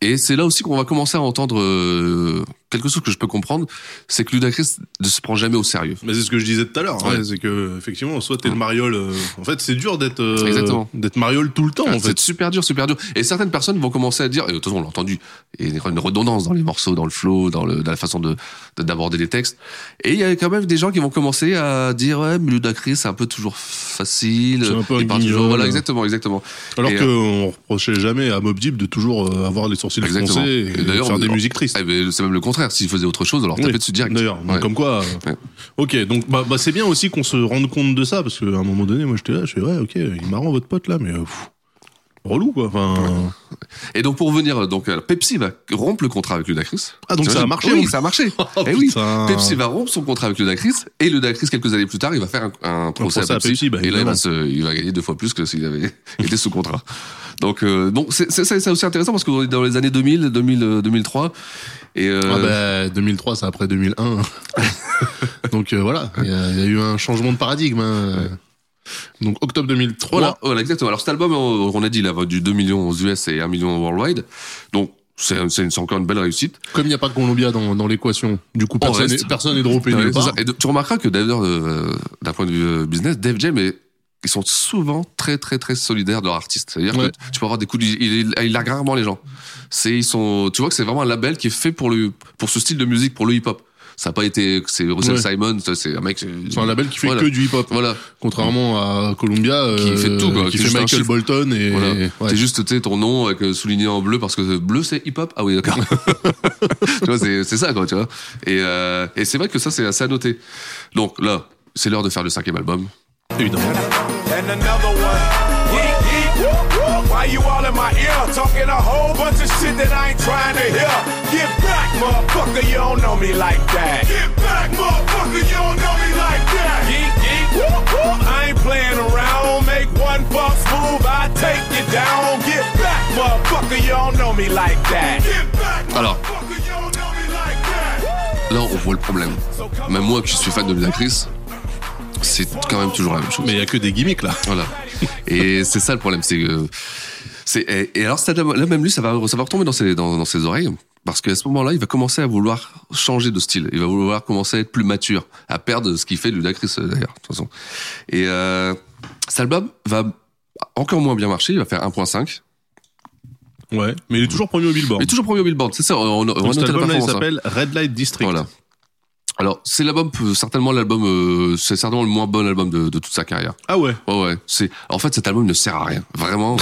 [SPEAKER 3] et c'est là aussi qu'on va commencer à entendre euh, quelque chose que je peux comprendre, c'est que Ludacris ne se prend jamais au sérieux.
[SPEAKER 2] Mais c'est ce que je disais tout à l'heure, hein,
[SPEAKER 3] Ouais.
[SPEAKER 2] c'est que effectivement, soit t'es le mariole. euh, en fait, c'est dur d'être euh,
[SPEAKER 3] Exactement.
[SPEAKER 2] d'être mariole tout le temps. en
[SPEAKER 3] Ah, C'est
[SPEAKER 2] fait.
[SPEAKER 3] super dur, super dur. Et certaines personnes vont commencer à dire, et de toute façon, on l'a entendu, il y a une redondance dans les morceaux, dans le flow, dans, le, dans la façon de de- d'aborder les textes. Et il y a quand même des gens qui vont commencer à dire, ouais, mais Ludacris, c'est un peu toujours facile.
[SPEAKER 2] C'est un peu un
[SPEAKER 3] Il parle
[SPEAKER 2] guignol.
[SPEAKER 3] toujours- Voilà, exactement, exactement.
[SPEAKER 2] Alors
[SPEAKER 3] Et,
[SPEAKER 2] qu'on
[SPEAKER 3] euh,
[SPEAKER 2] reprochait jamais à Mob Deep de toujours euh, avoir les sourcils
[SPEAKER 3] Exactement.
[SPEAKER 2] français et,
[SPEAKER 3] Et d'ailleurs,
[SPEAKER 2] faire des
[SPEAKER 3] on-
[SPEAKER 2] musiques tristes.
[SPEAKER 3] eh ben, c'est même le contraire. S'il faisait autre chose, alors
[SPEAKER 2] Oui,
[SPEAKER 3] tapez dessus direct.
[SPEAKER 2] D'ailleurs, donc
[SPEAKER 3] Ouais.
[SPEAKER 2] comme quoi. euh,
[SPEAKER 3] Ouais.
[SPEAKER 2] Ok, donc bah, bah, c'est bien aussi qu'on se rende compte de ça, parce qu'à un moment donné, moi j'étais là, je fais ouais, ok, il est marrant votre pote là, mais euh, pff, relou quoi. Enfin,
[SPEAKER 3] Et donc, pour revenir, donc, euh, Pepsi va rompre le contrat avec Ludacris.
[SPEAKER 2] Ah, donc ça a
[SPEAKER 3] T'imagines
[SPEAKER 2] marché,
[SPEAKER 3] Oui,
[SPEAKER 2] en-
[SPEAKER 3] ça a marché.
[SPEAKER 2] Oh,
[SPEAKER 3] Eh oui.
[SPEAKER 2] putain.
[SPEAKER 3] Pepsi va rompre son contrat avec Ludacris. Et Ludacris, quelques années plus tard, il va faire un, un procès, à Pepsi.
[SPEAKER 2] bah,
[SPEAKER 3] et là, il
[SPEAKER 2] évidemment.
[SPEAKER 3] va, se- il va gagner deux fois plus que s'il avait été sous contrat. Donc, euh, bon, c'est c'est- c'est- c'est aussi intéressant parce qu'on est dans les années 2000, 2000 euh, 2003. Et, euh,
[SPEAKER 2] Ah bah, 2003, c'est après 2001. donc euh, voilà, il y, a il y a eu un changement de paradigme. hein. Donc octobre 2003.
[SPEAKER 3] Voilà, voilà, exactement. Alors cet album, on on a dit, il a du 2 millions aux US et 1 million worldwide. Donc c'est c'est- c'est encore une belle réussite.
[SPEAKER 2] Comme il n'y a pas de Columbia dans, dans l'équation, du coup, personne
[SPEAKER 3] reste.
[SPEAKER 2] n'est- personne n'est droppé
[SPEAKER 3] Ouais,
[SPEAKER 2] nulle
[SPEAKER 3] c'est
[SPEAKER 2] part.
[SPEAKER 3] ça. Et de- tu remarqueras que d'ailleurs, euh, d'un point de vue euh, business, Dave Jam est ils sont souvent très très très solidaires de leur artiste. C'est-à-dire
[SPEAKER 2] Ouais.
[SPEAKER 3] que tu peux avoir des coups, de- il, il, il largue rarement les gens. C'est ils sont, tu vois que c'est vraiment un label qui est fait pour le pour ce style de musique, pour le hip-hop. Ça n'a pas été, c'est Russell
[SPEAKER 2] Ouais.
[SPEAKER 3] Simon, ça, c'est un mec. euh,
[SPEAKER 2] C'est un label qui fait
[SPEAKER 3] Voilà.
[SPEAKER 2] que du hip-hop.
[SPEAKER 3] Voilà.
[SPEAKER 2] Contrairement à Columbia, euh,
[SPEAKER 3] Qui fait tout, quoi.
[SPEAKER 2] Qui
[SPEAKER 3] C'est
[SPEAKER 2] fait
[SPEAKER 3] juste un
[SPEAKER 2] Michael
[SPEAKER 3] chiffre.
[SPEAKER 2] Bolton et.
[SPEAKER 3] Voilà.
[SPEAKER 2] ouais.
[SPEAKER 3] C'est juste tu sais, ton nom avec euh, souligné en bleu parce que bleu c'est hip hop. Ah oui d'accord. tu vois c'est c'est ça quoi tu vois. Et euh, et c'est vrai que ça c'est assez à noter. Donc là c'est l'heure de faire le cinquième album.
[SPEAKER 2] Évidemment.
[SPEAKER 5] and another one. Yeet, yeet, whoop, whoop. Why you all in my ear? Talking a whole bunch of shit that I ain't trying to hear. Get back, motherfucker, you don't know me like that. Get back, motherfucker, you don't know me like that. Yeet, yeet, whoop, whoop. I ain't playing around. Make one false move, I take you down. Get back, motherfucker, you don't know me like that. Get back,
[SPEAKER 3] Alors.
[SPEAKER 5] motherfucker, you don't know me like that.
[SPEAKER 3] Là on voit le problème. Même moi qui suis fan de l'actrice, c'est quand même toujours la même chose.
[SPEAKER 2] Mais il y a que des gimmicks là.
[SPEAKER 3] Voilà. Et c'est ça le problème, c'est que. c'est- Et, et alors, ça, là, même lui, ça va, ça va retomber dans ses, dans, dans ses oreilles. Parce qu'à ce moment-là, il va commencer à vouloir changer de style. Il va vouloir commencer à être plus mature, à perdre ce qu'il fait de l'actrice, euh, d'ailleurs, de toute façon. Et euh, cet album va encore moins bien marcher. Il va faire 1.5.
[SPEAKER 2] Ouais. Mais il est toujours premier au Billboard.
[SPEAKER 3] Mais toujours premier au Billboard. C'est ça, on, on va
[SPEAKER 2] Donc,
[SPEAKER 3] noter
[SPEAKER 2] cet
[SPEAKER 3] la
[SPEAKER 2] album-là, il
[SPEAKER 3] performance, hein.
[SPEAKER 2] s'appelle Red Light District.
[SPEAKER 3] Voilà. Alors, c'est l'album, euh, certainement l'album, euh, c'est certainement le moins bon album de- de toute sa carrière.
[SPEAKER 2] Ah ouais.
[SPEAKER 3] Ouais, ouais. C'est, en fait, cet album ne sert à rien. Vraiment.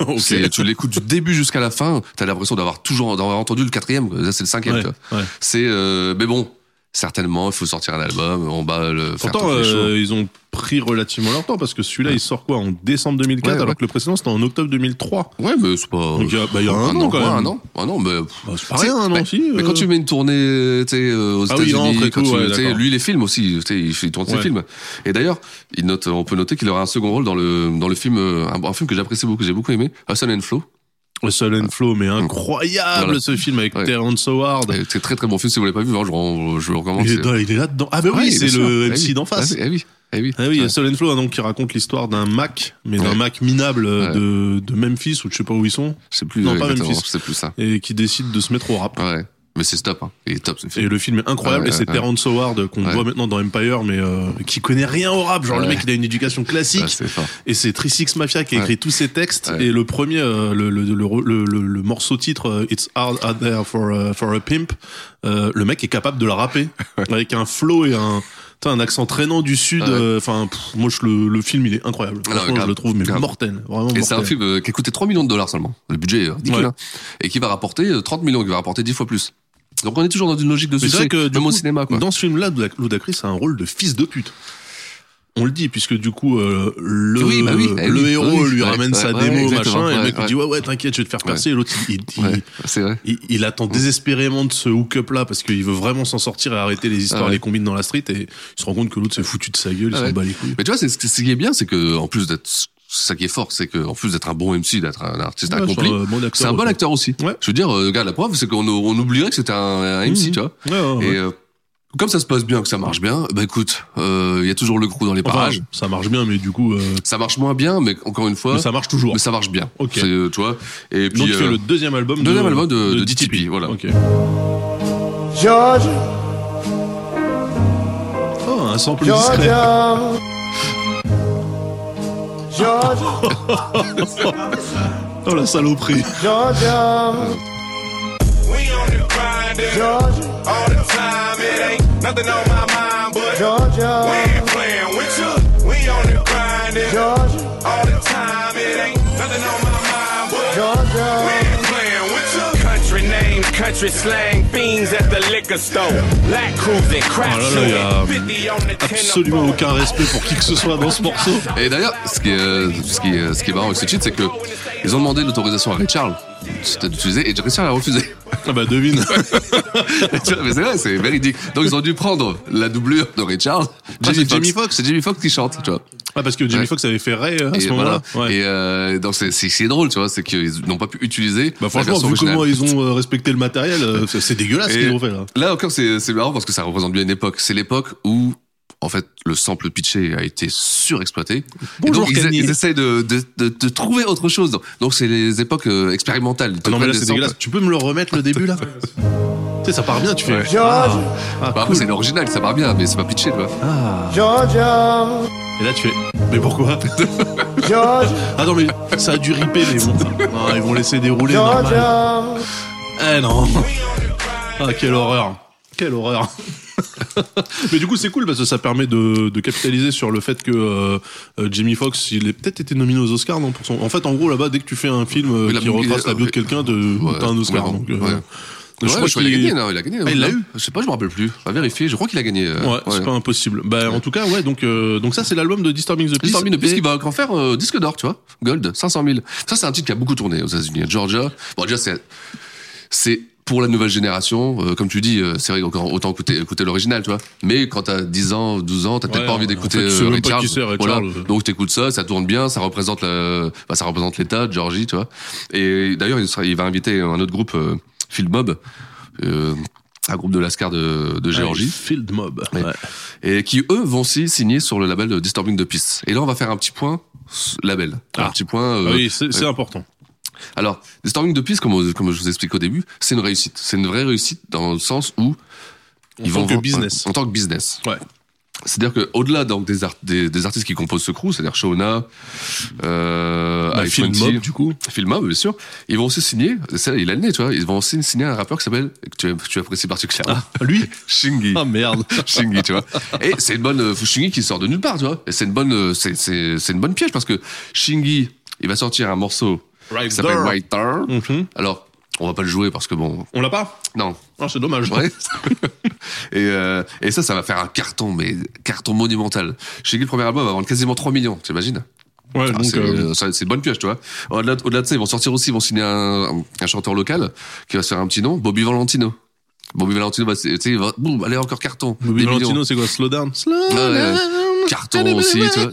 [SPEAKER 2] Ok.
[SPEAKER 3] C'est- Tu l'écoutes du début jusqu'à la fin. T'as l'impression d'avoir toujours, d'avoir entendu le quatrième. quoi. Là, c'est le cinquième.
[SPEAKER 2] Ouais,
[SPEAKER 3] tu vois.
[SPEAKER 2] ouais.
[SPEAKER 3] C'est, euh, mais bon. Certainement, il faut sortir un album. On va le faire.
[SPEAKER 2] Pourtant,
[SPEAKER 3] toutes les choses.
[SPEAKER 2] euh, ils ont pris relativement leur temps parce que celui-là, il sort quoi En décembre 2004,
[SPEAKER 3] Ouais, ouais.
[SPEAKER 2] alors que le précédent, c'était en octobre 2003.
[SPEAKER 3] Ouais, mais c'est pas.
[SPEAKER 2] Donc, il y a- bah, il y a un an, quand
[SPEAKER 3] ouais,
[SPEAKER 2] même.
[SPEAKER 3] Un an. Un an, mais. pff,
[SPEAKER 2] Bah, c'est
[SPEAKER 3] tu sais,
[SPEAKER 2] pareil, hein, non,
[SPEAKER 3] mais,
[SPEAKER 2] si,
[SPEAKER 3] mais
[SPEAKER 2] euh.
[SPEAKER 3] quand tu mets une tournée, euh, tu sais, euh, aux
[SPEAKER 2] Ah oui, il rentre et
[SPEAKER 3] États-Unis, quand
[SPEAKER 2] tout,
[SPEAKER 3] tu-
[SPEAKER 2] ouais,
[SPEAKER 3] tu sais,
[SPEAKER 2] d'accord.
[SPEAKER 3] lui les films aussi, tu sais, il fait- il tourne
[SPEAKER 2] Ouais.
[SPEAKER 3] ses films. Et d'ailleurs, il note, on peut noter qu'il aura un second rôle dans le dans le film, euh, un, un film que j'apprécie beaucoup, que j'ai beaucoup aimé, Hustle and Flow.
[SPEAKER 2] Hustle and Flow, mais incroyable
[SPEAKER 3] Voilà.
[SPEAKER 2] ce film avec
[SPEAKER 3] Ouais.
[SPEAKER 2] Terrence Howard.
[SPEAKER 3] Et C'est très très bon film. Si vous l'avez pas vu, vraiment, je, vous- je vous le recommande.
[SPEAKER 2] Il est,
[SPEAKER 3] c'est-
[SPEAKER 2] dans- il est là-dedans. Ah bah
[SPEAKER 3] Ouais,
[SPEAKER 2] oui,
[SPEAKER 3] bien
[SPEAKER 2] c'est
[SPEAKER 3] sûr.
[SPEAKER 2] le
[SPEAKER 3] Eh
[SPEAKER 2] MC
[SPEAKER 3] oui.
[SPEAKER 2] d'en face.
[SPEAKER 3] Ah oui, eh oui.
[SPEAKER 2] Ah oui, Hustle and Flow, hein, donc, qui raconte l'histoire d'un Mac, mais d'un
[SPEAKER 3] Ouais.
[SPEAKER 2] Mac minable euh,
[SPEAKER 3] Ouais.
[SPEAKER 2] de, de Memphis, ou je sais pas où ils sont,
[SPEAKER 3] C'est plus
[SPEAKER 2] Non,
[SPEAKER 3] euh,
[SPEAKER 2] pas
[SPEAKER 3] exactement,
[SPEAKER 2] Memphis.
[SPEAKER 3] c'est plus ça.
[SPEAKER 2] et qui décide de se mettre au rap.
[SPEAKER 3] Ouais. Mais c'est top, hein. Il est top ce
[SPEAKER 2] Et
[SPEAKER 3] film.
[SPEAKER 2] le film est incroyable,
[SPEAKER 3] Ouais,
[SPEAKER 2] et c'est
[SPEAKER 3] ouais,
[SPEAKER 2] Terrence Howard euh, qu'on
[SPEAKER 3] Ouais.
[SPEAKER 2] voit maintenant dans Empire, mais euh, qui connaît rien au rap. Genre le
[SPEAKER 3] Ouais.
[SPEAKER 2] mec, il a une éducation classique.
[SPEAKER 3] Ouais, c'est fort.
[SPEAKER 2] Et c'est Three Six Mafia qui a
[SPEAKER 3] Ouais.
[SPEAKER 2] écrit tous ces textes.
[SPEAKER 3] Ouais.
[SPEAKER 2] Et le premier, euh, le, le, le, le, le- le morceau titre, euh, It's Hard Out There for, euh, for a Pimp, euh, le mec est capable de le rapper avec un flow et un, putain, un accent traînant du sud.
[SPEAKER 3] Ouais.
[SPEAKER 2] euh, Enfin, pff, moi, je, le, le film, il est incroyable.
[SPEAKER 3] Ah non,
[SPEAKER 2] Franchement, je
[SPEAKER 3] grave,
[SPEAKER 2] le trouve mais
[SPEAKER 3] grave.
[SPEAKER 2] mortel. Vraiment
[SPEAKER 3] Et c'est
[SPEAKER 2] mortel.
[SPEAKER 3] un film euh, qui a coûté 3 millions de dollars seulement. Le budget est ridicule.
[SPEAKER 2] Ouais.
[SPEAKER 3] hein. Et qui va rapporter euh, 30 millions, qui va rapporter 10 fois plus. Donc on est toujours dans une logique de
[SPEAKER 2] Mais c'est
[SPEAKER 3] succès,
[SPEAKER 2] vrai que du
[SPEAKER 3] même au
[SPEAKER 2] coup,
[SPEAKER 3] cinéma. Quoi.
[SPEAKER 2] dans ce film-là, Ludac- Ludacris a un rôle de fils de pute. On le dit puisque du coup euh, le,
[SPEAKER 3] Oui, bah oui, bah
[SPEAKER 2] le
[SPEAKER 3] oui,
[SPEAKER 2] héros
[SPEAKER 3] oui,
[SPEAKER 2] lui
[SPEAKER 3] ouais,
[SPEAKER 2] ramène
[SPEAKER 3] ouais,
[SPEAKER 2] sa
[SPEAKER 3] ouais,
[SPEAKER 2] démo machin
[SPEAKER 3] exactement,
[SPEAKER 2] et le
[SPEAKER 3] ouais,
[SPEAKER 2] mec lui
[SPEAKER 3] ouais.
[SPEAKER 2] dit ouais ouais t'inquiète je vais te faire percer et l'autre il, il-
[SPEAKER 3] Ouais,
[SPEAKER 2] il-
[SPEAKER 3] c'est vrai.
[SPEAKER 2] il, il attend désespérément de ce hook-up là parce qu'il veut vraiment s'en sortir et arrêter les histoires,
[SPEAKER 3] Ah ouais.
[SPEAKER 2] les combines dans la street et il se rend compte que l'autre s'est foutu de sa gueule, il
[SPEAKER 3] Ah
[SPEAKER 2] s'en
[SPEAKER 3] ouais.
[SPEAKER 2] bat les couilles.
[SPEAKER 3] Mais tu vois, c'est, c'est- ce qui est bien, c'est que en plus d'être c'est ça qui est fort, c'est que en plus d'être un bon MC, d'être un artiste
[SPEAKER 2] Ouais, euh,
[SPEAKER 3] accompli,
[SPEAKER 2] c'est un bon acteur
[SPEAKER 3] c'est un bon
[SPEAKER 2] aussi.
[SPEAKER 3] acteur aussi.
[SPEAKER 2] Ouais.
[SPEAKER 3] Je veux dire, euh, regarde, la preuve, c'est qu'on on oublierait que c'était un, un MC,
[SPEAKER 2] Mhm.
[SPEAKER 3] tu vois.
[SPEAKER 2] Ouais, ouais, ouais.
[SPEAKER 3] Et euh, comme ça se passe bien, que ça marche bien, bah écoute, euh, il y a toujours le crew dans les
[SPEAKER 2] Enfin,
[SPEAKER 3] parages.
[SPEAKER 2] ça marche bien, mais du coup, euh,
[SPEAKER 3] Ça marche moins bien, mais encore une fois,
[SPEAKER 2] mais ça marche toujours.
[SPEAKER 3] mais ça marche bien.
[SPEAKER 2] Ok.
[SPEAKER 3] C'est, euh, tu vois. Et puis
[SPEAKER 2] Donc c'est
[SPEAKER 3] euh,
[SPEAKER 2] le deuxième album,
[SPEAKER 3] deuxième
[SPEAKER 2] de,
[SPEAKER 3] album de- de
[SPEAKER 2] DTP.
[SPEAKER 3] DTP, voilà.
[SPEAKER 2] Ok.
[SPEAKER 9] Georgia,
[SPEAKER 2] Oh, un sample discret.
[SPEAKER 9] Georgia. Georgia,
[SPEAKER 2] Oh la saloperie.
[SPEAKER 9] Georgia,
[SPEAKER 5] We on the grind
[SPEAKER 9] Georgia,
[SPEAKER 5] all the time. It ain't nothing on my mind, but we
[SPEAKER 9] Georgia,
[SPEAKER 5] ain't playing with you. We on the grind
[SPEAKER 9] Georgia,
[SPEAKER 5] all the time. It ain't nothing on my mind, but we
[SPEAKER 9] Georgia.
[SPEAKER 5] ain't playing with you. Country names, country slang, fiends at the liquor store. Black cruising, crack
[SPEAKER 2] Oh là là, il y a,
[SPEAKER 5] shooting, 50 on the
[SPEAKER 2] Absolument
[SPEAKER 5] tenor.
[SPEAKER 2] aucun respect pour qui que ce soit dans ce morceau.
[SPEAKER 3] Et d'ailleurs, ce qui est, euh, ce qui est, ce qui est marrant avec ce titre, c'est que ils ont demandé l'autorisation à Ray Charles d'utiliser et Ray Charles a refusé.
[SPEAKER 2] Ah bah devine.
[SPEAKER 3] Tu vois, mais c'est vrai, c'est véridique. Donc ils ont dû prendre la doublure de Ray Charles.
[SPEAKER 2] Ah, c'est
[SPEAKER 3] Jamie
[SPEAKER 2] Jamie
[SPEAKER 3] Foxx. C'est Jamie Foxx qui chante, tu vois.
[SPEAKER 2] Ah parce que Jamie
[SPEAKER 3] Ouais.
[SPEAKER 2] Foxx avait fait Ray euh, à
[SPEAKER 3] et
[SPEAKER 2] ce moment-là.
[SPEAKER 3] voilà.
[SPEAKER 2] Ouais.
[SPEAKER 3] Et euh, donc c'est, c'est, c'est drôle, tu vois, c'est qu'ils n'ont pas pu utiliser.
[SPEAKER 2] Bah
[SPEAKER 3] euh, la
[SPEAKER 2] franchement,
[SPEAKER 3] version
[SPEAKER 2] vu
[SPEAKER 3] originale.
[SPEAKER 2] comment ils ont euh, respecté le matériel, euh, c'est c'est dégueulasse ce
[SPEAKER 3] Et
[SPEAKER 2] qu'ils ont fait là.
[SPEAKER 3] Là encore, c'est, c'est marrant parce que ça représente bien une époque. C'est l'époque où, en fait, le sample pitché a été surexploité.
[SPEAKER 2] Bonjour,
[SPEAKER 3] et donc, ils,
[SPEAKER 2] Kanye.
[SPEAKER 3] ils essayent de, de, de, de trouver autre chose. Donc, c'est les époques euh, expérimentales. Ils te
[SPEAKER 2] Ah Non mais
[SPEAKER 3] prennent
[SPEAKER 2] là
[SPEAKER 3] des
[SPEAKER 2] c'est
[SPEAKER 3] samples.
[SPEAKER 2] dégueulasse. Tu peux me le remettre le début là Tu sais ça part bien, tu fais.
[SPEAKER 3] Ouais.
[SPEAKER 2] Ah, ah,
[SPEAKER 3] Bah, après,
[SPEAKER 2] cool. Ah.
[SPEAKER 3] c'est l'original, ça part bien, mais c'est pas pitché, tu vois.
[SPEAKER 9] Georgia,
[SPEAKER 2] Et là, tu fais. Mais pourquoi
[SPEAKER 9] George,
[SPEAKER 2] Ah non, mais ça a dû riper, mais bon. Non, Ah, ils vont laisser dérouler. normal.
[SPEAKER 3] Ah,
[SPEAKER 9] Georgia,
[SPEAKER 2] Eh non. Ah, quelle horreur. Quelle horreur. mais du coup, c'est cool parce que ça permet de, de capitaliser sur le fait que euh, euh, Jimmy Fox, il est peut-être été nominé aux Oscars, non pour son... En fait, en gros, là-bas, dès que tu fais un film euh,
[SPEAKER 3] Oui, la
[SPEAKER 2] qui
[SPEAKER 3] biographie-
[SPEAKER 2] retrace la bio de quelqu'un, de...
[SPEAKER 3] Ouais,
[SPEAKER 2] t'as un Oscar.
[SPEAKER 3] complètement.
[SPEAKER 2] Donc, euh,
[SPEAKER 3] Ouais.
[SPEAKER 2] je crois
[SPEAKER 3] qu'il a
[SPEAKER 2] qu'il-
[SPEAKER 3] gagné, non, il a gagné. hein.
[SPEAKER 2] Ah, il l'a eu
[SPEAKER 3] Je sais pas, je me rappelle plus. À vérifier, je crois qu'il a gagné. euh,
[SPEAKER 2] Ouais, c'est pas impossible. Bah, en tout cas, ouais, donc, euh, donc ça, c'est l'album de Disturbing the Peace.
[SPEAKER 3] Mr. Bean,
[SPEAKER 2] Et-
[SPEAKER 3] puisqu'il va encore faire euh, disque d'or, tu vois. Gold, 500 000. Ça, c'est un titre qui a beaucoup tourné aux États-Unis. Hein, Georgia. Bon, déjà, c'est, c'est pour la nouvelle génération. euh, comme tu dis, euh, c'est vrai qu'encore autant écouter, écouter l'original, tu vois. Mais quand t'as 10 ans, 12 ans, t'as peut-être
[SPEAKER 2] Ouais,
[SPEAKER 3] pas envie
[SPEAKER 2] en
[SPEAKER 3] d'écouter
[SPEAKER 2] fait, tu sais
[SPEAKER 3] euh,
[SPEAKER 2] même
[SPEAKER 3] Ray
[SPEAKER 2] pas
[SPEAKER 3] Charles.
[SPEAKER 2] qui c'est, Ray
[SPEAKER 3] Voilà.
[SPEAKER 2] Charles.
[SPEAKER 3] Donc t'écoutes ça, ça tourne bien, ça représente la, bah, ça représente l'État de Georgie, tu vois. Et d'ailleurs, il, sera- il va inviter un autre groupe, euh, Field Mob, euh, un groupe de Lascar de, de Géorgie
[SPEAKER 2] Field Mob.
[SPEAKER 3] Ouais.
[SPEAKER 2] Ouais.
[SPEAKER 3] et qui eux vont aussi signer sur le label de Disturbing the Peace. Et là, on va faire un petit point s- label,
[SPEAKER 2] Ah.
[SPEAKER 3] un petit point. euh,
[SPEAKER 2] Ah oui, c'est c'est
[SPEAKER 3] euh,
[SPEAKER 2] important.
[SPEAKER 3] Alors, Disturbing the Peace, comme, euh, comme je vous explique au début, c'est une réussite. C'est une vraie réussite dans le sens où ils
[SPEAKER 2] tant
[SPEAKER 3] vont
[SPEAKER 2] que
[SPEAKER 3] vendre-
[SPEAKER 2] business.
[SPEAKER 3] En, tant que business.
[SPEAKER 2] Ouais.
[SPEAKER 3] C'est-à-dire que au-delà donc des, art- des, des artistes qui composent ce crew, c'est-à-dire Shona, euh,
[SPEAKER 2] Bah,
[SPEAKER 3] Ice
[SPEAKER 2] Field
[SPEAKER 3] 20,
[SPEAKER 2] Mob, du coup.
[SPEAKER 3] Film bien sûr. Ils vont aussi signer, c'est il a le nez, tu vois, ils vont aussi signer un rappeur qui s'appelle, que tu, que tu apprécies particulièrement,
[SPEAKER 2] Lui
[SPEAKER 3] Shingy.
[SPEAKER 2] Ah merde.
[SPEAKER 3] Shingy, tu vois. Et c'est une bonne euh, Shingy qui sort de nulle part, tu vois. Et c'est une bonne, euh, c'est c'est c'est une bonne piège parce que Shingy, il va sortir un morceau
[SPEAKER 2] Right
[SPEAKER 3] qui s'appelle
[SPEAKER 2] there.
[SPEAKER 3] Right There.
[SPEAKER 2] Mhm.
[SPEAKER 3] Alors, on va pas le jouer parce que bon,
[SPEAKER 2] On l'a pas
[SPEAKER 3] non.
[SPEAKER 2] Non, c'est dommage.
[SPEAKER 3] Ouais. et, euh, et ça, ça va faire un carton, mais carton monumental. Shingy, le premier album, va vendre quasiment 3 millions, t'imagines
[SPEAKER 2] Ouais,
[SPEAKER 3] ah,
[SPEAKER 2] donc,
[SPEAKER 3] c'est
[SPEAKER 2] euh,
[SPEAKER 3] euh, ça- c'est une bonne pioche, tu vois. Au-delà de au-delà de ça, ils vont sortir aussi, ils vont signer un, un chanteur local qui va se faire un petit nom, Bobby Valentino. Bobby Valentino, bah, c'est- tu sais, il va, boum, allez, encore carton.
[SPEAKER 2] Bobby
[SPEAKER 3] des
[SPEAKER 2] Valentino,
[SPEAKER 3] millions.
[SPEAKER 2] c'est quoi Slowdown
[SPEAKER 3] Ouais, ouais. Carton aussi, tu vois.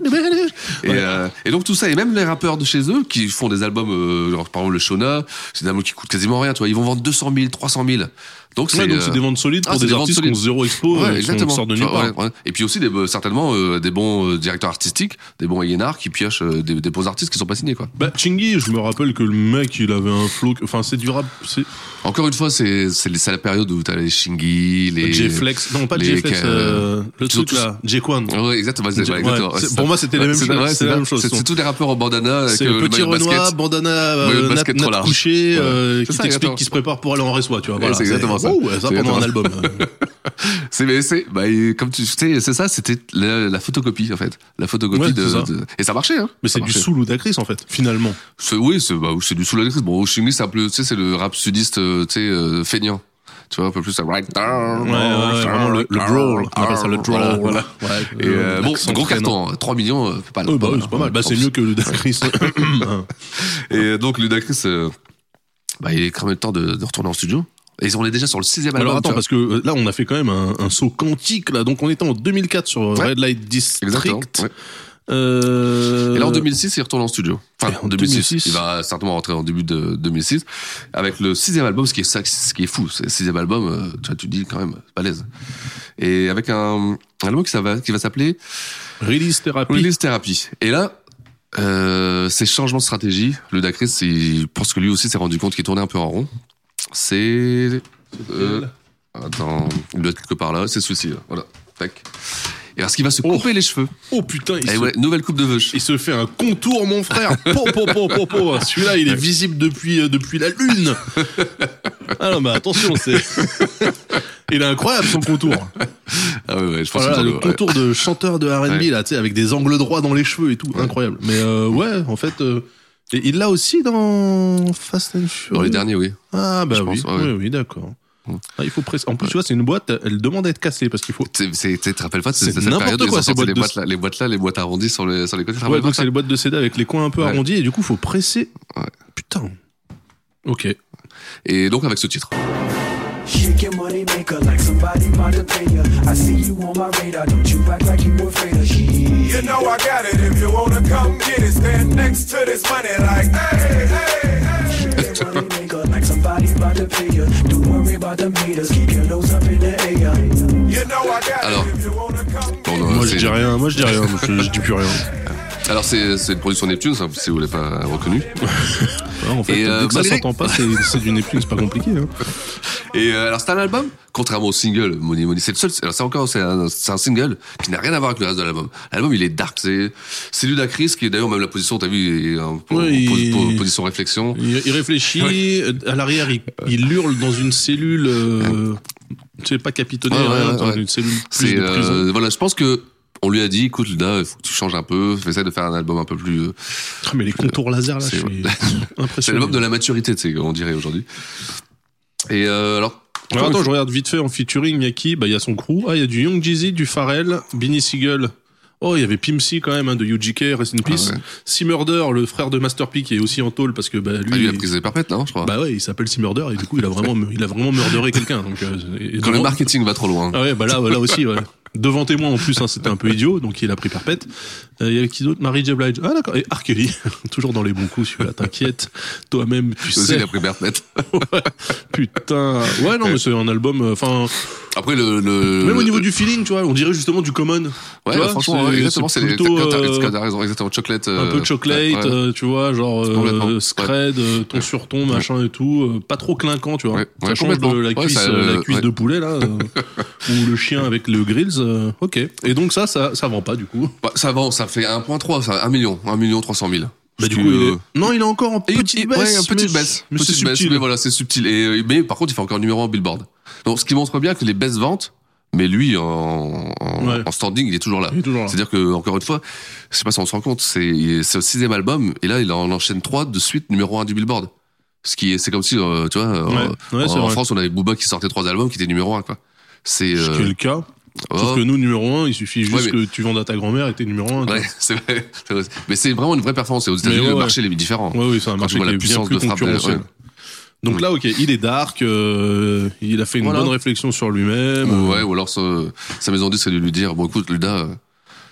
[SPEAKER 3] Et,
[SPEAKER 2] Ouais.
[SPEAKER 3] euh, et donc tout ça, et même les rappeurs de chez eux qui font des albums, euh, genre, par exemple le Shona, c'est des albums qui coûtent quasiment rien, tu vois. Ils vont vendre 200 000, 300 000. Donc c'est
[SPEAKER 2] Ouais, donc
[SPEAKER 3] euh,
[SPEAKER 2] c'est des ventes solides
[SPEAKER 3] ah,
[SPEAKER 2] pour
[SPEAKER 3] c'est
[SPEAKER 2] des
[SPEAKER 3] des ventes
[SPEAKER 2] artistes qui ont
[SPEAKER 3] solides.
[SPEAKER 2] zéro expo
[SPEAKER 3] Ouais,
[SPEAKER 2] euh, qui sont-
[SPEAKER 3] exactement.
[SPEAKER 2] sortent de nulle
[SPEAKER 3] Tu vois,
[SPEAKER 2] part.
[SPEAKER 3] ouais, ouais. Et puis aussi des, euh, certainement euh, des bons euh, directeurs artistiques, des bons A&R qui piochent euh, des, des bons artistes qui sont pas signés quoi.
[SPEAKER 2] Bah, Chingy, je me rappelle que le mec, il avait un flow. que- Enfin, c'est du rap. C'est
[SPEAKER 3] Encore une fois, c'est c'est les- c'est la période où t'as les Shingy, les
[SPEAKER 2] J-Flex. Non, pas
[SPEAKER 3] les-
[SPEAKER 2] J-Flex. euh, le
[SPEAKER 3] ils
[SPEAKER 2] truc
[SPEAKER 3] sont tous-
[SPEAKER 2] là. J-Quan.
[SPEAKER 3] Ouais, exactement. c'est-
[SPEAKER 2] J-
[SPEAKER 3] ouais, exactement.
[SPEAKER 2] ouais, c'est-
[SPEAKER 3] C'est
[SPEAKER 2] pour
[SPEAKER 3] ça.
[SPEAKER 2] moi, c'était les
[SPEAKER 3] Ouais,
[SPEAKER 2] mêmes
[SPEAKER 3] c'est-
[SPEAKER 2] choses,
[SPEAKER 3] ouais,
[SPEAKER 2] c'est
[SPEAKER 3] c'est
[SPEAKER 2] la
[SPEAKER 3] ça.
[SPEAKER 2] même chose,
[SPEAKER 3] C'est
[SPEAKER 2] sont-
[SPEAKER 3] c'est tous des rappeurs en bandana avec
[SPEAKER 2] C'est
[SPEAKER 3] euh,
[SPEAKER 2] le petit
[SPEAKER 3] maillot de basket.
[SPEAKER 2] Renoir, bandana,
[SPEAKER 3] Maillot de
[SPEAKER 2] euh, nat,
[SPEAKER 3] basket trop
[SPEAKER 2] natte
[SPEAKER 3] large.
[SPEAKER 2] couchée, euh, qui
[SPEAKER 3] Ouais. C'est ça,
[SPEAKER 2] t'explique
[SPEAKER 3] exactement.
[SPEAKER 2] qu'il se prépare pour aller en reçoit, tu vois. Voilà,
[SPEAKER 3] c'est exactement ça.
[SPEAKER 2] Ouh, ouais, ça
[SPEAKER 3] C'est
[SPEAKER 2] pendant un album.
[SPEAKER 3] exactement C'est mais c'est bah, et comme tu sais, c'est ça. C'était la, la photocopie en fait, la photocopie
[SPEAKER 2] Ouais, c'est
[SPEAKER 3] de,
[SPEAKER 2] ça.
[SPEAKER 3] de- et ça marchait. Hein,
[SPEAKER 2] Mais
[SPEAKER 3] Ça
[SPEAKER 2] c'est du
[SPEAKER 3] marchait.
[SPEAKER 2] sous ou d'actrice, en fait, finalement.
[SPEAKER 3] C'est- Oui, c'est bah, c'est du soul électrique. Bon, au Shingy, c'est un peu, tu sais, c'est le rap sudiste, euh, tu sais, euh, feignant. Tu vois, un peu plus ça. Right down,
[SPEAKER 2] Ouais, ouais, ouais, vraiment le, le drawl. On appelle ça le drawl. Voilà.
[SPEAKER 3] Et euh, bon, gros carton, hein, 3 millions, euh, c'est pas mal.
[SPEAKER 2] bah, oui, c'est pas mal. Bah, c'est mieux que le d'actrice.
[SPEAKER 3] Et euh, donc, Ludacris, euh, bah, il est quand même temps de, de retourner en studio. Et on est déjà sur le sixième album.
[SPEAKER 2] Alors
[SPEAKER 3] tu
[SPEAKER 2] attends,
[SPEAKER 3] vois.
[SPEAKER 2] parce que euh, là, on a fait quand même un, un saut quantique, là. Donc, on était en 2004 sur euh,
[SPEAKER 3] Ouais.
[SPEAKER 2] Red Light District.
[SPEAKER 3] Exactement. ouais.
[SPEAKER 2] Euh,
[SPEAKER 3] Et là, en 2006, il retourne en studio. Enfin,
[SPEAKER 2] Et en
[SPEAKER 3] en 2006,
[SPEAKER 2] 2006.
[SPEAKER 3] Il va certainement rentrer en début de 2006. Avec le sixième album, ce qui est, ça- ce qui est fou. C'est le sixième album, euh, tu vois, tu dis quand même, balèze. Et avec un, un album qui, ça va, qui va s'appeler
[SPEAKER 2] Release Therapy.
[SPEAKER 3] Release Therapy. Et là, euh, ces changements de stratégie, le Dacris, il pense que lui aussi s'est rendu compte qu'il tournait un peu en rond. C'est. euh, attends, il doit être quelque part là, c'est celui-ci, là. Voilà. Tac. Et parce qu'il va se couper les cheveux.
[SPEAKER 2] Oh putain, il
[SPEAKER 3] Et
[SPEAKER 2] se,
[SPEAKER 3] Eh ouais, nouvelle coupe de veuve.
[SPEAKER 2] il se fait un contour, mon frère. Po, po, po, po, po. Celui-là, il est visible depuis, euh, depuis la lune. Ah non, mais attention, c'est. Il est incroyable son contour.
[SPEAKER 3] Ah ouais, ouais, je pense
[SPEAKER 2] Voilà,
[SPEAKER 3] que
[SPEAKER 2] Oh le
[SPEAKER 3] ouais.
[SPEAKER 2] contour de chanteur de R&B
[SPEAKER 3] Ouais.
[SPEAKER 2] là, tu sais, avec des angles droits dans les cheveux et tout, incroyable. Mais euh, ouais, en fait, euh, et il l'a aussi dans Fast and Furious.
[SPEAKER 3] Dans les derniers, oui.
[SPEAKER 2] Ah bah
[SPEAKER 3] je
[SPEAKER 2] oui,
[SPEAKER 3] pense, ouais.
[SPEAKER 2] oui, oui, d'accord.
[SPEAKER 3] Mm.
[SPEAKER 2] Ah, il faut presser. En plus, tu vois, c'est une boîte, elle demande à être cassée parce qu'il faut.
[SPEAKER 3] C'est- c'est- Tu te rappelles pas de
[SPEAKER 2] C'est
[SPEAKER 3] cette, cette
[SPEAKER 2] n'importe
[SPEAKER 3] période où ils
[SPEAKER 2] quoi,
[SPEAKER 3] ont
[SPEAKER 2] ces
[SPEAKER 3] sorti
[SPEAKER 2] boîtes
[SPEAKER 3] les,
[SPEAKER 2] de-
[SPEAKER 3] boîtes, là, les boîtes là, les boîtes arrondies sur, les sur les côtés. tu te
[SPEAKER 2] Ouais,
[SPEAKER 3] rappelles pas
[SPEAKER 2] donc
[SPEAKER 3] de Ah, ça
[SPEAKER 2] c'est les boîtes de CD avec les coins un peu
[SPEAKER 3] Ouais.
[SPEAKER 2] arrondis et du coup, faut presser.
[SPEAKER 3] Ouais.
[SPEAKER 2] Putain. Ok.
[SPEAKER 3] Et donc avec ce titre.
[SPEAKER 10] Chicken money maker, like somebody might pay ya. I see you on my radar, don't you act like you afraid of shit.
[SPEAKER 5] You know I got it. If you wanna come get it, stand next to this money like hey, hey, hey.
[SPEAKER 10] Chicken money maker, like somebody might pay ya. Don't worry about them haters, keep your nose up in the air.
[SPEAKER 5] You know I got
[SPEAKER 3] Alors.
[SPEAKER 5] it. If you wanna come
[SPEAKER 3] Bon,
[SPEAKER 5] get
[SPEAKER 3] non,
[SPEAKER 2] Moi,
[SPEAKER 3] c'est-
[SPEAKER 2] je dis rien. Moi, je dis rien. je, je dis plus rien.
[SPEAKER 3] Alors c'est c'est une production Neptune, ça, si vous l'avez pas reconnu.
[SPEAKER 2] en fait,
[SPEAKER 3] euh,
[SPEAKER 2] dès que ça s'entend pas, c'est- c'est du Neptune, c'est pas compliqué. hein.
[SPEAKER 3] Et euh, alors c'est un album, contrairement au single Money Money, c'est le seul. Alors c'est encore c'est un, c'est un single qui n'a rien à voir avec le reste de l'album. L'album il est dark, c'est c'est Ludacris qui est d'ailleurs même la position, t'as vu, est en, en-
[SPEAKER 2] Ouais,
[SPEAKER 3] en pos-
[SPEAKER 2] il-
[SPEAKER 3] po- position réflexion.
[SPEAKER 2] Il, il réfléchit, euh, à l'arrière, il, il hurle dans une cellule, euh, tu sais, pas capitonnée,
[SPEAKER 3] Ouais, ouais,
[SPEAKER 2] rien,
[SPEAKER 3] ouais,
[SPEAKER 2] dans
[SPEAKER 3] ouais.
[SPEAKER 2] une cellule plus
[SPEAKER 3] C'est
[SPEAKER 2] de prison.
[SPEAKER 3] euh, voilà, je pense que on lui a dit, écoute Luda, il faut que tu changes un peu, essaie de faire un album un peu plus. euh,
[SPEAKER 2] Ah, mais les contours laser, là, je
[SPEAKER 3] c'est-
[SPEAKER 2] suis
[SPEAKER 3] C'est
[SPEAKER 2] impressionné.
[SPEAKER 3] l'album de la maturité, tu sais, on dirait aujourd'hui. Et euh, alors.
[SPEAKER 2] Alors, Ah, attends, je regarde vite fait en featuring, il y a qui Bah, il y a son crew. Ah, il y a du Young Jeezy, du Pharrell, Benny Siegel. Oh, il y avait Pimsy quand même, hein, de UGK, Rest in Peace.
[SPEAKER 3] Ah,
[SPEAKER 2] Seamurder, le frère de Master P, qui est aussi en tôle parce que bah, lui.
[SPEAKER 3] Ah, lui, il a
[SPEAKER 2] il-
[SPEAKER 3] pris des perpètes, non, je crois.
[SPEAKER 2] Bah ouais, il s'appelle Seamurder et du coup, il a vraiment, il a vraiment murderé quelqu'un. Donc, euh, et- et
[SPEAKER 3] Quand le
[SPEAKER 2] devant-
[SPEAKER 3] marketing va trop loin.
[SPEAKER 2] Ah ouais, bah là, là aussi, ouais. Devant témoin en plus, hein, c'était un peu idiot, donc il a pris perpète. Euh, Il y avait qui d'autre Marie J. Blige. Ah d'accord, et R. Kelly. Toujours dans les bons coups, celui-là, t'inquiète. Toi-même, tu
[SPEAKER 3] Aussi,
[SPEAKER 2] sais.
[SPEAKER 3] il a pris perpète.
[SPEAKER 2] Putain. Ouais, non, mais c'est un album, euh, enfin...
[SPEAKER 3] Après, le, le-
[SPEAKER 2] Même au niveau du feeling, tu vois, on dirait justement du Common. Tu
[SPEAKER 3] Euh, Ouais, bah,
[SPEAKER 2] vois,
[SPEAKER 3] franchement, ouais, exactement, c'est les.
[SPEAKER 2] plutôt,
[SPEAKER 3] t'as- t'as-
[SPEAKER 2] euh,
[SPEAKER 3] t'as- t'as raison, exactement, chocolate.
[SPEAKER 2] un peu
[SPEAKER 3] euh,
[SPEAKER 2] de chocolate,
[SPEAKER 3] ouais, ouais.
[SPEAKER 2] euh, tu vois, genre euh,
[SPEAKER 3] Complètement.
[SPEAKER 2] scred, euh, ton sur ton, machin et tout, euh, pas trop clinquant, tu vois.
[SPEAKER 3] Ouais,
[SPEAKER 2] ça
[SPEAKER 3] ouais,
[SPEAKER 2] change de la
[SPEAKER 3] complètement. Ouais,
[SPEAKER 2] cuisse,
[SPEAKER 3] ça,
[SPEAKER 2] euh, la
[SPEAKER 3] euh,
[SPEAKER 2] cuisse
[SPEAKER 3] ouais.
[SPEAKER 2] de poulet là, euh, ou le chien avec le grills. euh, ok. Et donc ça, ça, ça vend pas du coup.
[SPEAKER 3] Bah, ça vend, ça fait 1.3, ça, 1 million, 1 million 300 000.
[SPEAKER 2] Bah,
[SPEAKER 3] Ce
[SPEAKER 2] du
[SPEAKER 3] qui,
[SPEAKER 2] coup, il
[SPEAKER 3] euh,
[SPEAKER 2] est- non, il est encore en
[SPEAKER 3] Et
[SPEAKER 2] petite
[SPEAKER 3] il-
[SPEAKER 2] baisse.
[SPEAKER 3] ouais, petite
[SPEAKER 2] mais-
[SPEAKER 3] baisse.
[SPEAKER 2] mais c'est
[SPEAKER 3] petite baisse,
[SPEAKER 2] subtil.
[SPEAKER 3] mais voilà, c'est subtil. Et, euh, mais par contre, il fait encore numéro 1 Billboard. Donc, ce qui montre bien que les baisses ventes, mais lui, en, en,
[SPEAKER 2] Ouais.
[SPEAKER 3] en standing, il est toujours là.
[SPEAKER 2] Il est toujours là.
[SPEAKER 3] C'est-à-dire que, encore une fois, je sais pas si on se rend compte, c'est, il- c'est au sixième album, et là, il en enchaîne trois de suite numéro 1 du Billboard. Ce qui est, c'est comme si, euh, tu vois, euh,
[SPEAKER 2] Ouais, ouais,
[SPEAKER 3] en,
[SPEAKER 2] c'est
[SPEAKER 3] en
[SPEAKER 2] vrai.
[SPEAKER 3] France, on avait Booba qui sortait trois albums qui étaient numéro 1, quoi. C'est,
[SPEAKER 2] Ce qui est
[SPEAKER 3] euh,
[SPEAKER 2] le cas.
[SPEAKER 3] oh.
[SPEAKER 2] Sauf que nous, numéro un, il suffit juste
[SPEAKER 3] Ouais, mais-
[SPEAKER 2] que tu vendes à ta grand-mère et t'es numéro un. tu
[SPEAKER 3] Ouais, c'est vrai, c'est vrai. Mais c'est vraiment une vraie performance. Et aux États-Unis,
[SPEAKER 2] ouais,
[SPEAKER 3] le
[SPEAKER 2] ouais.
[SPEAKER 3] marché il est différent.
[SPEAKER 2] Ouais, oui, c'est un
[SPEAKER 3] Quand
[SPEAKER 2] marché
[SPEAKER 3] tu vois
[SPEAKER 2] qui
[SPEAKER 3] la
[SPEAKER 2] est bien
[SPEAKER 3] puissance
[SPEAKER 2] plus
[SPEAKER 3] de frappe de-
[SPEAKER 2] concurrentiel.
[SPEAKER 3] ouais. Mm.
[SPEAKER 2] Donc là, ok, il est dark, euh, il a fait une
[SPEAKER 3] Voilà.
[SPEAKER 2] bonne réflexion sur lui-même.
[SPEAKER 3] Ou, ouais, ou alors sa, sa maison de disque, c'est de lui dire bon, écoute, Luda, euh,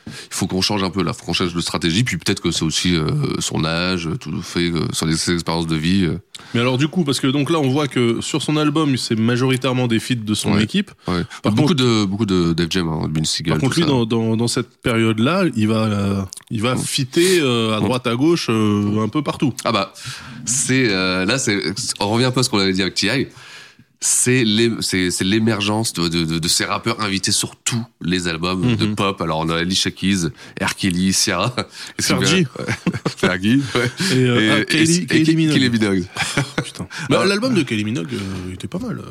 [SPEAKER 3] il faut qu'on change un peu là, faut qu'on change de stratégie. Puis peut-être que c'est aussi euh, son âge, tout le fait, euh, son ses expériences de vie. euh.
[SPEAKER 2] Mais alors du coup, parce que donc là, on voit que sur son album, c'est majoritairement des feats de son
[SPEAKER 3] Ouais.
[SPEAKER 2] équipe.
[SPEAKER 3] Ouais.
[SPEAKER 2] Par
[SPEAKER 3] Bah, beaucoup de beaucoup de Def Jam, hein, de Bean Siegel,
[SPEAKER 2] Par contre,
[SPEAKER 3] tout
[SPEAKER 2] lui,
[SPEAKER 3] ça.
[SPEAKER 2] dans, dans, dans cette période-là, il va, euh, il va fitter euh, à droite, à gauche, euh, un peu partout.
[SPEAKER 3] Ah bah, c'est euh, là, c'est on revient un peu à ce qu'on avait dit avec Ti. C'est l'é- c'est c'est l'émergence de, de, de, de ces rappeurs invités sur tous les albums de
[SPEAKER 2] Mhm.
[SPEAKER 3] pop. Alors on a Alicia Keys, R. Kelly, Ciara, Et c'est
[SPEAKER 2] Fergie.
[SPEAKER 3] bien- Fergie, ouais.
[SPEAKER 2] Et, euh, ah, Kylie-
[SPEAKER 3] et-
[SPEAKER 2] Kylie
[SPEAKER 3] et-
[SPEAKER 2] Minogue.
[SPEAKER 3] Kylie Minogue.
[SPEAKER 2] Putain. Bah, L'album de Kelly Minogue euh, il était pas mal.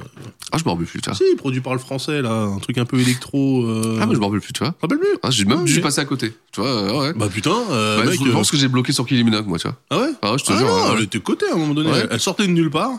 [SPEAKER 3] Ah je m'en rappelle plus, tu vois.
[SPEAKER 2] Si, produit par le français, là, un truc un peu électro. Euh...
[SPEAKER 3] Ah mais je m'en rappelle plus, tu vois.
[SPEAKER 2] rappelle plus.
[SPEAKER 3] Ah, j'ai même
[SPEAKER 2] Ah,
[SPEAKER 3] je suis
[SPEAKER 2] ok.
[SPEAKER 3] passé à côté, tu vois. euh, ouais.
[SPEAKER 2] Bah putain, euh,
[SPEAKER 3] Bah,
[SPEAKER 2] mec,
[SPEAKER 3] je pense
[SPEAKER 2] euh,
[SPEAKER 3] que j'ai bloqué sur Kylie Minogue, moi, tu vois.
[SPEAKER 2] Ah ouais
[SPEAKER 3] Ah ouais, je te
[SPEAKER 2] Ah
[SPEAKER 3] jure.
[SPEAKER 2] non,
[SPEAKER 3] ouais.
[SPEAKER 2] elle était cotée à un moment donné.
[SPEAKER 3] Ouais.
[SPEAKER 2] Elle- Elle sortait de nulle part.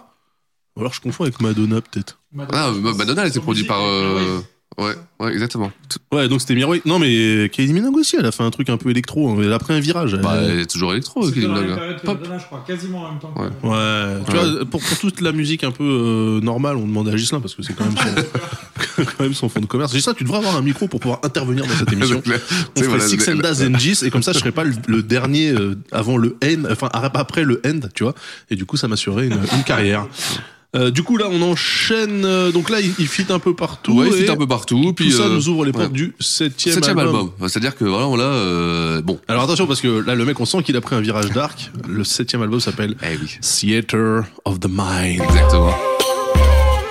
[SPEAKER 2] Ou alors je confonds avec Madonna peut-être.
[SPEAKER 3] Ah, bah, Madonna, elle était produite par. euh, Ouais, ouais, exactement.
[SPEAKER 2] Ouais, donc c'était Mirway. Non, mais Kylie Minogue aussi, elle a fait un truc un peu électro. hein. Elle a pris un virage. elle.
[SPEAKER 3] Bah, elle est toujours électro, Kylie Minogue. hein. Pop.
[SPEAKER 11] je crois, quasiment en même temps.
[SPEAKER 3] Ouais.
[SPEAKER 2] Ouais, tu
[SPEAKER 3] Ouais.
[SPEAKER 2] vois, pour, pour toute la musique un peu euh, normale, on demande à Gislin parce que c'est quand même son, quand même son fond de commerce. Gislin, tu devrais avoir un micro pour pouvoir intervenir dans cette émission.
[SPEAKER 3] Tu sais,
[SPEAKER 2] On ferait
[SPEAKER 3] voilà,
[SPEAKER 2] Six
[SPEAKER 3] le-
[SPEAKER 2] and
[SPEAKER 3] le-
[SPEAKER 2] Daz and Gis et comme ça, je serais pas le, le dernier euh, avant le N, enfin ar- après le End, tu vois. Et du coup, ça m'assurait une, une carrière. Euh, du coup, là, on enchaîne. euh, donc là, il, il fit un peu partout.
[SPEAKER 3] Ouais, il
[SPEAKER 2] et
[SPEAKER 3] fit un peu partout. Puis
[SPEAKER 2] tout ça
[SPEAKER 3] euh,
[SPEAKER 2] nous ouvre les portes
[SPEAKER 3] ouais.
[SPEAKER 2] du septième,
[SPEAKER 3] septième
[SPEAKER 2] album.
[SPEAKER 3] album. Bah, C'est-à-dire que voilà, on l'a. euh, Bon.
[SPEAKER 2] Alors attention, parce que là, le mec, on sent qu'il a pris un virage dark. Le septième album s'appelle
[SPEAKER 3] Eh oui.
[SPEAKER 2] Theater of the Mind.
[SPEAKER 3] Exactement.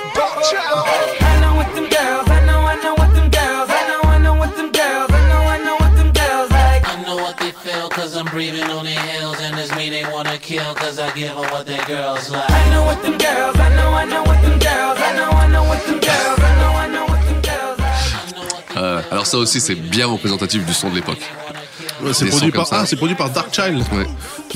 [SPEAKER 8] I know what them girls, I know, I know what them girls, I know, I know what them girls, I know, I know what them girls like.
[SPEAKER 12] I know what they feel cause I'm breathing on their heels and it's me they wanna kill cause I give them what their girls like.
[SPEAKER 8] I know what them girls, I know, I know what them girls, I know, I know what them girls, I know, I know what them girls like.
[SPEAKER 3] Euh, alors ça aussi, c'est bien représentatif du son de l'époque.
[SPEAKER 2] Ouais, c'est
[SPEAKER 3] Des
[SPEAKER 2] produit
[SPEAKER 3] sons comme
[SPEAKER 2] par
[SPEAKER 3] ça.
[SPEAKER 2] ah, c'est produit par Dark Child.
[SPEAKER 3] Ouais.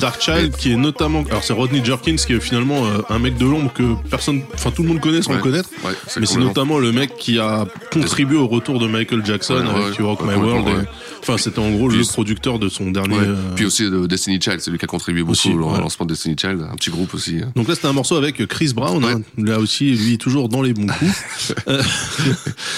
[SPEAKER 2] Dark Child qui est notamment alors c'est Rodney Jerkins qui est finalement euh, un mec de l'ombre que personne enfin tout le monde connaît sans
[SPEAKER 3] Ouais.
[SPEAKER 2] le connaître.
[SPEAKER 3] Ouais, c'est
[SPEAKER 2] mais c'est
[SPEAKER 3] complètement.
[SPEAKER 2] notamment le mec qui a contribué au retour de Michael Jackson
[SPEAKER 3] Ouais,
[SPEAKER 2] avec
[SPEAKER 3] ouais,
[SPEAKER 2] You Rock My
[SPEAKER 3] complètement,
[SPEAKER 2] World. et-
[SPEAKER 3] ouais.
[SPEAKER 2] Enfin c'était en gros
[SPEAKER 3] Puis
[SPEAKER 2] le
[SPEAKER 3] c'est-
[SPEAKER 2] producteur de son dernier.
[SPEAKER 3] Ouais.
[SPEAKER 2] euh,
[SPEAKER 3] Puis aussi de Destiny Child, c'est lui qui a contribué beaucoup
[SPEAKER 2] Aussi,
[SPEAKER 3] au
[SPEAKER 2] ouais.
[SPEAKER 3] lancement de Destiny Child, un petit groupe aussi. hein.
[SPEAKER 2] Donc là c'était un morceau avec Chris Brown hein. là aussi lui toujours dans les bons coups. Euh,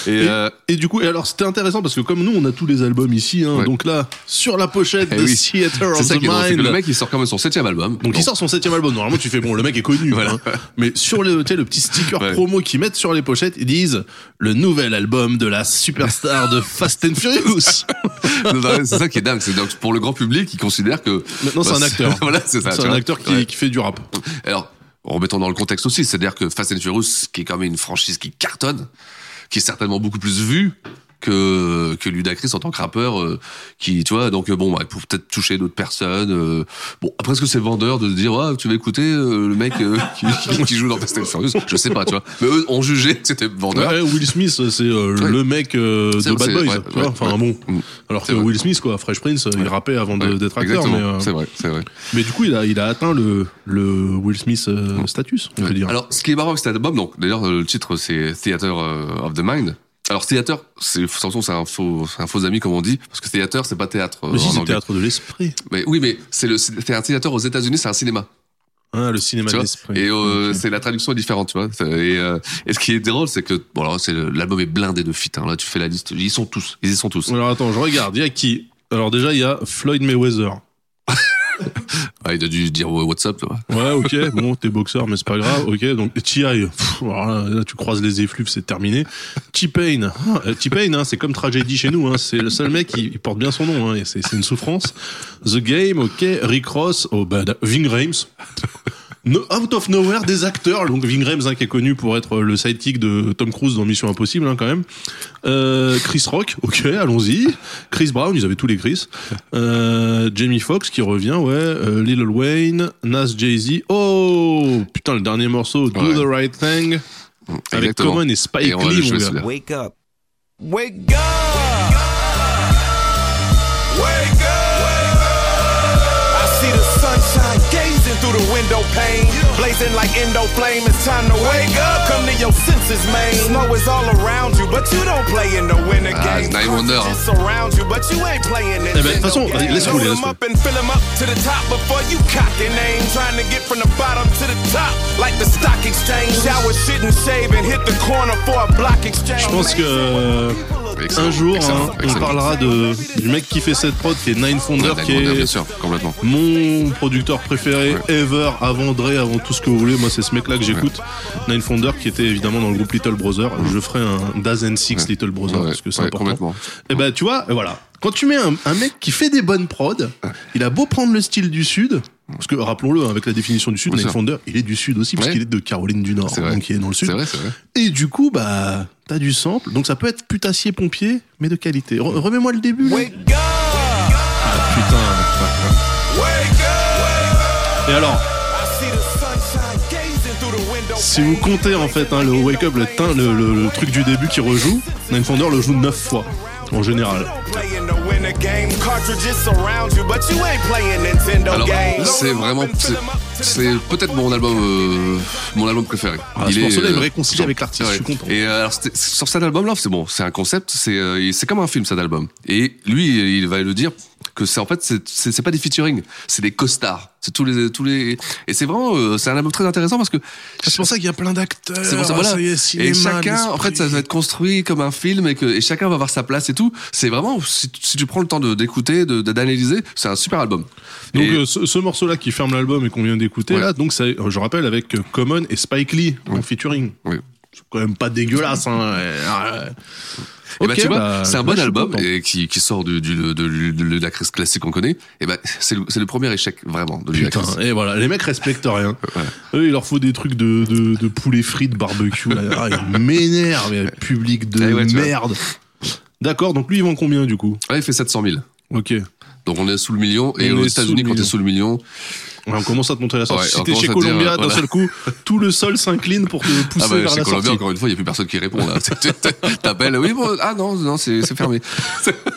[SPEAKER 3] Et, euh,
[SPEAKER 2] Et du coup, et alors c'était intéressant parce que comme nous, on a tous les albums ici, hein,
[SPEAKER 3] Ouais.
[SPEAKER 2] donc là, sur la pochette
[SPEAKER 3] Eh
[SPEAKER 2] de
[SPEAKER 3] oui.
[SPEAKER 2] Theater of
[SPEAKER 3] C'est ça
[SPEAKER 2] the
[SPEAKER 3] qui est drôle, c'est que
[SPEAKER 2] Mind.
[SPEAKER 3] le mec, il sort quand même son septième album.
[SPEAKER 2] Donc il sort son septième album. Normalement, tu fais bon, le mec est connu. hein. Mais sur le, tu sais, le petit sticker promo qu'ils mettent sur les pochettes, ils disent le nouvel album de la superstar de Fast and Furious.
[SPEAKER 3] Non, non, c'est ça qui est dingue. C'est donc pour le grand public, il considère que Bah,
[SPEAKER 2] Maintenant, c'est un acteur.
[SPEAKER 3] voilà, c'est ça.
[SPEAKER 2] C'est
[SPEAKER 3] tu
[SPEAKER 2] un
[SPEAKER 3] vois.
[SPEAKER 2] acteur qui-
[SPEAKER 3] Ouais.
[SPEAKER 2] qui fait du rap.
[SPEAKER 3] Alors, en remettant dans le contexte aussi, c'est-à-dire que Fast and Furious, qui est quand même une franchise qui cartonne, qui est certainement beaucoup plus vue que que Ludacris en tant que rappeur, euh, qui tu vois, donc euh, bon, ouais, pour peut-être toucher d'autres personnes. euh, bon, après est-ce que c'est vendeur de se dire, ouais, tu vas écouter euh, le mec euh, qui, qui- qui joue dans Fast and Furious, je sais pas, tu vois. Mais eux ont jugé que c'était vendeur.
[SPEAKER 2] Ouais, Will Smith, c'est euh,
[SPEAKER 3] Ouais.
[SPEAKER 2] le mec euh,
[SPEAKER 3] C'est-
[SPEAKER 2] de Bad
[SPEAKER 3] c'est-
[SPEAKER 2] Boys.
[SPEAKER 3] ouais,
[SPEAKER 2] tu vois
[SPEAKER 3] ouais,
[SPEAKER 2] enfin
[SPEAKER 3] ouais.
[SPEAKER 2] bon. Alors que Will Smith, quoi, Fresh Prince, il rappait avant de-
[SPEAKER 3] Ouais,
[SPEAKER 2] d'être acteur.
[SPEAKER 3] exactement.
[SPEAKER 2] Mais, euh,
[SPEAKER 3] C'est vrai, c'est vrai.
[SPEAKER 2] mais du coup, il a, il a atteint le, le Will Smith euh, status, on peut dire.
[SPEAKER 3] Alors, ce qui est marrant avec cet album, donc d'ailleurs euh, le titre c'est Theater euh, of the Mind. Alors Theater, c'est attention, c'est un faux, c'est un faux ami comme on dit, parce que Theater c'est pas théâtre. euh,
[SPEAKER 2] mais si,
[SPEAKER 3] en
[SPEAKER 2] c'est
[SPEAKER 3] anglais.
[SPEAKER 2] théâtre de l'esprit.
[SPEAKER 3] Mais oui, mais c'est le c'est un theater aux États-Unis, c'est un cinéma.
[SPEAKER 2] Ah, le cinéma
[SPEAKER 3] Tu
[SPEAKER 2] de
[SPEAKER 3] vois
[SPEAKER 2] l'esprit.
[SPEAKER 3] et euh, c'est la traduction est différente, tu vois. C'est- Et, euh, et ce qui est drôle, c'est que bon, alors, c'est le- l'album est blindé de feats. hein. Là, tu fais la liste, ils sont tous, ils y sont tous.
[SPEAKER 2] Alors attends, je regarde, il y a qui Alors déjà, il y a Floyd Mayweather.
[SPEAKER 3] Ah, il a dû dire ouais, What's up, tu vois.
[SPEAKER 2] Ouais, ok, bon, t'es boxeur, mais c'est pas grave, ok. Donc, T.I., pff, alors là, là, tu croises les effluves, c'est terminé. T-Pain, ah, euh, T-Pain, hein, c'est comme tragédie chez nous, hein, c'est le seul mec qui porte bien son nom, hein, et c'est c'est une souffrance. The Game, ok. Rick Ross, oh, bah, da- Ving Rhames. No- out of nowhere, des acteurs. Donc, Ving Rhames, hein, qui est connu pour être le sidekick de Tom Cruise dans Mission Impossible, hein, quand même. Euh, Chris Rock, ok, allons-y. Chris Brown, ils avaient tous les Chris. Euh, Jamie Foxx qui revient, ouais. Euh, Lil Wayne, Nas Jay-Z. Oh Putain, le dernier morceau, Do
[SPEAKER 3] Ouais.
[SPEAKER 2] the Right Thing. Avec
[SPEAKER 3] Exactement.
[SPEAKER 2] Common et Spike
[SPEAKER 3] Et on va le
[SPEAKER 2] Lee,
[SPEAKER 3] jouer,
[SPEAKER 2] mon gars.
[SPEAKER 3] celui-là.
[SPEAKER 11] Wake up.
[SPEAKER 4] Wake up. Wake up. Wake up. I see the sunshine gazing through the window pane. Blazing like endo flame. It's time to wake up. Come to your senses, man. Snow is all around you, but you don't play in the winter
[SPEAKER 3] Ah,
[SPEAKER 4] game.
[SPEAKER 3] Nine Wonder. hein.
[SPEAKER 4] It's around you, but you ain't playing it.
[SPEAKER 3] Eh ben, de toute façon, allez, laisse rouler, laisse
[SPEAKER 4] Load 'em up and fill 'em up to the top before you cock your name. Trying to get from the bottom to the top, like the stock exchange. Shower, shit, and shave, and hit the corner for a block exchange.
[SPEAKER 2] Je pense que euh, un jour,
[SPEAKER 4] excellent,
[SPEAKER 2] hein, on
[SPEAKER 4] excellent.
[SPEAKER 2] parlera de, du mec qui fait cette prod, qui est Nine Founder,
[SPEAKER 3] Nine
[SPEAKER 2] qui
[SPEAKER 3] Wonder,
[SPEAKER 2] est
[SPEAKER 3] bien sûr, complètement.
[SPEAKER 2] mon producteur préféré ever, avant Dre, avant tout ce que vous voulez. Moi, c'est ce mec-là que j'écoute. Nine Founder, qui était évidemment dans le groupe Little Brother. Je ferai un Daz and Six Little Brother parce que c'est
[SPEAKER 3] ouais,
[SPEAKER 2] important.
[SPEAKER 3] complètement.
[SPEAKER 2] Et ben, tu vois, voilà. Quand tu mets un, un mec qui fait des bonnes prods, il a beau prendre le style du Sud. Parce que rappelons-le, hein, avec la définition du Sud,
[SPEAKER 3] Bien
[SPEAKER 2] Nine
[SPEAKER 3] sûr.
[SPEAKER 2] Founder, il est du Sud aussi, parce
[SPEAKER 3] Ouais.
[SPEAKER 2] qu'il est de Caroline du Nord,
[SPEAKER 3] C'est vrai.
[SPEAKER 2] donc il est dans le Sud.
[SPEAKER 3] C'est vrai, c'est vrai.
[SPEAKER 2] Et du coup, bah, t'as du sample. Donc ça peut être putassier pompier, mais de qualité. Re- Remets-moi le début. là. Ah putain. Et alors, si vous comptez en fait hein, le wake up, le, teint, le, le- le truc du début qui rejoue, Nine Founder le joue 9 fois en général.
[SPEAKER 4] Play in the winter game. Cartridges surround you, but you ain't playing Nintendo
[SPEAKER 3] Alors,
[SPEAKER 4] games.
[SPEAKER 3] c'est vraiment, c'est- c'est peut-être mon album, euh, mon album préféré.
[SPEAKER 2] Ah, ce morceau-là, il me
[SPEAKER 3] euh,
[SPEAKER 2] réconcilie
[SPEAKER 3] genre-
[SPEAKER 2] avec l'artiste, je suis content.
[SPEAKER 3] Et euh, alors, c'était- sur cet album-là, c'est bon, c'est un concept, c'est, euh, il- c'est comme un film cet album. Et lui, il va le dire que c'est en fait, c'est, c'est, c'est pas des featuring, c'est des costards. C'est tous les, tous les, et c'est vraiment, euh, c'est un album très intéressant parce que
[SPEAKER 2] C'est pour ça qu'il y a plein d'acteurs. Ah,
[SPEAKER 3] c'est pour ça, voilà.
[SPEAKER 2] ça y est,
[SPEAKER 3] et
[SPEAKER 2] cinéma,
[SPEAKER 3] chacun, en
[SPEAKER 2] l'esprit.
[SPEAKER 3] fait, ça va être construit comme un film et que et chacun va avoir sa place et tout. C'est vraiment, si, si tu prends le temps de, d'écouter, de, de- d'analyser, c'est un super album.
[SPEAKER 2] Donc
[SPEAKER 3] Et-
[SPEAKER 2] euh, ce, ce morceau-là qui ferme l'album et qu'on vient d'écouter,
[SPEAKER 3] Ouais.
[SPEAKER 2] là, donc ça, euh, je rappelle avec euh, Common et Spike Lee en featuring. C'est quand même pas dégueulasse. Hein. Euh,
[SPEAKER 3] Et bah,
[SPEAKER 2] ok,
[SPEAKER 3] tu vois,
[SPEAKER 2] bah,
[SPEAKER 3] c'est un
[SPEAKER 2] là,
[SPEAKER 3] bon
[SPEAKER 2] je suis
[SPEAKER 3] album
[SPEAKER 2] content.
[SPEAKER 3] et qui, qui sort du, du, de, de- de la crise classique qu'on connaît. Et ben c'est le, c'est le premier échec vraiment de
[SPEAKER 2] Putain,
[SPEAKER 3] Ludacris.
[SPEAKER 2] et voilà, les mecs respectent rien. Eux, il leur faut des trucs de, de, de poulet frit, de barbecue. Là. Ah, ils m'énervent, mais public de
[SPEAKER 3] Eh ouais, tu vois.
[SPEAKER 2] merde. D'accord, donc lui, il vend combien du coup
[SPEAKER 3] Ouais, Ah, il fait 700 000.
[SPEAKER 2] Ok.
[SPEAKER 3] Donc on est sous le million et
[SPEAKER 2] On
[SPEAKER 3] aux
[SPEAKER 2] est sous
[SPEAKER 3] États-Unis
[SPEAKER 2] le
[SPEAKER 3] quand t'es
[SPEAKER 2] million.
[SPEAKER 3] sous le million.
[SPEAKER 2] Ouais, on commence à te montrer la sortie.
[SPEAKER 3] Ouais,
[SPEAKER 2] si
[SPEAKER 3] on
[SPEAKER 2] t'es
[SPEAKER 3] commence
[SPEAKER 2] chez
[SPEAKER 3] à te dire,
[SPEAKER 2] Columbia,
[SPEAKER 3] euh,
[SPEAKER 2] d'un
[SPEAKER 3] voilà.
[SPEAKER 2] seul coup, tout le sol s'incline pour te pousser
[SPEAKER 3] Ah bah
[SPEAKER 2] vers
[SPEAKER 3] chez
[SPEAKER 2] la
[SPEAKER 3] Colombien
[SPEAKER 2] sortie.
[SPEAKER 3] encore une fois, il y a plus personne qui répond là. T'appelles, oui bon, ah non non c'est c'est fermé.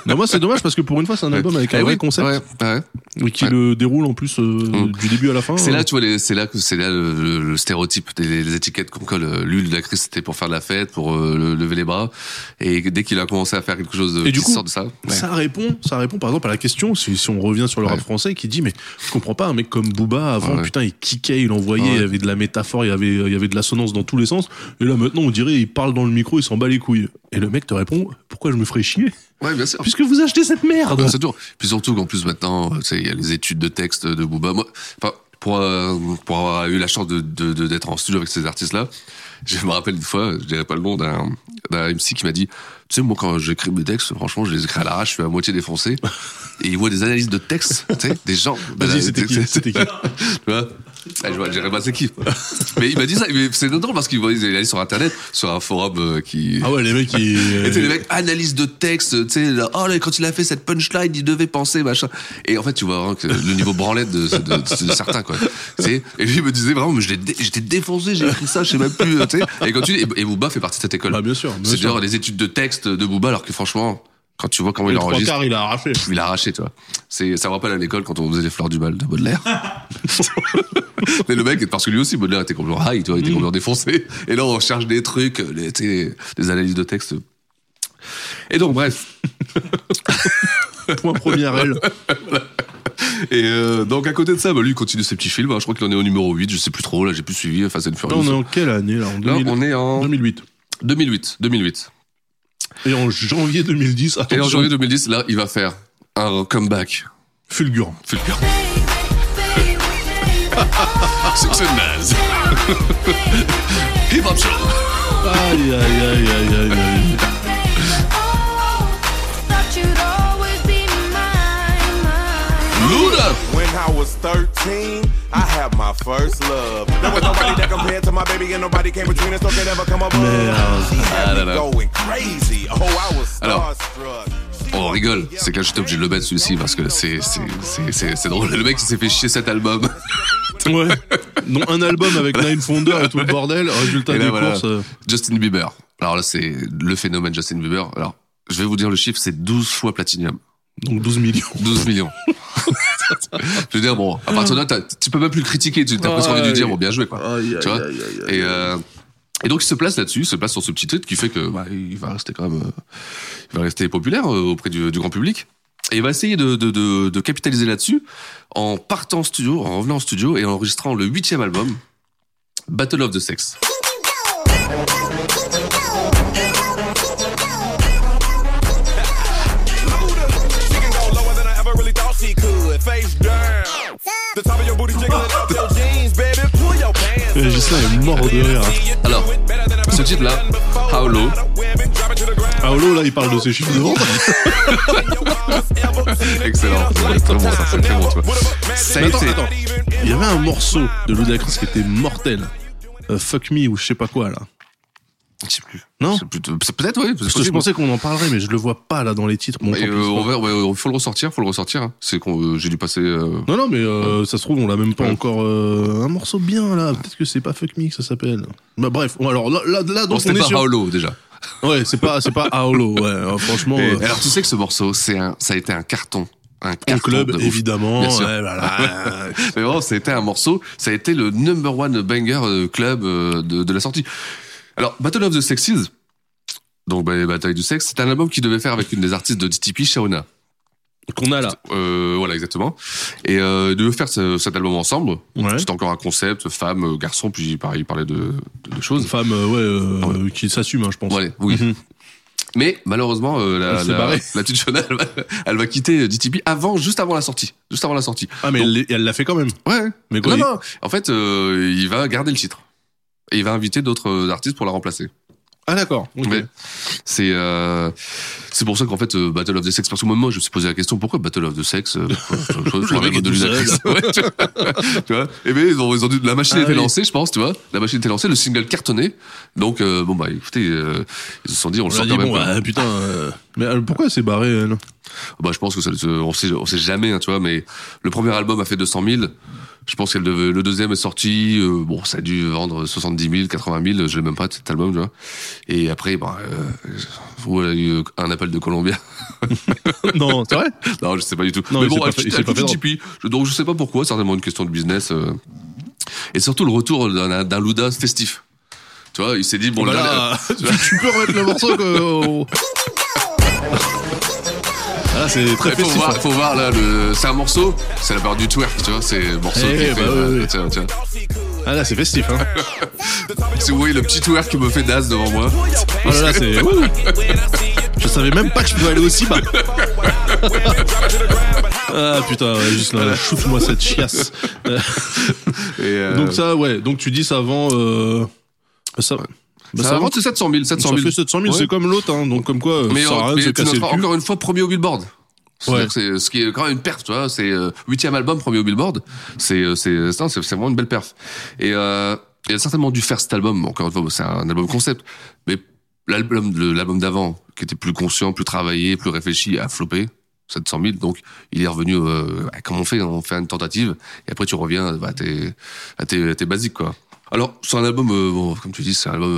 [SPEAKER 2] Non, moi, c'est dommage parce que pour une fois, c'est un album avec un
[SPEAKER 3] Eh
[SPEAKER 2] vrai
[SPEAKER 3] oui,
[SPEAKER 2] concept.
[SPEAKER 3] ouais, ouais. Mm.
[SPEAKER 2] Et qui le déroule en plus euh, du début à la fin.
[SPEAKER 3] C'est
[SPEAKER 2] hein.
[SPEAKER 3] là, tu vois, les- c'est là que c'est là le, le- le stéréotype des les étiquettes qu'on colle. Euh, Lui, la crise, c'était pour faire de la fête, pour euh, le- lever les bras. Et dès qu'il a commencé à faire quelque chose de,
[SPEAKER 2] Et du
[SPEAKER 3] qui
[SPEAKER 2] coup,
[SPEAKER 3] sort de ça, ouais.
[SPEAKER 2] Ça répond, ça répond par exemple à la question si, si on revient sur le rap français qui dit mais je comprends pas un mec comme Booba, avant, putain, il kickait, il envoyait, il y avait de la métaphore, il y avait, il y avait de l'assonance dans tous les sens. Et là, maintenant, on dirait, il parle dans le micro, il s'en bat les couilles. Et le mec te répond, pourquoi je me ferais chier
[SPEAKER 3] Ouais, bien sûr.
[SPEAKER 2] Puisque vous achetez cette merde
[SPEAKER 3] Ouais, Ah bah, c'est toujours. Puis surtout qu'en plus maintenant, euh, tu sais, il y a les études de texte de Booba. Moi, enfin, pour, euh, pour avoir eu la chance de, de, de- d'être en studio avec ces artistes-là, je me rappelle une fois, je dirais pas le nom, d'un, d'un MC qui m'a dit, tu sais, moi quand j'écris mes textes, franchement, je les écris à l'arrache, je suis à moitié défoncé. Et il voit des analyses de texte, tu sais, des gens.
[SPEAKER 2] Vas-y, c'était qui C'était qui
[SPEAKER 3] tu vois Ah, je vois, je dirais pas c'est qui. Mais il m'a dit ça, mais c'est drôle parce qu'il voit- il est allé sur internet, sur un forum euh, qui.
[SPEAKER 2] Ah ouais, les mecs, ils.
[SPEAKER 3] Et tu sais, les mecs, analyse de texte, tu sais, là, oh là, quand il a fait cette punchline, il devait penser, machin. Et en fait, tu vois vraiment que le niveau branlette de, de, de- de certains, quoi. Tu sais, et lui, il me disait vraiment, mais je l'ai dé- j'étais défoncé, j'ai écrit ça, je sais même plus, euh, tu sais. Et quand tu dis, et, et Booba fait partie de cette école.
[SPEAKER 2] Bah, bien sûr. bien
[SPEAKER 3] C'est
[SPEAKER 2] sûr.
[SPEAKER 3] genre les études de texte de Booba, alors que franchement, quand tu vois comment
[SPEAKER 2] Le
[SPEAKER 3] il
[SPEAKER 2] trois
[SPEAKER 3] enregistre.
[SPEAKER 2] quarts, il a arraché.
[SPEAKER 3] Il a arraché, tu vois. C'est, ça me rappelle à l'école quand on faisait les fleurs du mal de Baudelaire. Mais le mec, parce que lui aussi, Baudelaire était complètement high, tu vois, il était complètement défoncé. Et là, on cherche des trucs, les, tu sais, des analyses de texte. Et donc, bref.
[SPEAKER 2] Point premier L.
[SPEAKER 3] Et euh, donc, à côté de ça, bah, lui, il continue ses petits films. hein. Je crois qu'il en est au numéro 8, je sais plus trop, là, j'ai plus suivi Fast and
[SPEAKER 2] Là,
[SPEAKER 3] Furious.
[SPEAKER 2] on est en quelle année, là En
[SPEAKER 3] Là,
[SPEAKER 2] 2000
[SPEAKER 3] on est en
[SPEAKER 2] 2008.
[SPEAKER 3] 2008. 2008.
[SPEAKER 2] Et en janvier 2010,
[SPEAKER 3] Et en
[SPEAKER 2] attention,
[SPEAKER 3] janvier 2010, là, il va faire un comeback.
[SPEAKER 2] fulgurant.
[SPEAKER 3] Fulgurant. Succès de naze. Hip Hop Show.
[SPEAKER 2] Aïe, aïe, aïe, aïe, aïe, aïe.
[SPEAKER 3] Luda!
[SPEAKER 4] When I was 13, I had my first love. There was nobody that compared to my baby, and nobody came between us, so could never come above. She had
[SPEAKER 3] Ah là
[SPEAKER 4] me
[SPEAKER 3] là.
[SPEAKER 4] going crazy. Oh, I was
[SPEAKER 3] Alors.
[SPEAKER 4] starstruck.
[SPEAKER 3] Oh, On rigole, c'est que j'étais obligé de le mettre celui-ci parce que c'est c'est c'est c'est c'est drôle. Le mec il s'est fait chier cet album.
[SPEAKER 2] Ouais. Donc un album avec Nine Fonder et tout le bordel. Résultat
[SPEAKER 3] Et là,
[SPEAKER 2] des
[SPEAKER 3] voilà.
[SPEAKER 2] courses. euh,
[SPEAKER 3] Justin Bieber. Alors là c'est le phénomène Justin Bieber. Alors je vais vous dire le chiffre, c'est 12 fois platinium.
[SPEAKER 2] donc 12 millions.
[SPEAKER 3] 12 millions. je veux dire bon, à partir de là t'as- tu peux même plus le critiquer, tu t'as presque envie de lui dire bon bien joué quoi. Tu vois Et euh, et donc il se place là-dessus, il se place sur ce petit titre qui fait que bah, il va rester quand même, euh, il va rester populaire euh, auprès du, du grand public. Et il va essayer de, de, de, de capitaliser là-dessus en partant en studio, en revenant en studio et en enregistrant le huitième album, Battle of the Sex.
[SPEAKER 4] She can go lower than I ever really thought she could. Face down. The top of your booty jiggling up your jeans, baby. Pull your pants.
[SPEAKER 2] Euh,
[SPEAKER 4] up.
[SPEAKER 2] Gislain est mort de rire.
[SPEAKER 3] Alors, ce titre-là, How Low,
[SPEAKER 2] Paolo, Ah, là, il parle de ses chiffres de vente.
[SPEAKER 3] excellent, c'est très bon, ça, c'est très bon, tu vois. Ça a
[SPEAKER 2] Mais attends,
[SPEAKER 3] été-
[SPEAKER 2] attends. Il y avait un morceau de Ludacris qui était mortel. Euh, fuck me ou je sais pas quoi là.
[SPEAKER 3] Je sais plus.
[SPEAKER 2] Non
[SPEAKER 3] C'est plutôt- c'est Peut-être, oui.
[SPEAKER 2] Parce que je pensais qu'on en parlerait, mais je le vois pas là dans les titres. Bon,
[SPEAKER 3] Et,
[SPEAKER 2] tant pis,
[SPEAKER 3] euh,
[SPEAKER 2] c'est
[SPEAKER 3] on
[SPEAKER 2] pas-
[SPEAKER 3] va, ouais, faut le ressortir, faut le ressortir. hein. C'est qu'on, euh, j'ai dû passer. euh,
[SPEAKER 2] Non, non, mais euh, ça se trouve, on l'a même pas
[SPEAKER 3] Ouais.
[SPEAKER 2] encore. euh, un morceau bien là. Peut-être que c'est pas Fuck Me que ça s'appelle. Bah bref, Bon, alors là, là, là,
[SPEAKER 3] Bon,
[SPEAKER 2] donc on
[SPEAKER 3] c'était
[SPEAKER 2] est
[SPEAKER 3] pas
[SPEAKER 2] sur.
[SPEAKER 3] How Low déjà.
[SPEAKER 2] Ouais, c'est pas, c'est pas Paolo. Ouais, euh, franchement.
[SPEAKER 3] Et-
[SPEAKER 2] euh,
[SPEAKER 3] Alors tu sais que ce morceau, c'est un, ça a été un carton, un
[SPEAKER 2] Au
[SPEAKER 3] carton
[SPEAKER 2] club,
[SPEAKER 3] de ouf.
[SPEAKER 2] évidemment.
[SPEAKER 3] Bien sûr.
[SPEAKER 2] ouais, voilà.
[SPEAKER 3] Mais vraiment, ça a été un morceau, ça a été le number one banger euh, club euh, de, de la sortie. Alors Battle of the Sexes, donc bah, bataille du sexe, c'est un album qu'il devait faire avec une des artistes de DTP, Shauna.
[SPEAKER 2] Qu'on a là.
[SPEAKER 3] Euh, voilà exactement. Et euh, de faire ce- cet album ensemble,
[SPEAKER 2] Ouais.
[SPEAKER 3] c'était encore un concept, femme, euh, garçon, puis pareil, il parlait de, de, de choses.
[SPEAKER 2] Une femme, euh, ouais, euh, qui s'assume, hein, je pense.
[SPEAKER 3] Voilà, oui.
[SPEAKER 2] Mhm.
[SPEAKER 3] Mais malheureusement, euh, la,
[SPEAKER 2] Elle s'est
[SPEAKER 3] la,
[SPEAKER 2] barrée.
[SPEAKER 3] la petite Shona, elle va, elle va quitter euh, DTP avant, juste avant la sortie, juste avant la sortie.
[SPEAKER 2] Ah, mais
[SPEAKER 3] Donc-
[SPEAKER 2] elle l'est- elle l'a fait quand même.
[SPEAKER 3] Ouais.
[SPEAKER 2] Mais quoi,
[SPEAKER 3] non,
[SPEAKER 2] il-
[SPEAKER 3] non. En fait, euh, il va garder le titre. Et il va inviter d'autres euh, artistes pour la remplacer.
[SPEAKER 2] Ah, d'accord. ok.
[SPEAKER 3] Mais c'est euh, c'est pour ça qu'en fait euh, Battle of the Sex parce que moi, moi je me suis posé la question pourquoi Battle of the Sex euh, pourquoi autre chose, pour un
[SPEAKER 2] mec
[SPEAKER 3] album
[SPEAKER 2] est tout
[SPEAKER 3] Ludacris Ouais, tu vois. tu vois et ben ils ont, ils ont dû- la machine
[SPEAKER 2] Ah
[SPEAKER 3] était
[SPEAKER 2] oui.
[SPEAKER 3] lancée je pense tu vois la machine était lancée le single cartonné donc euh, bon bah écoutez euh, ils se sont dit on
[SPEAKER 2] On
[SPEAKER 3] le sort
[SPEAKER 2] a
[SPEAKER 3] quand
[SPEAKER 2] dit,
[SPEAKER 3] même
[SPEAKER 2] bon,
[SPEAKER 3] quoi.
[SPEAKER 2] ah, putain. euh, Mais euh, pourquoi elle s'est barrée, elle
[SPEAKER 3] bah je pense que ça, se- on sait on sait jamais hein, tu vois mais le premier album a fait 200 000 je pense que le deuxième est sorti euh, bon ça a dû vendre 70 000 80 000 je l'ai même pas cet album tu vois et après bah euh, voilà, il y a eu euh, un appel de Colombien
[SPEAKER 2] Non, Oh, c'est vrai
[SPEAKER 3] non je sais pas du tout
[SPEAKER 2] Non,
[SPEAKER 3] mais
[SPEAKER 2] il s'est
[SPEAKER 3] bon
[SPEAKER 2] pas
[SPEAKER 3] elle
[SPEAKER 2] fait- il
[SPEAKER 3] quitte-
[SPEAKER 2] s'est
[SPEAKER 3] elle
[SPEAKER 2] pas
[SPEAKER 3] quitte
[SPEAKER 2] fait
[SPEAKER 3] JP. Je- donc je sais pas pourquoi certainement une question de business euh. et surtout le retour d'un d'un Luda festif tu vois il s'est dit bon
[SPEAKER 2] Bah
[SPEAKER 3] là,
[SPEAKER 2] là, tu, tu peux remettre le morceau que. Ah, là, c'est très
[SPEAKER 3] Mais faut
[SPEAKER 2] festif,
[SPEAKER 3] voir,
[SPEAKER 2] ouais.
[SPEAKER 3] faut voir là, le... c'est un morceau, c'est la période du twerk, tu vois, c'est le morceau
[SPEAKER 2] Eh,
[SPEAKER 3] qui
[SPEAKER 2] bah
[SPEAKER 3] fait.
[SPEAKER 2] oui,
[SPEAKER 3] euh,
[SPEAKER 2] oui.
[SPEAKER 3] tiens, tiens.
[SPEAKER 2] Ah là, c'est festif, hein.
[SPEAKER 3] Si vous voyez le petit twerk qui me fait d'as devant moi.
[SPEAKER 2] Oh là là, c'est. Ouh. Je savais même pas que je pouvais aller aussi bas. Ah putain, ouais, juste là, shoot-moi cette chiasse. Euh,
[SPEAKER 3] euh,
[SPEAKER 2] Donc ça, ouais, donc tu dis ça vend. euh, Ça,
[SPEAKER 3] Ça vend, c'est 700 000, 700 000.
[SPEAKER 2] Ça fait 700 000, c'est
[SPEAKER 3] Ouais.
[SPEAKER 2] comme l'autre, hein, donc comme quoi, euh,
[SPEAKER 3] mais
[SPEAKER 2] ça sert à
[SPEAKER 3] euh,
[SPEAKER 2] rien de
[SPEAKER 3] mais
[SPEAKER 2] se
[SPEAKER 3] tu
[SPEAKER 2] casser le
[SPEAKER 3] noteras
[SPEAKER 2] cul.
[SPEAKER 3] encore une fois premier au Billboard.
[SPEAKER 2] Ouais.
[SPEAKER 3] C'est-à-dire que C'est ce qui est quand même une perf, tu vois. C'est euh, huitième album, premier au Billboard. C'est euh, c'est c'est c'est vraiment une belle perf. Et euh, il y a certainement dû faire cet album. Encore une fois, c'est un album concept, mais l'album le- l'album d'avant, qui était plus conscient, plus travaillé, plus réfléchi, a floppé. 700 000, donc il est revenu. Euh, bah, comme on fait, on fait une tentative, et après tu reviens bah, à tes à tes, à tes basiques, quoi. Alors, c'est un album, euh, bon, comme tu dis, c'est un album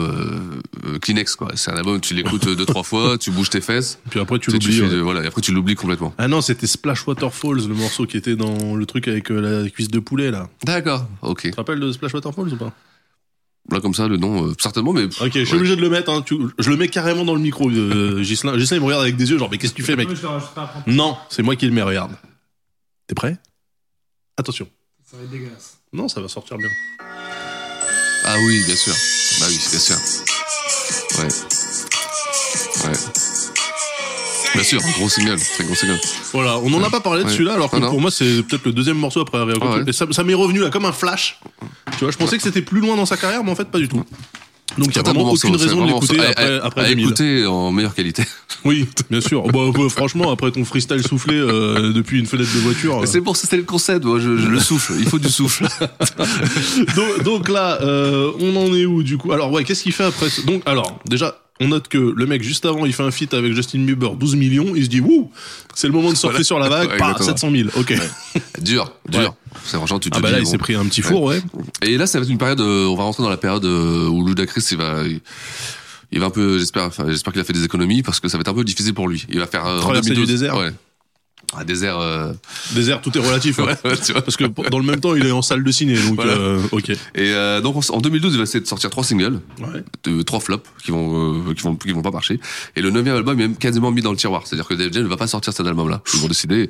[SPEAKER 3] euh, euh, Kleenex, quoi. C'est un album, tu l'écoutes euh, deux, trois fois, tu bouges tes fesses.
[SPEAKER 2] Puis après, tu
[SPEAKER 3] fais,
[SPEAKER 2] l'oublies, ouais.
[SPEAKER 3] euh, Voilà, et après, tu l'oublies complètement.
[SPEAKER 2] Ah non, c'était Splash Waterfalls, le morceau qui était dans le truc avec euh, la cuisse de poulet, là.
[SPEAKER 3] D'accord, ok.
[SPEAKER 2] Tu te rappelles de Splash Waterfalls ou pas
[SPEAKER 3] Là, comme ça, le nom, euh, certainement, mais.
[SPEAKER 2] Ok, je suis obligé de le mettre, hein, tu- je le mets carrément dans le micro, euh, Gislain. Gislain, il me regarde avec des yeux, genre, mais qu'est-ce que tu fais, mec Non, c'est moi qui le mets, regarde. T'es prêt Attention.
[SPEAKER 11] Ça va être dégueulasse.
[SPEAKER 2] Non, ça va sortir bien.
[SPEAKER 3] Ah oui, bien sûr. Bah oui, bien sûr. Ouais. Ouais. Bien sûr, gros signal, très gros signal.
[SPEAKER 2] Voilà, on n'en a pas parlé de
[SPEAKER 3] Ouais.
[SPEAKER 2] celui-là, alors que
[SPEAKER 3] Ah non. Ah
[SPEAKER 2] pour moi, c'est peut-être le deuxième morceau après Area Control.
[SPEAKER 3] ouais.
[SPEAKER 2] Et ça, ça m'est revenu là comme un flash. Tu vois, je pensais que c'était plus loin dans sa carrière, mais en fait, pas du tout. Donc, il n'y a
[SPEAKER 3] Très, très
[SPEAKER 2] vraiment
[SPEAKER 3] bon morceau,
[SPEAKER 2] aucune
[SPEAKER 3] c'est
[SPEAKER 2] raison de
[SPEAKER 3] vraiment-
[SPEAKER 2] l'écouter
[SPEAKER 3] à- à-
[SPEAKER 2] après, après
[SPEAKER 3] à
[SPEAKER 2] 2000.
[SPEAKER 3] écouter en meilleure qualité.
[SPEAKER 2] Oui, bien sûr. Bah, bah, franchement, après ton freestyle soufflé euh, depuis une fenêtre de voiture.
[SPEAKER 3] Mais
[SPEAKER 2] euh,
[SPEAKER 3] C'est pour ça, c'était le concept, moi, je, je le souffle, il faut du souffle.
[SPEAKER 2] donc, donc là, euh, on en est où du coup Alors ouais, qu'est-ce qu'il fait après ce- Donc alors, déjà, on note que le mec juste avant, il fait un feat avec Justin Bieber, 12 millions, il se dit wouh, c'est le moment de surfer
[SPEAKER 3] Voilà.
[SPEAKER 2] sur la vague,
[SPEAKER 3] Ouais,
[SPEAKER 2] pah, 700
[SPEAKER 3] exactement.
[SPEAKER 2] 000, ok.
[SPEAKER 3] Dur, dur. C'est franchement, tu te
[SPEAKER 2] Ah bah
[SPEAKER 3] dis,
[SPEAKER 2] là, il
[SPEAKER 3] bon.
[SPEAKER 2] s'est pris un petit four, ouais.
[SPEAKER 3] Et là, ça va être une période. euh, on va rentrer dans la période euh, où Ludacris, il va, il, il va un peu. J'espère, enfin, j'espère qu'il a fait des économies parce que ça va être un peu difficile pour lui. Il va faire euh, en
[SPEAKER 2] Traverser du
[SPEAKER 3] 2012,
[SPEAKER 2] désert.
[SPEAKER 3] Ouais. Un désert. euh,
[SPEAKER 2] Désert, tout est relatif, ouais.
[SPEAKER 3] ouais, tu vois.
[SPEAKER 2] Parce que pour- dans le même temps, il est en salle de ciné, donc
[SPEAKER 3] Voilà.
[SPEAKER 2] euh, ok.
[SPEAKER 3] Et euh, donc en en 2012, il va essayer de sortir trois singles,
[SPEAKER 2] Ouais.
[SPEAKER 3] de- trois flops qui vont, euh, qui vont, qui vont pas marcher. Et le neuvième album est même quasiment mis dans le tiroir. C'est-à-dire que Dave Jam ne va pas sortir cet album-là. Ils vont décider.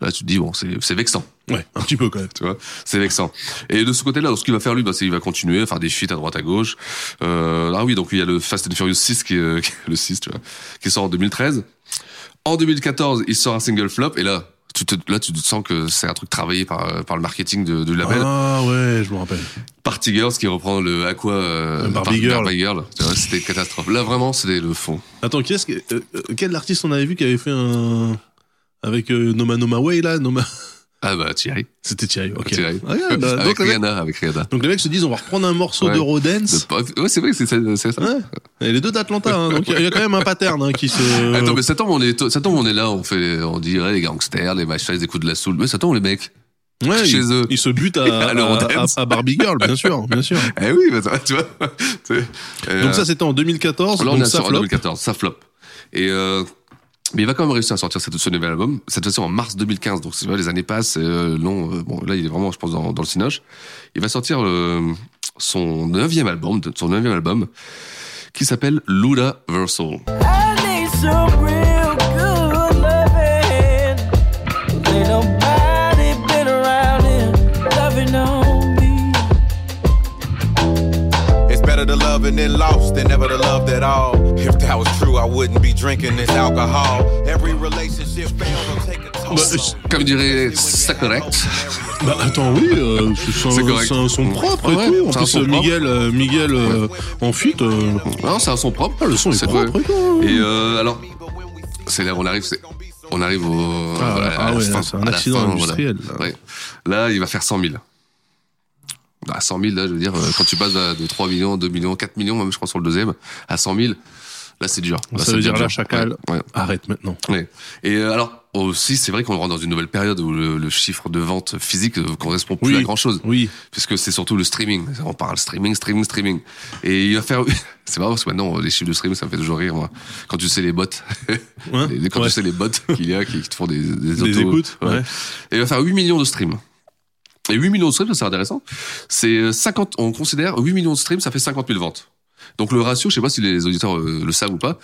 [SPEAKER 3] Là, tu te dis bon, c'est c'est vexant.
[SPEAKER 2] Ouais, un petit peu quand même.
[SPEAKER 3] tu vois c'est vexant et de ce côté là alors ce qu'il va faire lui bah, c'est qu'il va continuer à faire des feats à droite à gauche euh, ah oui donc il y a le Fast and Furious 6 qui est, euh, qui est le 6 tu vois qui sort en 2013 en 2014 il sort un single flop et là tu te, là tu te sens que c'est un truc travaillé par, euh, par le marketing de, du label
[SPEAKER 2] Ah ouais, je me rappelle.
[SPEAKER 3] Party Girls qui reprend le à quoi euh,
[SPEAKER 2] Le Barbie
[SPEAKER 3] Barbie
[SPEAKER 2] Girl.
[SPEAKER 3] Barbie Girl Tu vois, c'était une catastrophe là vraiment c'était le fond
[SPEAKER 2] Attends, qui est-ce que, euh, euh, quel artiste on avait vu qui avait fait un... Avec euh, Noma Noma Way, là Noma...
[SPEAKER 3] ah bah Thierry
[SPEAKER 2] C'était Thierry, ok.
[SPEAKER 3] Thierry
[SPEAKER 2] Ah, yeah, bah, donc,
[SPEAKER 3] avec
[SPEAKER 2] le mec-
[SPEAKER 3] Rihanna avec Rihanna
[SPEAKER 2] donc les mecs se disent, on va reprendre un morceau
[SPEAKER 3] Ouais.
[SPEAKER 2] de Rodance.
[SPEAKER 3] Le- ouais c'est vrai que c'est c'est- c'est ça
[SPEAKER 2] Ouais. Et les deux d'Atlanta, hein, donc il y, a quand même un pattern hein, qui se.
[SPEAKER 3] Attends, mais ça tombe, on est, ça tombe, on est là, on fait, on dirait les gangsters, les machins, les coups de la soul. Mais ça tombe, les mecs.
[SPEAKER 2] ouais,
[SPEAKER 3] chez
[SPEAKER 2] ils,
[SPEAKER 3] eux.
[SPEAKER 2] ils se butent à,
[SPEAKER 3] À leur
[SPEAKER 2] à-
[SPEAKER 3] dance.
[SPEAKER 2] à- à Barbie Girl, bien sûr, bien sûr.
[SPEAKER 3] Eh oui, bah, ça, tu vois. tu sais. Euh,
[SPEAKER 2] Donc ça c'était en 2014,
[SPEAKER 3] là, on
[SPEAKER 2] donc
[SPEAKER 3] est
[SPEAKER 2] ça
[SPEAKER 3] sur- en
[SPEAKER 2] flop.
[SPEAKER 3] 2014, ça flop. Et, euh, mais il va quand même réussir à sortir cette- ce nouvel album. Cette fois-ci en mars 2015. Donc, c'est vrai, les années passent. Euh, non, euh, bon, là, il est vraiment, je pense, dans, dans le cinoche. Il va sortir euh, son neuvième album, de- son neuvième album, qui s'appelle Lula Versal.
[SPEAKER 13] I need some real good loving. Ain't nobody been around here loving on me.
[SPEAKER 4] It's better to love and then lost than never to love at all. If that was true, I wouldn't be drinking this alcohol. Every relationship failed will take a toll.
[SPEAKER 3] Comme dirait ça correct.
[SPEAKER 2] Bah attends, oui, euh, c'est
[SPEAKER 3] C'est
[SPEAKER 2] un,
[SPEAKER 3] correct.
[SPEAKER 2] c'est un son propre et
[SPEAKER 3] Ouais,
[SPEAKER 2] tout. En
[SPEAKER 3] c'est un
[SPEAKER 2] plus,
[SPEAKER 3] son
[SPEAKER 2] euh,
[SPEAKER 3] propre.
[SPEAKER 2] Miguel, euh, Miguel euh, en fuite. euh,
[SPEAKER 3] Non, Hein, c'est un son propre.
[SPEAKER 2] Ah, le son est propre,
[SPEAKER 3] vrai.
[SPEAKER 2] et tout.
[SPEAKER 3] Et euh, alors, c'est là où on arrive, c'est- on arrive au.
[SPEAKER 2] Ah,
[SPEAKER 3] voilà,
[SPEAKER 2] ah
[SPEAKER 3] à la
[SPEAKER 2] ouais,
[SPEAKER 3] fin,
[SPEAKER 2] là, c'est un
[SPEAKER 3] à la
[SPEAKER 2] accident
[SPEAKER 3] fin, voilà.
[SPEAKER 2] industriel, là.
[SPEAKER 3] Ouais. Là, il va faire 100 000. À 100 000, là, je veux dire, euh, quand tu passes à- de 3 millions, 2 millions, 4 millions, même je crois sur le deuxième, à 100 000, là, c'est dur. Là,
[SPEAKER 2] ça,
[SPEAKER 3] c'est
[SPEAKER 2] veut dire
[SPEAKER 3] bien
[SPEAKER 2] là,
[SPEAKER 3] dur.
[SPEAKER 2] chacal,
[SPEAKER 3] Ouais, ouais.
[SPEAKER 2] arrête maintenant.
[SPEAKER 3] Ouais. Et euh, alors aussi, c'est vrai qu'on rentre dans une nouvelle période où le, le chiffre de vente physique ne correspond plus
[SPEAKER 2] Oui.
[SPEAKER 3] à grand chose,
[SPEAKER 2] Oui.
[SPEAKER 3] puisque c'est surtout le streaming. On parle streaming, streaming, streaming. Et il va faire. C'est marrant parce que maintenant les chiffres de streaming, ça me fait toujours rire. Moi, quand tu sais les bots,
[SPEAKER 2] Hein
[SPEAKER 3] Et quand
[SPEAKER 2] Ouais.
[SPEAKER 3] tu sais les bots qu'il y a qui, qui te font des des,
[SPEAKER 2] Des
[SPEAKER 3] autos-
[SPEAKER 2] écoutes, ouais.
[SPEAKER 3] Et il va faire 8 millions de streams. Et 8 millions de streams, ça c'est intéressant. C'est euh, 50. On considère 8 millions de streams, ça fait 50 000 ventes. Donc le ratio, je sais pas si les auditeurs euh, le savent ou pas,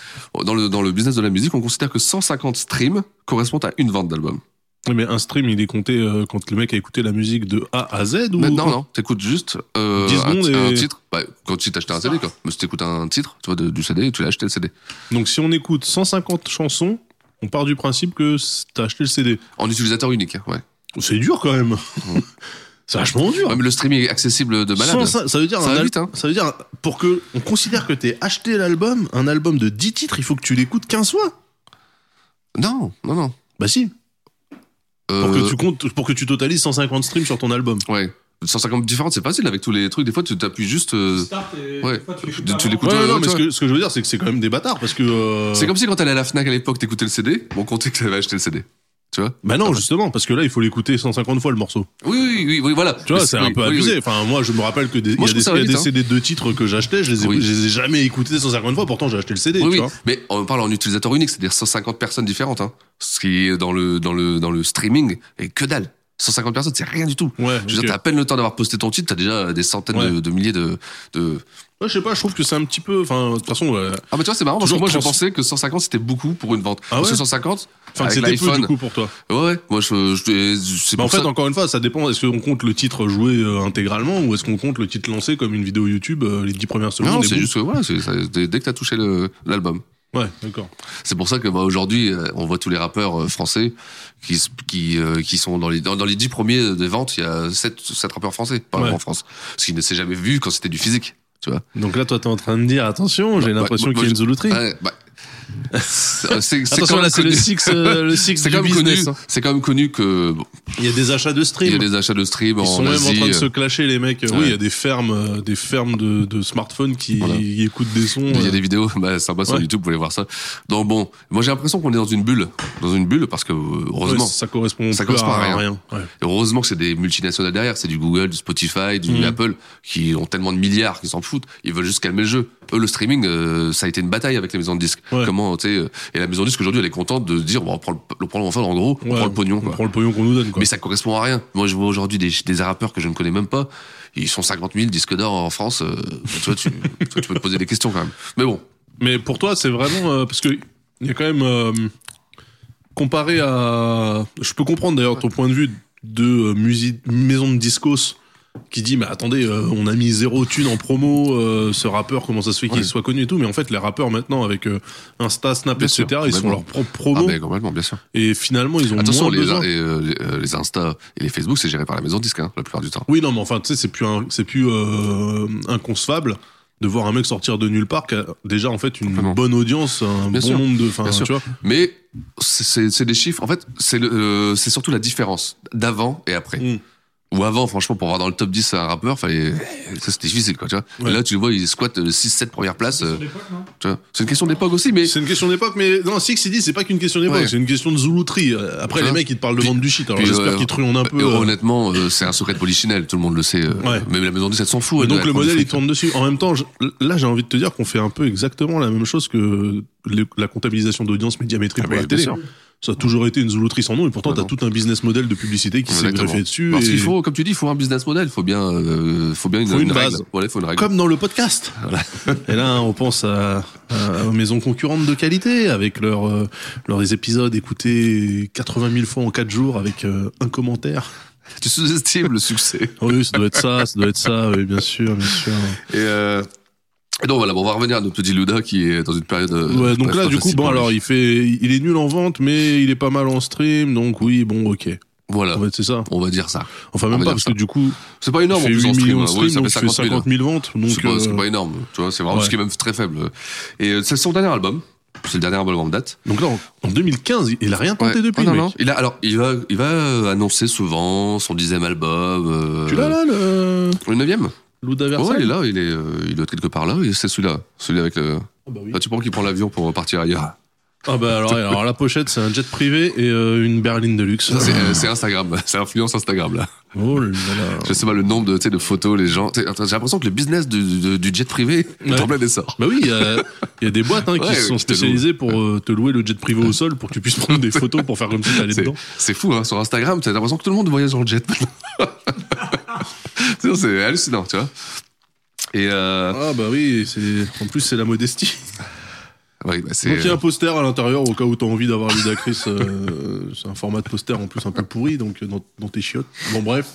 [SPEAKER 3] dans le, dans le business de la musique, on considère que 150 streams correspondent à une vente d'album.
[SPEAKER 2] Oui, mais un stream, il est compté euh, quand le mec a écouté la musique de A à Z ou
[SPEAKER 3] Mais non, non, t'écoutes juste euh,
[SPEAKER 2] 10
[SPEAKER 3] un,
[SPEAKER 2] secondes
[SPEAKER 3] un
[SPEAKER 2] et-
[SPEAKER 3] titre. Bah, quand tu t'achètes un CD, quoi. Mais si t'écoutes un titre, tu vois, de- du CD, tu l'as acheté le CD.
[SPEAKER 2] Donc si on écoute 150 chansons, on part du principe que c- t'as acheté le CD.
[SPEAKER 3] En utilisateur unique, hein, ouais.
[SPEAKER 2] C'est dur quand même. C'est vachement dur.
[SPEAKER 3] Ouais, mais le streaming est accessible de malade.
[SPEAKER 2] 105 Ah. ça veut dire
[SPEAKER 3] Ça
[SPEAKER 2] un
[SPEAKER 3] va
[SPEAKER 2] al-
[SPEAKER 3] vite, hein.
[SPEAKER 2] ça veut dire pour que on considère que t'es acheté l'album, un album de 10 titres, il faut que tu l'écoutes 15 fois.
[SPEAKER 3] Non, non, non.
[SPEAKER 2] Bah si. Pour
[SPEAKER 3] Euh,
[SPEAKER 2] que tu comptes pour que tu totalises 150 streams sur ton album.
[SPEAKER 3] Ouais. 150 différentes, c'est facile avec tous les trucs. Des fois, tu t'appuies juste. euh, ouais. Tu- Tu l'écoutes.
[SPEAKER 2] Ouais,
[SPEAKER 3] euh,
[SPEAKER 2] non,
[SPEAKER 3] tu
[SPEAKER 2] mais ce
[SPEAKER 3] vois.
[SPEAKER 2] que, ce que je veux dire, c'est que c'est quand même des bâtards parce que. euh,
[SPEAKER 3] C'est comme si quand t'allais à la Fnac à l'époque, t'écoutais le CD. Bon, comptait que t'avais acheté le CD. Tu vois
[SPEAKER 2] Bah non, justement, parce que là, il faut l'écouter 150 fois le morceau.
[SPEAKER 3] Oui, oui, oui, oui, voilà.
[SPEAKER 2] Tu vois, c'est un peu abusé. Enfin, moi, je me rappelle que des, il y
[SPEAKER 3] Moi,
[SPEAKER 2] a
[SPEAKER 3] je trouve
[SPEAKER 2] des, il
[SPEAKER 3] ça
[SPEAKER 2] y a
[SPEAKER 3] vite,
[SPEAKER 2] des
[SPEAKER 3] hein.
[SPEAKER 2] CD de titres que j'achetais, je les, écoute-
[SPEAKER 3] Oui.
[SPEAKER 2] je les ai jamais écoutés 150 fois, pourtant j'ai acheté le CD,
[SPEAKER 3] Oui,
[SPEAKER 2] tu
[SPEAKER 3] oui.
[SPEAKER 2] vois.
[SPEAKER 3] Mais on parle en utilisateur unique, c'est-à-dire 150 personnes différentes. Hein. Ce qui est dans le, dans le, dans le streaming est que dalle. 150 personnes, c'est rien du tout.
[SPEAKER 2] Ouais,
[SPEAKER 3] Je veux
[SPEAKER 2] ok.
[SPEAKER 3] dire, t'as à peine le temps d'avoir posté ton titre, t'as déjà des centaines
[SPEAKER 2] Ouais.
[SPEAKER 3] de, de milliers de, de.
[SPEAKER 2] Ouais, je sais pas, je trouve que c'est un petit peu. Enfin, de toute façon. euh,
[SPEAKER 3] Ah, mais tu vois, c'est marrant parce que
[SPEAKER 2] Toujours
[SPEAKER 3] moi, je
[SPEAKER 2] trans-
[SPEAKER 3] pensais que 150 c'était beaucoup pour une vente.
[SPEAKER 2] Ah
[SPEAKER 3] Parce que
[SPEAKER 2] ouais
[SPEAKER 3] 150,
[SPEAKER 2] Enfin, que
[SPEAKER 3] avec
[SPEAKER 2] c'était peu
[SPEAKER 3] l'iPhone.
[SPEAKER 2] du coup pour toi.
[SPEAKER 3] Ouais, ouais. Moi, je, je, je- c'est
[SPEAKER 2] Bah, en
[SPEAKER 3] pour
[SPEAKER 2] fait,
[SPEAKER 3] ça-
[SPEAKER 2] encore une fois, ça dépend. Est-ce qu'on compte le titre joué euh, intégralement ou est-ce qu'on compte le titre lancé comme une vidéo YouTube euh, les 10 premières secondes
[SPEAKER 3] Non,
[SPEAKER 2] et
[SPEAKER 3] c'est
[SPEAKER 2] boum
[SPEAKER 3] juste que voilà, c'est- ça- dès, dès que t'as touché le- l'album.
[SPEAKER 2] Ouais, d'accord.
[SPEAKER 3] C'est pour ça que bah, aujourd'hui, euh, on voit tous les rappeurs euh, français qui, s- qui, euh, qui sont dans les, dans, dans les 10 premiers des ventes, il y a 7, rappeurs français par
[SPEAKER 2] Ouais.
[SPEAKER 3] exemple, en France. Ce qui ne s'est jamais vu quand c'était du physique, tu vois.
[SPEAKER 2] Donc là, toi, t'es en train de dire attention, j'ai l'impression
[SPEAKER 3] Ouais,
[SPEAKER 2] qu'il y a
[SPEAKER 3] moi,
[SPEAKER 2] une
[SPEAKER 3] je-
[SPEAKER 2] zoulouterie.
[SPEAKER 3] Ouais, bah, c'est- euh, c'est c'est
[SPEAKER 2] Attention,
[SPEAKER 3] quand même
[SPEAKER 2] là, Ah, c'est le
[SPEAKER 3] connu-
[SPEAKER 2] six, euh, le six
[SPEAKER 3] C'est
[SPEAKER 2] du
[SPEAKER 3] quand même connu-
[SPEAKER 2] business, hein.
[SPEAKER 3] C'est quand même connu que bon,
[SPEAKER 2] Il y a des achats de
[SPEAKER 3] il y a
[SPEAKER 2] stream.
[SPEAKER 3] des achats de stream en
[SPEAKER 2] Ils sont même en
[SPEAKER 3] Asie,
[SPEAKER 2] train de
[SPEAKER 3] euh,
[SPEAKER 2] se clasher, les mecs. Oui, il y a des fermes, euh, des fermes de, de smartphones qui qui écoutent des sons.
[SPEAKER 3] Il y a
[SPEAKER 2] euh,
[SPEAKER 3] des vidéos, bah, sympa sur
[SPEAKER 2] Ouais.
[SPEAKER 3] YouTube, vous pouvez voir ça. Donc bon, moi j'ai l'impression qu'on est dans une bulle, dans une bulle parce que euh, heureusement,
[SPEAKER 2] ouais, ça correspond,
[SPEAKER 3] ça
[SPEAKER 2] plus
[SPEAKER 3] correspond à rien.
[SPEAKER 2] Ouais.
[SPEAKER 3] Et heureusement que c'est des multinationales derrière, c'est du Google, du Spotify, du
[SPEAKER 2] Mhm.
[SPEAKER 3] Apple, qui ont tellement de milliards qu'ils s'en foutent. Ils veulent juste calmer le jeu. Eux, le streaming, euh, ça a été une bataille avec les maisons de disques.
[SPEAKER 2] Ouais.
[SPEAKER 3] Comment, tu sais, euh, et la maison de disques aujourd'hui, elle est contente de se dire, bon, on prend le, on prend- enfin, en gros, on
[SPEAKER 2] Ouais,
[SPEAKER 3] prend le pognon.
[SPEAKER 2] On
[SPEAKER 3] quoi.
[SPEAKER 2] prend le pognon qu'on nous donne. Quoi.
[SPEAKER 3] Mais ça correspond à rien. Moi, je vois aujourd'hui des, des rappeurs que je ne connais même pas. Ils sont 50 000 disques d'or en France. euh, tu vois, tu, tu peux te poser des questions quand même. Mais bon,
[SPEAKER 2] Mais pour toi, c'est vraiment euh, parce que il y a quand même euh, comparé à. Je peux comprendre d'ailleurs ton point de vue de euh, musi- maison de discos qui dit mais attendez, euh, on a mis zéro thune en promo, euh, ce rappeur comment ça se fait qu'il
[SPEAKER 3] Ouais.
[SPEAKER 2] soit connu et tout. Mais en fait, les rappeurs maintenant avec euh, Insta, Snap,
[SPEAKER 3] Bien
[SPEAKER 2] etc.
[SPEAKER 3] sûr,
[SPEAKER 2] ils sont
[SPEAKER 3] complètement.
[SPEAKER 2] leur propre promo
[SPEAKER 3] Ah, mais complètement, bien sûr.
[SPEAKER 2] et finalement ils ont
[SPEAKER 3] Attention,
[SPEAKER 2] moins
[SPEAKER 3] les,
[SPEAKER 2] besoin.
[SPEAKER 3] et, euh, les, euh, les Insta et les Facebook, c'est géré par la maison de disques, hein, la plupart du temps.
[SPEAKER 2] Oui, non, mais enfin, tu sais, c'est plus, un- c'est plus euh, inconcevable de voir un mec sortir de nulle part qui a déjà en fait une
[SPEAKER 3] Complètement.
[SPEAKER 2] bonne audience, un
[SPEAKER 3] Bien
[SPEAKER 2] bon
[SPEAKER 3] sûr.
[SPEAKER 2] nombre de. Enfin,
[SPEAKER 3] Bien sûr.
[SPEAKER 2] tu vois.
[SPEAKER 3] Mais c'est- c'est c'est des chiffres. En fait, c'est le, euh, c'est surtout la différence d'avant et après.
[SPEAKER 2] Mm.
[SPEAKER 3] Ou avant, franchement, pour voir dans le top 10 un rappeur, fallait, ça c'était difficile, quoi, tu vois.
[SPEAKER 2] Ouais.
[SPEAKER 3] Et là, tu le vois, il squatte 6-7 premières places. euh, tu vois. C'est une question d'époque aussi, mais.
[SPEAKER 2] C'est une question d'époque, mais non, Six, il dit, c'est pas qu'une question d'époque,
[SPEAKER 3] Ouais.
[SPEAKER 2] c'est une question de zoulouterie. Euh, Après,
[SPEAKER 3] Tu
[SPEAKER 2] les
[SPEAKER 3] vois
[SPEAKER 2] mecs, ils te parlent de vendre du shit, alors
[SPEAKER 3] Puis,
[SPEAKER 2] j'espère
[SPEAKER 3] euh,
[SPEAKER 2] qu'ils truandent un peu.
[SPEAKER 3] et
[SPEAKER 2] euh,
[SPEAKER 3] honnêtement, euh, c'est un secret de polichinelle, tout le monde le sait. euh,
[SPEAKER 2] Ouais.
[SPEAKER 3] Même la maison de 10, elle s'en fout.
[SPEAKER 2] mais
[SPEAKER 3] elle,
[SPEAKER 2] donc
[SPEAKER 3] elle
[SPEAKER 2] le
[SPEAKER 3] prend du
[SPEAKER 2] modèle, il
[SPEAKER 3] fric.
[SPEAKER 2] tourne dessus. En même temps, je- là, j'ai envie de te dire qu'on fait un peu exactement la même chose que le- la comptabilisation d'audience médiamétrique
[SPEAKER 3] Ah,
[SPEAKER 2] pour
[SPEAKER 3] mais
[SPEAKER 2] la
[SPEAKER 3] bien
[SPEAKER 2] télé.
[SPEAKER 3] sûr.
[SPEAKER 2] Ça a toujours été une zoulouterie sans nom, et pourtant,
[SPEAKER 3] Ah,
[SPEAKER 2] t'as
[SPEAKER 3] non.
[SPEAKER 2] tout un business model de publicité qui s'est
[SPEAKER 3] Exactement.
[SPEAKER 2] greffé dessus.
[SPEAKER 3] Parce
[SPEAKER 2] et-
[SPEAKER 3] qu'il faut, comme tu dis, il faut un business model, il faut bien, euh, faut bien une,
[SPEAKER 2] Faut une
[SPEAKER 3] règle.
[SPEAKER 2] base.
[SPEAKER 3] Voilà, il faut une règle.
[SPEAKER 2] Comme dans le podcast. Et là, on pense à, à- aux maisons concurrentes de qualité, avec leurs euh, leurs épisodes écoutés 80 000 fois en 4 jours, avec euh, un commentaire.
[SPEAKER 3] Tu sous-estimes le succès.
[SPEAKER 2] Oui, ça doit être ça, ça doit être ça, oui, bien sûr, bien sûr.
[SPEAKER 3] Et, euh, et donc voilà, bon, on va revenir à notre petit Luda qui est dans une période. euh,
[SPEAKER 2] Ouais, donc
[SPEAKER 3] pas-
[SPEAKER 2] là,
[SPEAKER 3] pas
[SPEAKER 2] du coup,
[SPEAKER 3] facile
[SPEAKER 2] bon,
[SPEAKER 3] pour lui.
[SPEAKER 2] alors, il fait, il est nul en vente, mais il est pas mal en stream, donc oui, bon, ok.
[SPEAKER 3] Voilà,
[SPEAKER 2] En fait, c'est ça.
[SPEAKER 3] on va dire ça.
[SPEAKER 2] Enfin,
[SPEAKER 3] On
[SPEAKER 2] même pas,
[SPEAKER 3] va dire
[SPEAKER 2] parce
[SPEAKER 3] Ah, ça.
[SPEAKER 2] que du coup,
[SPEAKER 3] C'est pas
[SPEAKER 2] il
[SPEAKER 3] énorme en
[SPEAKER 2] fait
[SPEAKER 3] plus en
[SPEAKER 2] 8
[SPEAKER 3] stream.
[SPEAKER 2] millions
[SPEAKER 3] hein.
[SPEAKER 2] de streams,
[SPEAKER 3] Oui, ça fait hein.
[SPEAKER 2] donc tu fais
[SPEAKER 3] 50 000.
[SPEAKER 2] 50 000 ventes, donc
[SPEAKER 3] C'est pas, c'est
[SPEAKER 2] euh,
[SPEAKER 3] pas énorme, tu vois, c'est vraiment ce
[SPEAKER 2] Ouais.
[SPEAKER 3] qui est même très faible. Et euh, c'est son dernier album. C'est le dernier album en date.
[SPEAKER 2] donc là, en- en 2015, il- il a rien tenté
[SPEAKER 3] Ouais.
[SPEAKER 2] depuis,
[SPEAKER 3] Ah, non,
[SPEAKER 2] mec.
[SPEAKER 3] non. Il a, alors, il va, il va euh, annoncer souvent son dixième album. euh,
[SPEAKER 2] Tu l'as là, le
[SPEAKER 3] Le neuvième
[SPEAKER 2] Luda
[SPEAKER 3] Ouais,
[SPEAKER 2] Versailles
[SPEAKER 3] il est là, il est, euh, il doit être quelque part là. et C'est celui-là, celui avec le.
[SPEAKER 2] Ah bah oui.
[SPEAKER 3] Ah, tu penses qu'il prend l'avion pour partir ailleurs
[SPEAKER 2] Ah bah alors, alors la pochette c'est un jet privé et euh, une berline de luxe.
[SPEAKER 3] Ça, c'est euh, c'est Instagram, c'est influence Instagram là.
[SPEAKER 2] Oh là là.
[SPEAKER 3] Je sais pas le nombre de, tu sais, de photos, les gens. Tu sais, J'ai l'impression que le business du, du- du jet privé
[SPEAKER 2] Ouais.
[SPEAKER 3] est en plein essor.
[SPEAKER 2] Bah oui, il y a- il y, a des boîtes hein, qui
[SPEAKER 3] Ouais,
[SPEAKER 2] se sont
[SPEAKER 3] qui te louent.
[SPEAKER 2] spécialisées pour euh, te louer le jet privé au sol pour que tu puisses prendre des photos pour faire comme si t'allais
[SPEAKER 3] C'est-
[SPEAKER 2] dedans.
[SPEAKER 3] C'est fou, hein, sur Instagram, t'as l'impression que tout le monde voyage dans le jet maintenant. Tu sais, c'est hallucinant, tu vois. Et euh...
[SPEAKER 2] Ah bah oui, c'est en plus c'est la modestie.
[SPEAKER 3] Oui, bah, c'est
[SPEAKER 2] Donc il y a un poster à l'intérieur au cas où t'as envie d'avoir Ludacris. euh, c'est un format de poster en plus un peu pourri, donc euh, dans, dans tes chiottes. Bon bref.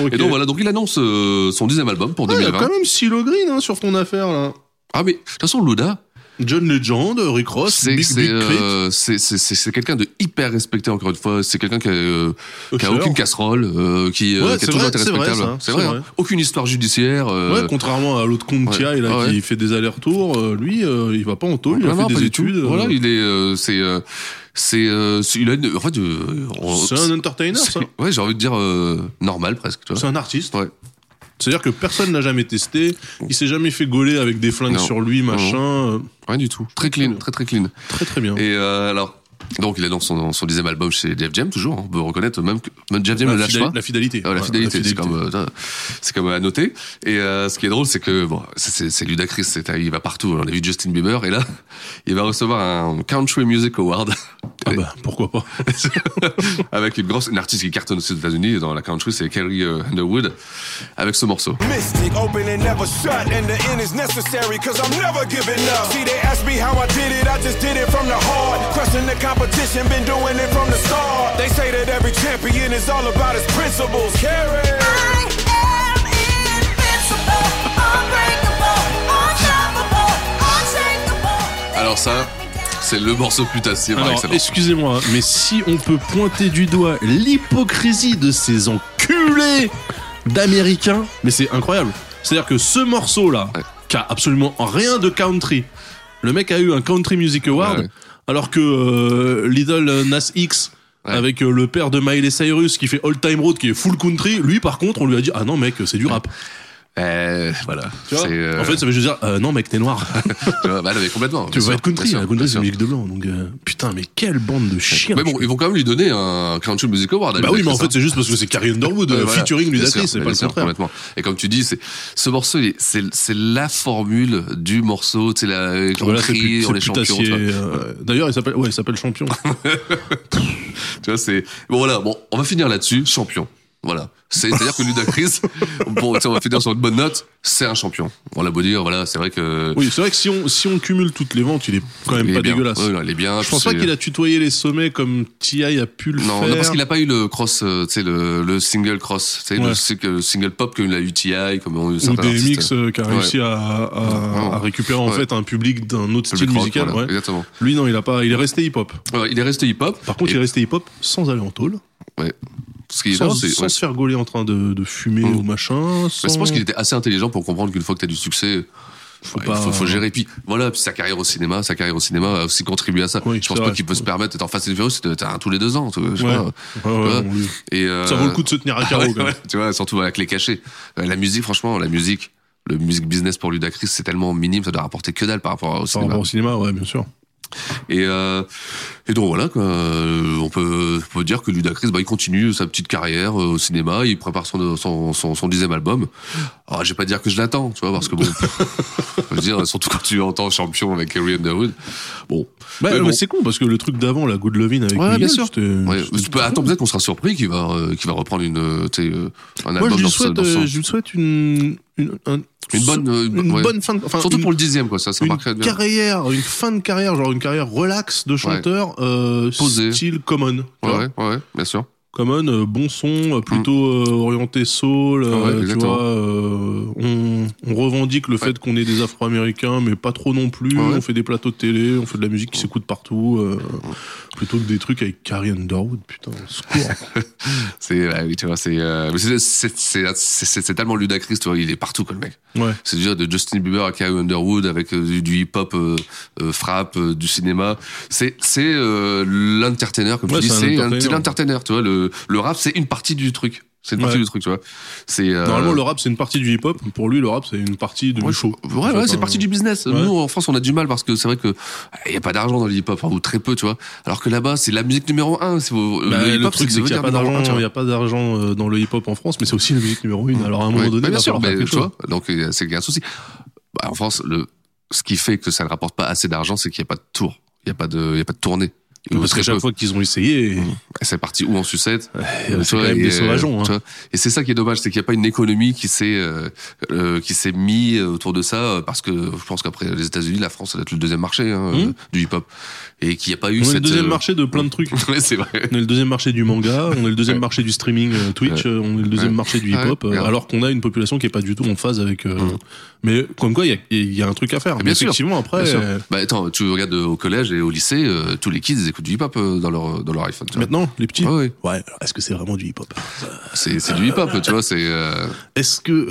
[SPEAKER 2] Ok.
[SPEAKER 3] Et donc voilà, donc il annonce euh, son deuxième album pour
[SPEAKER 2] Ah, il y a
[SPEAKER 3] 2020.
[SPEAKER 2] quand même Silo Green hein, sur ton affaire là.
[SPEAKER 3] Ah mais de toute façon Luda,
[SPEAKER 2] John Legend, Rick Ross,
[SPEAKER 3] c'est
[SPEAKER 2] Oh, Big
[SPEAKER 3] c'est
[SPEAKER 2] Big Crit.
[SPEAKER 3] euh, c'est- c'est- c'est- c'est quelqu'un de hyper respecté encore une fois. C'est quelqu'un qui a, euh, qui a
[SPEAKER 2] Usher.
[SPEAKER 3] aucune casserole, euh, qui, euh,
[SPEAKER 2] Ouais,
[SPEAKER 3] qui
[SPEAKER 2] c'est
[SPEAKER 3] a toujours
[SPEAKER 2] vrai,
[SPEAKER 3] été
[SPEAKER 2] c'est vrai,
[SPEAKER 3] respectable.
[SPEAKER 2] ça,
[SPEAKER 3] C'est
[SPEAKER 2] c'est
[SPEAKER 3] vrai.
[SPEAKER 2] vrai.
[SPEAKER 3] hein. Aucune histoire judiciaire. euh,
[SPEAKER 2] Ouais, contrairement à l'autre con
[SPEAKER 3] ouais,
[SPEAKER 2] qui a, et là,
[SPEAKER 3] ah ouais.
[SPEAKER 2] qui fait des allers-retours, euh, lui, euh, il va pas en taule, il a
[SPEAKER 3] non,
[SPEAKER 2] fait
[SPEAKER 3] non, pas
[SPEAKER 2] des
[SPEAKER 3] du tout.
[SPEAKER 2] études. euh,
[SPEAKER 3] Voilà, il est, euh, c'est, euh, c'est, euh, c'est- il a une, en fait, euh, on-
[SPEAKER 2] c'est un entertainer,
[SPEAKER 3] c'est-
[SPEAKER 2] ça.
[SPEAKER 3] Ouais, j'ai envie de dire euh, normal presque. Tu vois.
[SPEAKER 2] C'est un artiste.
[SPEAKER 3] Ouais.
[SPEAKER 2] C'est-à-dire que personne n'a jamais testé, il s'est jamais fait gauler avec des flingues
[SPEAKER 3] Non.
[SPEAKER 2] sur lui, machin. euh,
[SPEAKER 3] Rien du tout. Très clean, très très clean.
[SPEAKER 2] Très très bien.
[SPEAKER 3] Et euh, alors, donc il annonce son, son dixième album chez Def Jam, toujours. hein. on peut reconnaître même que même Def Jam ne
[SPEAKER 2] la,
[SPEAKER 3] lâche
[SPEAKER 2] fidéli-
[SPEAKER 3] pas.
[SPEAKER 2] la fidélité.
[SPEAKER 3] Ah, la
[SPEAKER 2] Voilà,
[SPEAKER 3] fidélité, c'est comme, euh, tain, c'est comme à noter. Et euh, ce qui est drôle, c'est que bon, c'est- c'est c'est Ludacris, c'est- il va partout. hein. On a vu Justin Bieber, et là, il va recevoir un Country Music Award
[SPEAKER 2] Ah bah, pourquoi pas.
[SPEAKER 3] avec une grosse, une artiste qui cartonne aux États-Unis dans la country, c'est Carrie euh, Underwood, avec ce morceau.
[SPEAKER 4] Mystic, open and never shut, and the end is necessary, cause I'm never giving up. See, they ask me how I did it, I just did it from the heart. Crushing the competition, been doing it from the start. They say that every champion is all about his principles. Carry.
[SPEAKER 3] Alors ça, c'est le morceau putassier par
[SPEAKER 2] Alors,
[SPEAKER 3] excellence.
[SPEAKER 2] Ah excusez-moi, hein, mais si on peut pointer du doigt l'hypocrisie de ces enculés d'Américains, mais c'est incroyable. C'est-à-dire que ce morceau-là, qui a absolument rien de country, le mec a eu un Country Music Award,
[SPEAKER 3] Ouais, ouais.
[SPEAKER 2] alors que euh, Lidl Nas X,
[SPEAKER 3] Ouais.
[SPEAKER 2] avec euh, le père de Miley Cyrus qui fait All Time Road, qui est full country, lui par contre, on lui a dit Ah non, mec, c'est du rap.
[SPEAKER 3] Euh, voilà.
[SPEAKER 2] Tu vois
[SPEAKER 3] C'est, euh,
[SPEAKER 2] En fait, ça veut juste dire Euh, Non, mec, t'es noir.
[SPEAKER 3] tu vois, bah, non, mais complètement.
[SPEAKER 2] tu
[SPEAKER 3] bien
[SPEAKER 2] vas
[SPEAKER 3] sûr,
[SPEAKER 2] être country,
[SPEAKER 3] bien sûr,
[SPEAKER 2] la country,
[SPEAKER 3] bien
[SPEAKER 2] c'est
[SPEAKER 3] sûr.
[SPEAKER 2] une musique de blanc. Donc, euh, putain, mais quelle bande de chiens.
[SPEAKER 3] Mais bon, ils vont quand même lui donner un Country Music Award. hein, à
[SPEAKER 2] Bah
[SPEAKER 3] lui,
[SPEAKER 2] oui, mais en
[SPEAKER 3] ça.
[SPEAKER 2] fait, c'est juste parce que c'est Carrie Underwood
[SPEAKER 3] Ouais,
[SPEAKER 2] euh,
[SPEAKER 3] voilà.
[SPEAKER 2] featuring
[SPEAKER 3] Bien
[SPEAKER 2] Ludacris,
[SPEAKER 3] sûr,
[SPEAKER 2] c'est
[SPEAKER 3] bien
[SPEAKER 2] pas le
[SPEAKER 3] sûr,
[SPEAKER 2] contraire.
[SPEAKER 3] Complètement. Et comme tu dis, c'est ce morceau, il est- c'est c'est la formule du morceau. Tu sais, la on
[SPEAKER 2] Voilà, c'est
[SPEAKER 3] crie,
[SPEAKER 2] plus-
[SPEAKER 3] on
[SPEAKER 2] c'est
[SPEAKER 3] est champion.
[SPEAKER 2] putassier.
[SPEAKER 3] Tu vois,
[SPEAKER 2] euh, D'ailleurs, il s'appelle ouais, il s'appelle champion.
[SPEAKER 3] Tu vois, c'est bon. Voilà, bon, on va finir là-dessus. Champion. Voilà. C'est- C'est-à-dire que Ludacris, bon, tu sais, on va finir sur une bonne note. C'est un champion. On l'a beau dire. Voilà, c'est vrai que.
[SPEAKER 2] Oui, c'est vrai que si on si on cumule toutes les ventes, il est quand même
[SPEAKER 3] il est
[SPEAKER 2] pas
[SPEAKER 3] bien.
[SPEAKER 2] dégueulasse.
[SPEAKER 3] Ouais, non, il est bien.
[SPEAKER 2] Je pense pas qu'il a tutoyé les sommets comme Ti a pu le
[SPEAKER 3] Non,
[SPEAKER 2] faire.
[SPEAKER 3] non, parce qu'il a pas eu le cross, euh, tu sais, le, le single cross, tu sais,
[SPEAKER 2] Ouais.
[SPEAKER 3] le sig- le single pop que l'a eu T.I., comme on a eu
[SPEAKER 2] ou
[SPEAKER 3] certains
[SPEAKER 2] des
[SPEAKER 3] artistes.
[SPEAKER 2] mix euh, qui a
[SPEAKER 3] Ouais.
[SPEAKER 2] réussi à, à,
[SPEAKER 3] Ouais.
[SPEAKER 2] à récupérer en
[SPEAKER 3] Ouais.
[SPEAKER 2] fait un public d'un autre
[SPEAKER 3] Public
[SPEAKER 2] style
[SPEAKER 3] rock,
[SPEAKER 2] musical.
[SPEAKER 3] voilà,
[SPEAKER 2] ouais.
[SPEAKER 3] Exactement.
[SPEAKER 2] Lui non, il a pas, il est resté hip hop.
[SPEAKER 3] Ouais, il est resté hip-hop.
[SPEAKER 2] Par contre,
[SPEAKER 3] Et-
[SPEAKER 2] il est resté hip hop sans aller en tôle,
[SPEAKER 3] Ouais. Ce qui est
[SPEAKER 2] sans,
[SPEAKER 3] drôle, c'est.
[SPEAKER 2] sans
[SPEAKER 3] ouais.
[SPEAKER 2] se faire gauler en train de, de fumer
[SPEAKER 3] Mm.
[SPEAKER 2] ou machin. Sans...
[SPEAKER 3] Mais je pense qu'il était assez intelligent pour comprendre qu'une fois que t'as du succès,
[SPEAKER 2] faut
[SPEAKER 3] ouais,
[SPEAKER 2] pas- euh,
[SPEAKER 3] faut, faut gérer. Puis voilà, puis sa carrière au cinéma, sa carrière au cinéma a aussi contribué à ça.
[SPEAKER 2] Oui,
[SPEAKER 3] je pense
[SPEAKER 2] c'est
[SPEAKER 3] pas
[SPEAKER 2] vrai.
[SPEAKER 3] qu'il peut se permettre d'être en face d'une virus, t'as un tous les deux ans. tu vois, je sais
[SPEAKER 2] Ouais.
[SPEAKER 3] pas.
[SPEAKER 2] Ouais, ouais,
[SPEAKER 3] Voilà.
[SPEAKER 2] bon, lui-
[SPEAKER 3] Et, euh,
[SPEAKER 2] Ça vaut le coup de se tenir à
[SPEAKER 3] Ah ouais,
[SPEAKER 2] carreau. quand même.
[SPEAKER 3] ouais, tu vois, surtout avec les cachets. Euh, La musique, franchement, la musique, le music business pour Ludacris, c'est tellement minime, ça doit rapporter que dalle par rapport au
[SPEAKER 2] Par
[SPEAKER 3] cinéma.
[SPEAKER 2] rapport au cinéma, ouais, bien sûr.
[SPEAKER 3] Et, euh, et donc voilà, quoi, euh, on peut, on peut dire que Ludacris, bah, il continue sa petite carrière euh, au cinéma, il prépare son son son, son dixième album. Alors, je vais pas dire que je l'attends, tu vois, parce que bon, je veux dire, surtout quand tu entends champion avec Carrie Underwood, bon,
[SPEAKER 2] Bah,
[SPEAKER 3] Mais
[SPEAKER 2] mais
[SPEAKER 3] bon.
[SPEAKER 2] c'est con parce que le truc d'avant, la Good Lovin avec
[SPEAKER 3] Ouais,
[SPEAKER 2] Miguel,
[SPEAKER 3] bien sûr.
[SPEAKER 2] c'était-
[SPEAKER 3] ouais,
[SPEAKER 2] c'était-
[SPEAKER 3] tu peux, attends, peut-être qu'on sera surpris qu'il va, euh, qu'il va reprendre une, euh, tu sais, euh, un album
[SPEAKER 2] Moi, je
[SPEAKER 3] dans
[SPEAKER 2] lui
[SPEAKER 3] ce-
[SPEAKER 2] souhaite,
[SPEAKER 3] dans ce
[SPEAKER 2] euh,
[SPEAKER 3] sens.
[SPEAKER 2] je lui souhaite une, une, un-
[SPEAKER 3] Une bonne, euh,
[SPEAKER 2] une
[SPEAKER 3] ouais.
[SPEAKER 2] bonne fin de, enfin,
[SPEAKER 3] surtout
[SPEAKER 2] une,
[SPEAKER 3] pour le dixième, quoi, ça, ça
[SPEAKER 2] une
[SPEAKER 3] marquerait bien.
[SPEAKER 2] carrière, une fin de carrière, genre une carrière relax de chanteur, euh,
[SPEAKER 3] Posé.
[SPEAKER 2] style common. tu
[SPEAKER 3] Ouais,
[SPEAKER 2] vois.
[SPEAKER 3] ouais, ouais, bien sûr.
[SPEAKER 2] Common, euh, bon son, euh, plutôt euh, orienté soul, euh,
[SPEAKER 3] Ah Mm. ouais,
[SPEAKER 2] tu
[SPEAKER 3] exactement.
[SPEAKER 2] vois, euh, on, on revendique le
[SPEAKER 3] Ouais.
[SPEAKER 2] fait qu'on est des Afro-Américains, mais pas trop non plus.
[SPEAKER 3] Ouais, ouais. Mm.
[SPEAKER 2] On fait des plateaux de télé, on fait de la musique qui s'écoute partout, euh, plutôt que des trucs avec Carrie Underwood, putain, au secours.
[SPEAKER 3] C'est, ouais, oui, tu vois, c'est, euh, mais c'est, c'est, c'est, c'est, c'est- c'est tellement Ludacris, tu vois, il est partout, quoi, le mec.
[SPEAKER 2] ouais.
[SPEAKER 3] C'est déjà de Justin Bieber à Carrie Underwood avec euh, du, du hip-hop, euh, euh, frappe, euh, du cinéma. C'est c'est euh, l'entertainer comme
[SPEAKER 2] Ouais,
[SPEAKER 3] tu
[SPEAKER 2] c'est
[SPEAKER 3] dis,
[SPEAKER 2] un
[SPEAKER 3] c'est un-
[SPEAKER 2] entertainer.
[SPEAKER 3] c'est l'entertainer, tu vois. Le, le rap, c'est une partie du truc. C'est une partie
[SPEAKER 2] Ouais.
[SPEAKER 3] du truc, tu vois. C'est euh,
[SPEAKER 2] Normalement, le rap, c'est une partie du hip-hop. Pour lui, le rap, c'est une partie de
[SPEAKER 3] Ouais,
[SPEAKER 2] show.
[SPEAKER 3] Ouais, ouais, c'est partie du business.
[SPEAKER 2] Ouais.
[SPEAKER 3] Nous, en France, on a du mal parce que c'est vrai que il y a pas d'argent dans le hip-hop, enfin, ou très peu, tu vois. Alors que là-bas, c'est la musique numéro un. c'est- euh,
[SPEAKER 2] Bah, le,
[SPEAKER 3] hip-hop,
[SPEAKER 2] truc, c'est qu'il n'y a
[SPEAKER 3] devenu
[SPEAKER 2] pas
[SPEAKER 3] numéro un, tu
[SPEAKER 2] d'argent,
[SPEAKER 3] vois.
[SPEAKER 2] il y a pas d'argent euh, dans le hip-hop en France, mais c'est aussi la musique numéro une. Alors, à un moment
[SPEAKER 3] Ouais,
[SPEAKER 2] donné,
[SPEAKER 3] bah,
[SPEAKER 2] il
[SPEAKER 3] bien
[SPEAKER 2] va
[SPEAKER 3] sûr,
[SPEAKER 2] falloir
[SPEAKER 3] mais
[SPEAKER 2] faire quelque
[SPEAKER 3] tu
[SPEAKER 2] chose.
[SPEAKER 3] vois, donc euh, c'est un souci. Bah, en France, le, ce qui fait que Mm. ça ne rapporte pas assez d'argent, c'est qu'il n'y a pas de tour, il n'y a pas de, il y a pas de tournée.
[SPEAKER 2] Parce qu'à chaque fois qu'ils ont essayé. euh,
[SPEAKER 3] C'est parti ou en sucette.
[SPEAKER 2] c'est
[SPEAKER 3] Tu vois,
[SPEAKER 2] quand même des
[SPEAKER 3] euh,
[SPEAKER 2] sauvageons, hein.
[SPEAKER 3] tu vois. Et c'est ça qui est dommage, c'est qu'il n'y a pas une économie qui s'est euh, euh, qui s'est mis autour de ça euh, parce que je pense qu'après les États-Unis, la France ça doit être le deuxième marché hein,
[SPEAKER 2] Hmm.
[SPEAKER 3] euh, du hip-hop et qu'il n'y a pas eu
[SPEAKER 2] On est
[SPEAKER 3] cette
[SPEAKER 2] le deuxième
[SPEAKER 3] euh,
[SPEAKER 2] marché de plein de trucs.
[SPEAKER 3] Ouais, c'est vrai.
[SPEAKER 2] On est le deuxième marché du manga, on est le deuxième marché du streaming euh, Twitch,
[SPEAKER 3] Ouais.
[SPEAKER 2] euh, on est le deuxième
[SPEAKER 3] Ouais.
[SPEAKER 2] marché du hip-hop,
[SPEAKER 3] Ouais.
[SPEAKER 2] euh, alors qu'on a une population qui est pas du tout en phase avec. euh, Mais comme quoi, il y a- il y, a un truc à faire.
[SPEAKER 3] Ah,
[SPEAKER 2] Mais
[SPEAKER 3] Bien sûr.
[SPEAKER 2] effectivement, après.
[SPEAKER 3] Bien sûr.
[SPEAKER 2] euh,
[SPEAKER 3] Bah, attends, tu regardes euh, au collège et au lycée, euh, tous les kids ils écoutent du hip-hop euh, dans leur dans leur iPhone. tu vois.
[SPEAKER 2] Maintenant, les petits.
[SPEAKER 3] Ouais, ouais.
[SPEAKER 2] alors, est-ce que c'est vraiment du hip-hop
[SPEAKER 3] C'est c'est du hip-hop, tu vois. C'est euh,
[SPEAKER 2] Est-ce que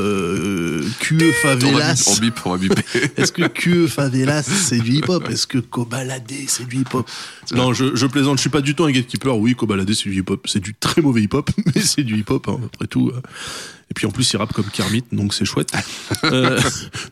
[SPEAKER 2] euh, QE
[SPEAKER 3] on va bip-
[SPEAKER 2] Favelas,
[SPEAKER 3] on bip, on va biper.
[SPEAKER 2] est-ce que QE Favelas c'est du hip-hop Est-ce que Kobalade c'est du hip-hop Non, je, je plaisante, je suis pas du tout un gatekeeper. Oui, Kobalade c'est du hip-hop, c'est du très mauvais hip-hop, mais c'est du hip-hop hein, après tout. Et puis en plus, il rappe comme Kermit, donc c'est chouette. Euh,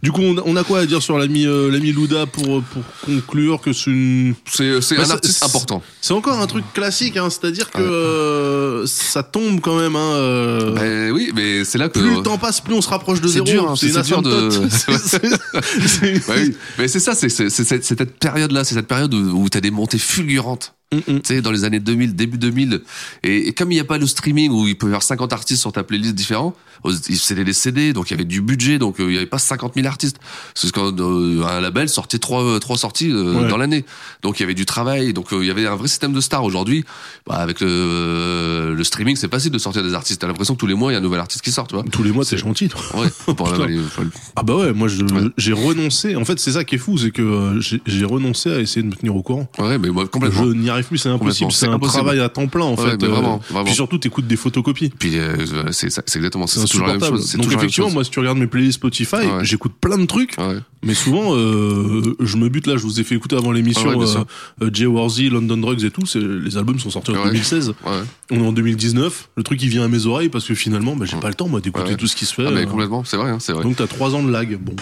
[SPEAKER 2] du coup, on a, on a quoi à dire sur l'ami euh, l'ami Luda pour pour conclure que c'est une
[SPEAKER 3] C'est c'est
[SPEAKER 2] Bah,
[SPEAKER 3] un
[SPEAKER 2] ça-
[SPEAKER 3] artiste
[SPEAKER 2] c'est-
[SPEAKER 3] important. Ah
[SPEAKER 2] c'est encore un truc classique, hein, c'est-à-dire que euh, ça tombe quand même. Hein, euh,
[SPEAKER 3] Ben oui, mais c'est là que
[SPEAKER 2] plus le temps passe, plus on se rapproche de
[SPEAKER 3] euh, C'est
[SPEAKER 2] zéro.
[SPEAKER 3] dur, hein,
[SPEAKER 2] c'est une
[SPEAKER 3] c'est dur de-
[SPEAKER 2] asymptote. C'est- c'est-
[SPEAKER 3] Bah oui, mais c'est ça, c'est c'est- c'est cette c'est cette période-là, c'est cette période où, où t'as des montées fulgurantes.
[SPEAKER 2] Mm,
[SPEAKER 3] Tu sais, dans les années 2000, début 2000. Et, et comme il n'y a pas le streaming où il peut y avoir 50 artistes sur ta playlist différents, aux- c'était des CD, donc il y avait du budget, donc euh, il n'y avait pas 50 000 artistes. Parce qu'un euh, un label sortait trois, euh, trois sorties euh,
[SPEAKER 2] Ouais.
[SPEAKER 3] dans l'année. Donc il y avait du travail, donc euh, il y avait un vrai système de stars. Aujourd'hui, bah, avec euh, le, le streaming, c'est facile de sortir des artistes. T'as l'impression que tous les mois, il y a un nouvel artiste qui sort, tu vois.
[SPEAKER 2] Tous les mois, c'est gentil. toi.
[SPEAKER 3] Ouais, pour
[SPEAKER 2] Putain.
[SPEAKER 3] la- pour le-
[SPEAKER 2] Ah bah ouais, moi je- j'ai renoncé. En fait, c'est ça qui est fou, c'est que euh, j'ai j'ai renoncé à essayer de me tenir au courant.
[SPEAKER 3] Ouais, mais moi, complètement.
[SPEAKER 2] Je n'y arrive plus, c'est impossible.
[SPEAKER 3] Complètement,
[SPEAKER 2] C'est
[SPEAKER 3] c'est
[SPEAKER 2] un
[SPEAKER 3] impossible.
[SPEAKER 2] travail à temps plein en
[SPEAKER 3] Ouais,
[SPEAKER 2] fait. euh,
[SPEAKER 3] mais vraiment, vraiment.
[SPEAKER 2] Puis surtout, t'écoutes des photocopies.
[SPEAKER 3] Puis euh, euh, c'est ça- c'est exactement ça,
[SPEAKER 2] C'est
[SPEAKER 3] c'est toujours la même
[SPEAKER 2] insupportable.
[SPEAKER 3] chose. c'est
[SPEAKER 2] Donc
[SPEAKER 3] toujours la même
[SPEAKER 2] effectivement,
[SPEAKER 3] chose.
[SPEAKER 2] moi, si tu regardes mes playlists Spotify,
[SPEAKER 3] Ouais.
[SPEAKER 2] j'écoute plein de trucs.
[SPEAKER 3] Ouais.
[SPEAKER 2] Mais souvent, euh, je me bute là. Je vous ai fait écouter avant l'émission
[SPEAKER 3] Ah ouais, bien
[SPEAKER 2] euh,
[SPEAKER 3] sûr.
[SPEAKER 2] euh, Jay Warzy, London Drugs et tout. c'est- Les albums sont sortis en
[SPEAKER 3] Ouais.
[SPEAKER 2] 2016.
[SPEAKER 3] Ouais.
[SPEAKER 2] On est en 2019. Le truc, il vient à mes oreilles parce que finalement, bah, j'ai pas le temps moi d'écouter
[SPEAKER 3] Ouais.
[SPEAKER 2] tout ce qui se fait.
[SPEAKER 3] Ah, mais
[SPEAKER 2] euh,
[SPEAKER 3] complètement, c'est vrai, hein, c'est vrai.
[SPEAKER 2] donc t'as trois ans de lag. Bon.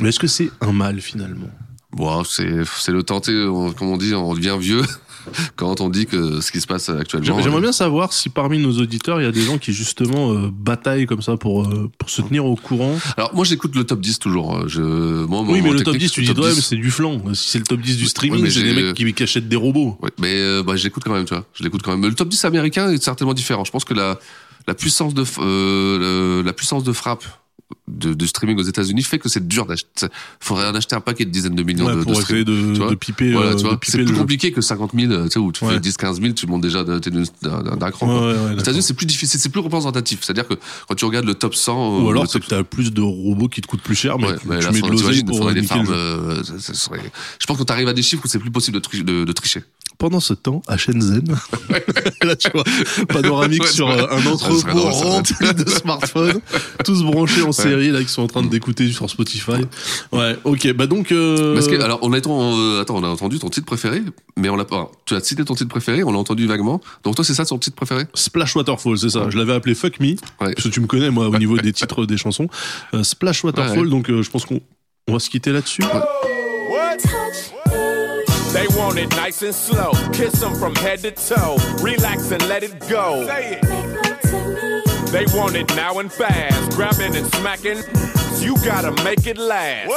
[SPEAKER 2] Mais est-ce que c'est un mal finalement
[SPEAKER 3] Bon, c'est c'est le temps, tu sais, on- comme on dit, on devient vieux quand on dit que ce qui se passe actuellement.
[SPEAKER 2] J'aimerais
[SPEAKER 3] euh,
[SPEAKER 2] bien savoir si parmi nos auditeurs, il y a des gens qui justement euh, bataillent comme ça pour, euh, pour se tenir au courant.
[SPEAKER 3] Alors moi j'écoute le top 10 toujours. hein, Je... Moi, mon-
[SPEAKER 2] oui, mais
[SPEAKER 3] mon
[SPEAKER 2] le top
[SPEAKER 3] technique,
[SPEAKER 2] 10, tu
[SPEAKER 3] le
[SPEAKER 2] dis,
[SPEAKER 3] top
[SPEAKER 2] ouais,
[SPEAKER 3] 10.
[SPEAKER 2] mais c'est du flan. Si c'est le top 10 du streaming,
[SPEAKER 3] mais
[SPEAKER 2] c'est des
[SPEAKER 3] j'ai-
[SPEAKER 2] mecs qui, qui achètent des robots.
[SPEAKER 3] Ouais, mais euh, bah, j'écoute quand même, tu vois. Je l'écoute quand même. Le top 10 américain est certainement différent. Je pense que la, la puissance de f- euh, le- la puissance de frappe de, de streaming aux États-Unis fait que c'est dur d'acheter. Faudrait en acheter un paquet de dizaines de millions
[SPEAKER 2] Ouais,
[SPEAKER 3] de,
[SPEAKER 2] pour
[SPEAKER 3] de
[SPEAKER 2] essayer
[SPEAKER 3] streams,
[SPEAKER 2] de-
[SPEAKER 3] tu vois.
[SPEAKER 2] de piper,
[SPEAKER 3] Voilà,
[SPEAKER 2] euh,
[SPEAKER 3] tu
[SPEAKER 2] de
[SPEAKER 3] vois.
[SPEAKER 2] piper
[SPEAKER 3] C'est
[SPEAKER 2] le
[SPEAKER 3] plus
[SPEAKER 2] jeu.
[SPEAKER 3] compliqué que 50 000, euh, tu sais, où tu
[SPEAKER 2] Ouais.
[SPEAKER 3] fais 10, 15 000, tu montes déjà d'un- d'un d'un- d'un cran.
[SPEAKER 2] Ouais,
[SPEAKER 3] quoi.
[SPEAKER 2] ouais, ouais,
[SPEAKER 3] aux
[SPEAKER 2] d'accord.
[SPEAKER 3] États-Unis, c'est plus difficile, c'est plus représentatif. C'est-à-dire que quand tu regardes le top 100,
[SPEAKER 2] Ou
[SPEAKER 3] euh,
[SPEAKER 2] alors,
[SPEAKER 3] le
[SPEAKER 2] c'est
[SPEAKER 3] top
[SPEAKER 2] que t'as plus de robots qui te coûtent plus cher, mais
[SPEAKER 3] Ouais,
[SPEAKER 2] tu
[SPEAKER 3] mais
[SPEAKER 2] mets
[SPEAKER 3] là,
[SPEAKER 2] de
[SPEAKER 3] faudrait-
[SPEAKER 2] l'oseille
[SPEAKER 3] t'imagines,
[SPEAKER 2] pour
[SPEAKER 3] faudrait des
[SPEAKER 2] niquer le
[SPEAKER 3] farms,
[SPEAKER 2] jeu.
[SPEAKER 3] euh, ça- ça serait- Je pense qu'on t'arrive à des chiffres où c'est plus possible de, tri- de- de tricher.
[SPEAKER 2] Pendant ce temps, à Shenzhen, là tu vois, panoramique
[SPEAKER 3] Ouais,
[SPEAKER 2] sur
[SPEAKER 3] ouais.
[SPEAKER 2] euh, un
[SPEAKER 3] Ça serait
[SPEAKER 2] entrepôt
[SPEAKER 3] drôle, ça, ouais.
[SPEAKER 2] rempli de smartphones, tous branchés en série, là, qui sont en train d'écouter sur Spotify. Ouais, ok, bah donc... euh,
[SPEAKER 3] Parce que, alors, on a, ton- euh, attends, on a entendu ton titre préféré, mais on l'a pas. Tu as cité ton titre préféré, on l'a entendu vaguement. Donc, toi, c'est ça ton titre préféré
[SPEAKER 2] Splash Waterfall, c'est ça. Je l'avais appelé Fuck Me,
[SPEAKER 3] Ouais.
[SPEAKER 2] parce que tu me connais, moi, au niveau des titres des chansons. Euh, Splash Waterfall,
[SPEAKER 3] Ouais, ouais.
[SPEAKER 2] donc euh, je pense qu'on on va se quitter là-dessus.
[SPEAKER 5] What?
[SPEAKER 4] They want it nice and slow. Kiss them from head to toe. Relax and let it go. Say it. They want it now and fast. Grabbing and smacking. You gotta make it last.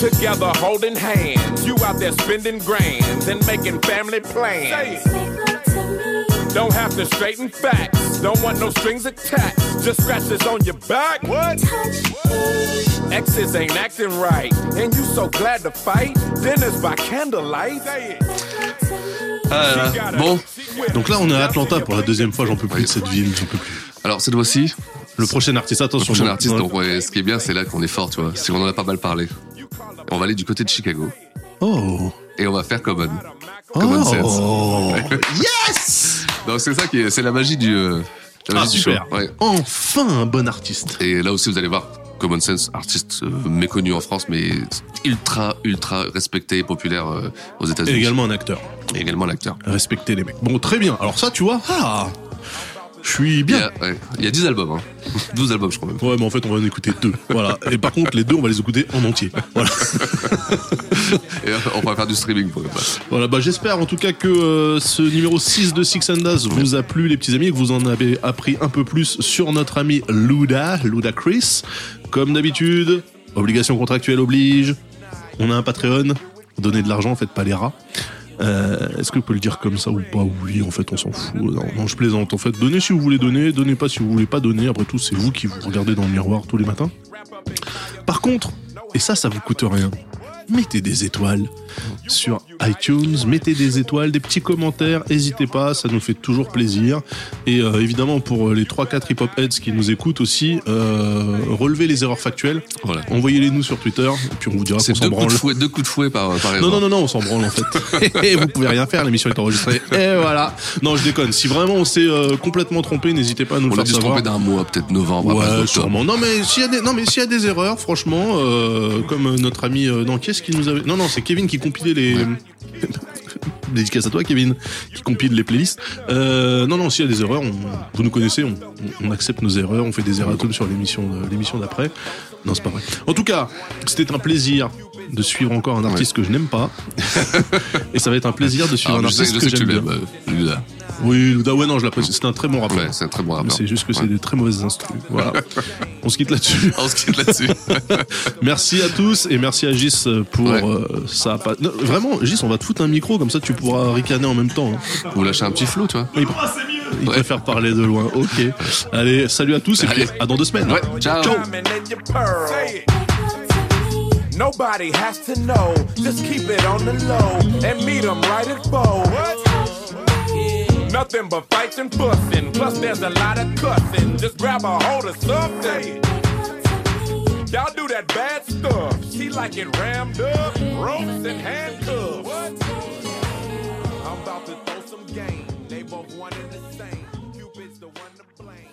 [SPEAKER 4] Together holding hands. You out there spending grands and making family plans. Don't have to straighten facts. Don't want no strings attached. Just scratches on your back. What? Exes ain't acting right. And you so glad to fight. Dinners by candlelight.
[SPEAKER 3] Ah, là, là. Bon,
[SPEAKER 2] Donc là, on est à Atlanta pour la deuxième fois, j'en peux plus de cette ville, j'en peux plus.
[SPEAKER 3] alors, cette fois-ci,
[SPEAKER 2] Le prochain artiste,
[SPEAKER 3] le
[SPEAKER 2] attention.
[SPEAKER 3] prochain
[SPEAKER 2] non,
[SPEAKER 3] artiste,
[SPEAKER 2] non,
[SPEAKER 3] donc, ouais, ce qui est bien, c'est là qu'on est fort, tu vois. C'est qu'on en a pas mal parlé. On va aller du côté de Chicago.
[SPEAKER 2] Oh
[SPEAKER 3] Et on va faire Common. Common
[SPEAKER 2] Oh
[SPEAKER 3] Yes Donc, c'est ça qui est, c'est la magie du, euh,
[SPEAKER 2] Ah,
[SPEAKER 3] la magie du show.
[SPEAKER 2] super
[SPEAKER 3] Ouais.
[SPEAKER 2] Enfin un bon artiste
[SPEAKER 3] Et là aussi, vous allez voir, Common Sense, artiste euh, méconnu en France, mais ultra, ultra respecté et populaire euh, aux
[SPEAKER 2] Et
[SPEAKER 3] États-Unis.
[SPEAKER 2] également un acteur.
[SPEAKER 3] Et également l'acteur.
[SPEAKER 2] Respectez les mecs. Bon, très bien. Alors ça, tu vois, ah, je suis
[SPEAKER 3] Il y,
[SPEAKER 2] bien.
[SPEAKER 3] a, ouais, il y a 10 albums, hein. 12 albums, je crois même.
[SPEAKER 2] Ouais, mais en fait, on va en écouter deux. Voilà. Et par contre, les deux, on va les écouter en entier. Voilà.
[SPEAKER 3] Et euh, on va faire du streaming, pourquoi pas.
[SPEAKER 2] Voilà, bah j'espère en tout cas que euh, ce numéro 6 de Six and Daz vous a plu, les petits amis, et que vous en avez appris un peu plus sur notre ami Luda, Luda Chris. Comme d'habitude, obligation contractuelle oblige. On a un Patreon. Donner de l'argent, en fait, pas les rats. Euh, Est-ce que vous pouvez le dire comme ça ou pas Oui, en fait, on s'en fout. Non, non, je plaisante. En fait, donnez si vous voulez donner, donnez pas si vous voulez pas donner. Après tout, c'est vous qui vous regardez dans le miroir tous les matins. Par contre, et ça, ça vous coûte rien. Mettez des étoiles sur iTunes, mettez des étoiles, des petits commentaires, n'hésitez pas, ça nous fait toujours plaisir. Et euh, évidemment, pour les 3-4 hip-hop heads qui nous écoutent aussi, euh, relevez les erreurs factuelles, envoyez-les nous sur Twitter, et puis on vous dira qu'on
[SPEAKER 3] C'est
[SPEAKER 2] s'en
[SPEAKER 3] deux coups, de
[SPEAKER 2] branle.
[SPEAKER 3] fouet, deux coups de fouet par, par
[SPEAKER 2] Non, non, non, non, on s'en branle en fait. Et vous pouvez rien faire, l'émission est enregistrée. Et voilà. Non, je déconne. Si vraiment on s'est euh, complètement trompé, n'hésitez pas à nous le
[SPEAKER 3] On a
[SPEAKER 2] faire
[SPEAKER 3] dû se
[SPEAKER 2] savoir.
[SPEAKER 3] tromper d'un mois, peut-être novembre.
[SPEAKER 2] Ouais,
[SPEAKER 3] après, octobre.
[SPEAKER 2] sûrement. Non, mais s'il y a des, non, mais s'il y a des erreurs, franchement, euh, comme euh, notre ami, euh, non, qu'est-ce qu'il nous avait, non, non, c'est Kevin qui compilait les, dédicace à toi, Kevin, qui compile les playlists. Euh, non, non, s'il y a des erreurs, on- vous nous connaissez, on, on- on accepte nos erreurs, on fait des erratums sur l'émission, de- l'émission d'après. Non, c'est pas vrai. En tout cas, c'était un plaisir de suivre encore un artiste que je n'aime pas. Et ça va être un plaisir de suivre
[SPEAKER 3] Ah,
[SPEAKER 2] un
[SPEAKER 3] je sais-
[SPEAKER 2] artiste
[SPEAKER 3] je
[SPEAKER 2] que
[SPEAKER 3] sais que tu
[SPEAKER 2] j'aime bien.
[SPEAKER 3] l'aimes, euh, Luda.
[SPEAKER 2] Oui, Luda, ouais, non, je l'apprécie. C'est un très bon rappeur.
[SPEAKER 3] c'est un très bon rappeur.
[SPEAKER 2] Mais C'est juste que c'est des très mauvaises instrus. Voilà. On se quitte là-dessus.
[SPEAKER 3] On se quitte là-dessus.
[SPEAKER 2] merci à tous et merci à Gis euh, pour euh, ça. Pas- Non, vraiment, Gis, on va te foutre un micro, comme ça tu pourras ricaner en même temps. hein.
[SPEAKER 3] Vous lâchez un petit flou, tu vois.
[SPEAKER 2] Il, il préfère parler de loin. Ok. Allez, salut à tous et puis à dans deux semaines. ciao.
[SPEAKER 5] Diamond in your pearl. Nobody has to know. Just keep it on the low and meet 'em right at bow. Nothing but fights and fussing. Plus, there's a lot of cussing. Just grab a hold of something. Y'all do that bad stuff. She like it rammed up, ropes and handcuffs. I'm about to throw some game. They both one and the same. Cupid's the one to blame.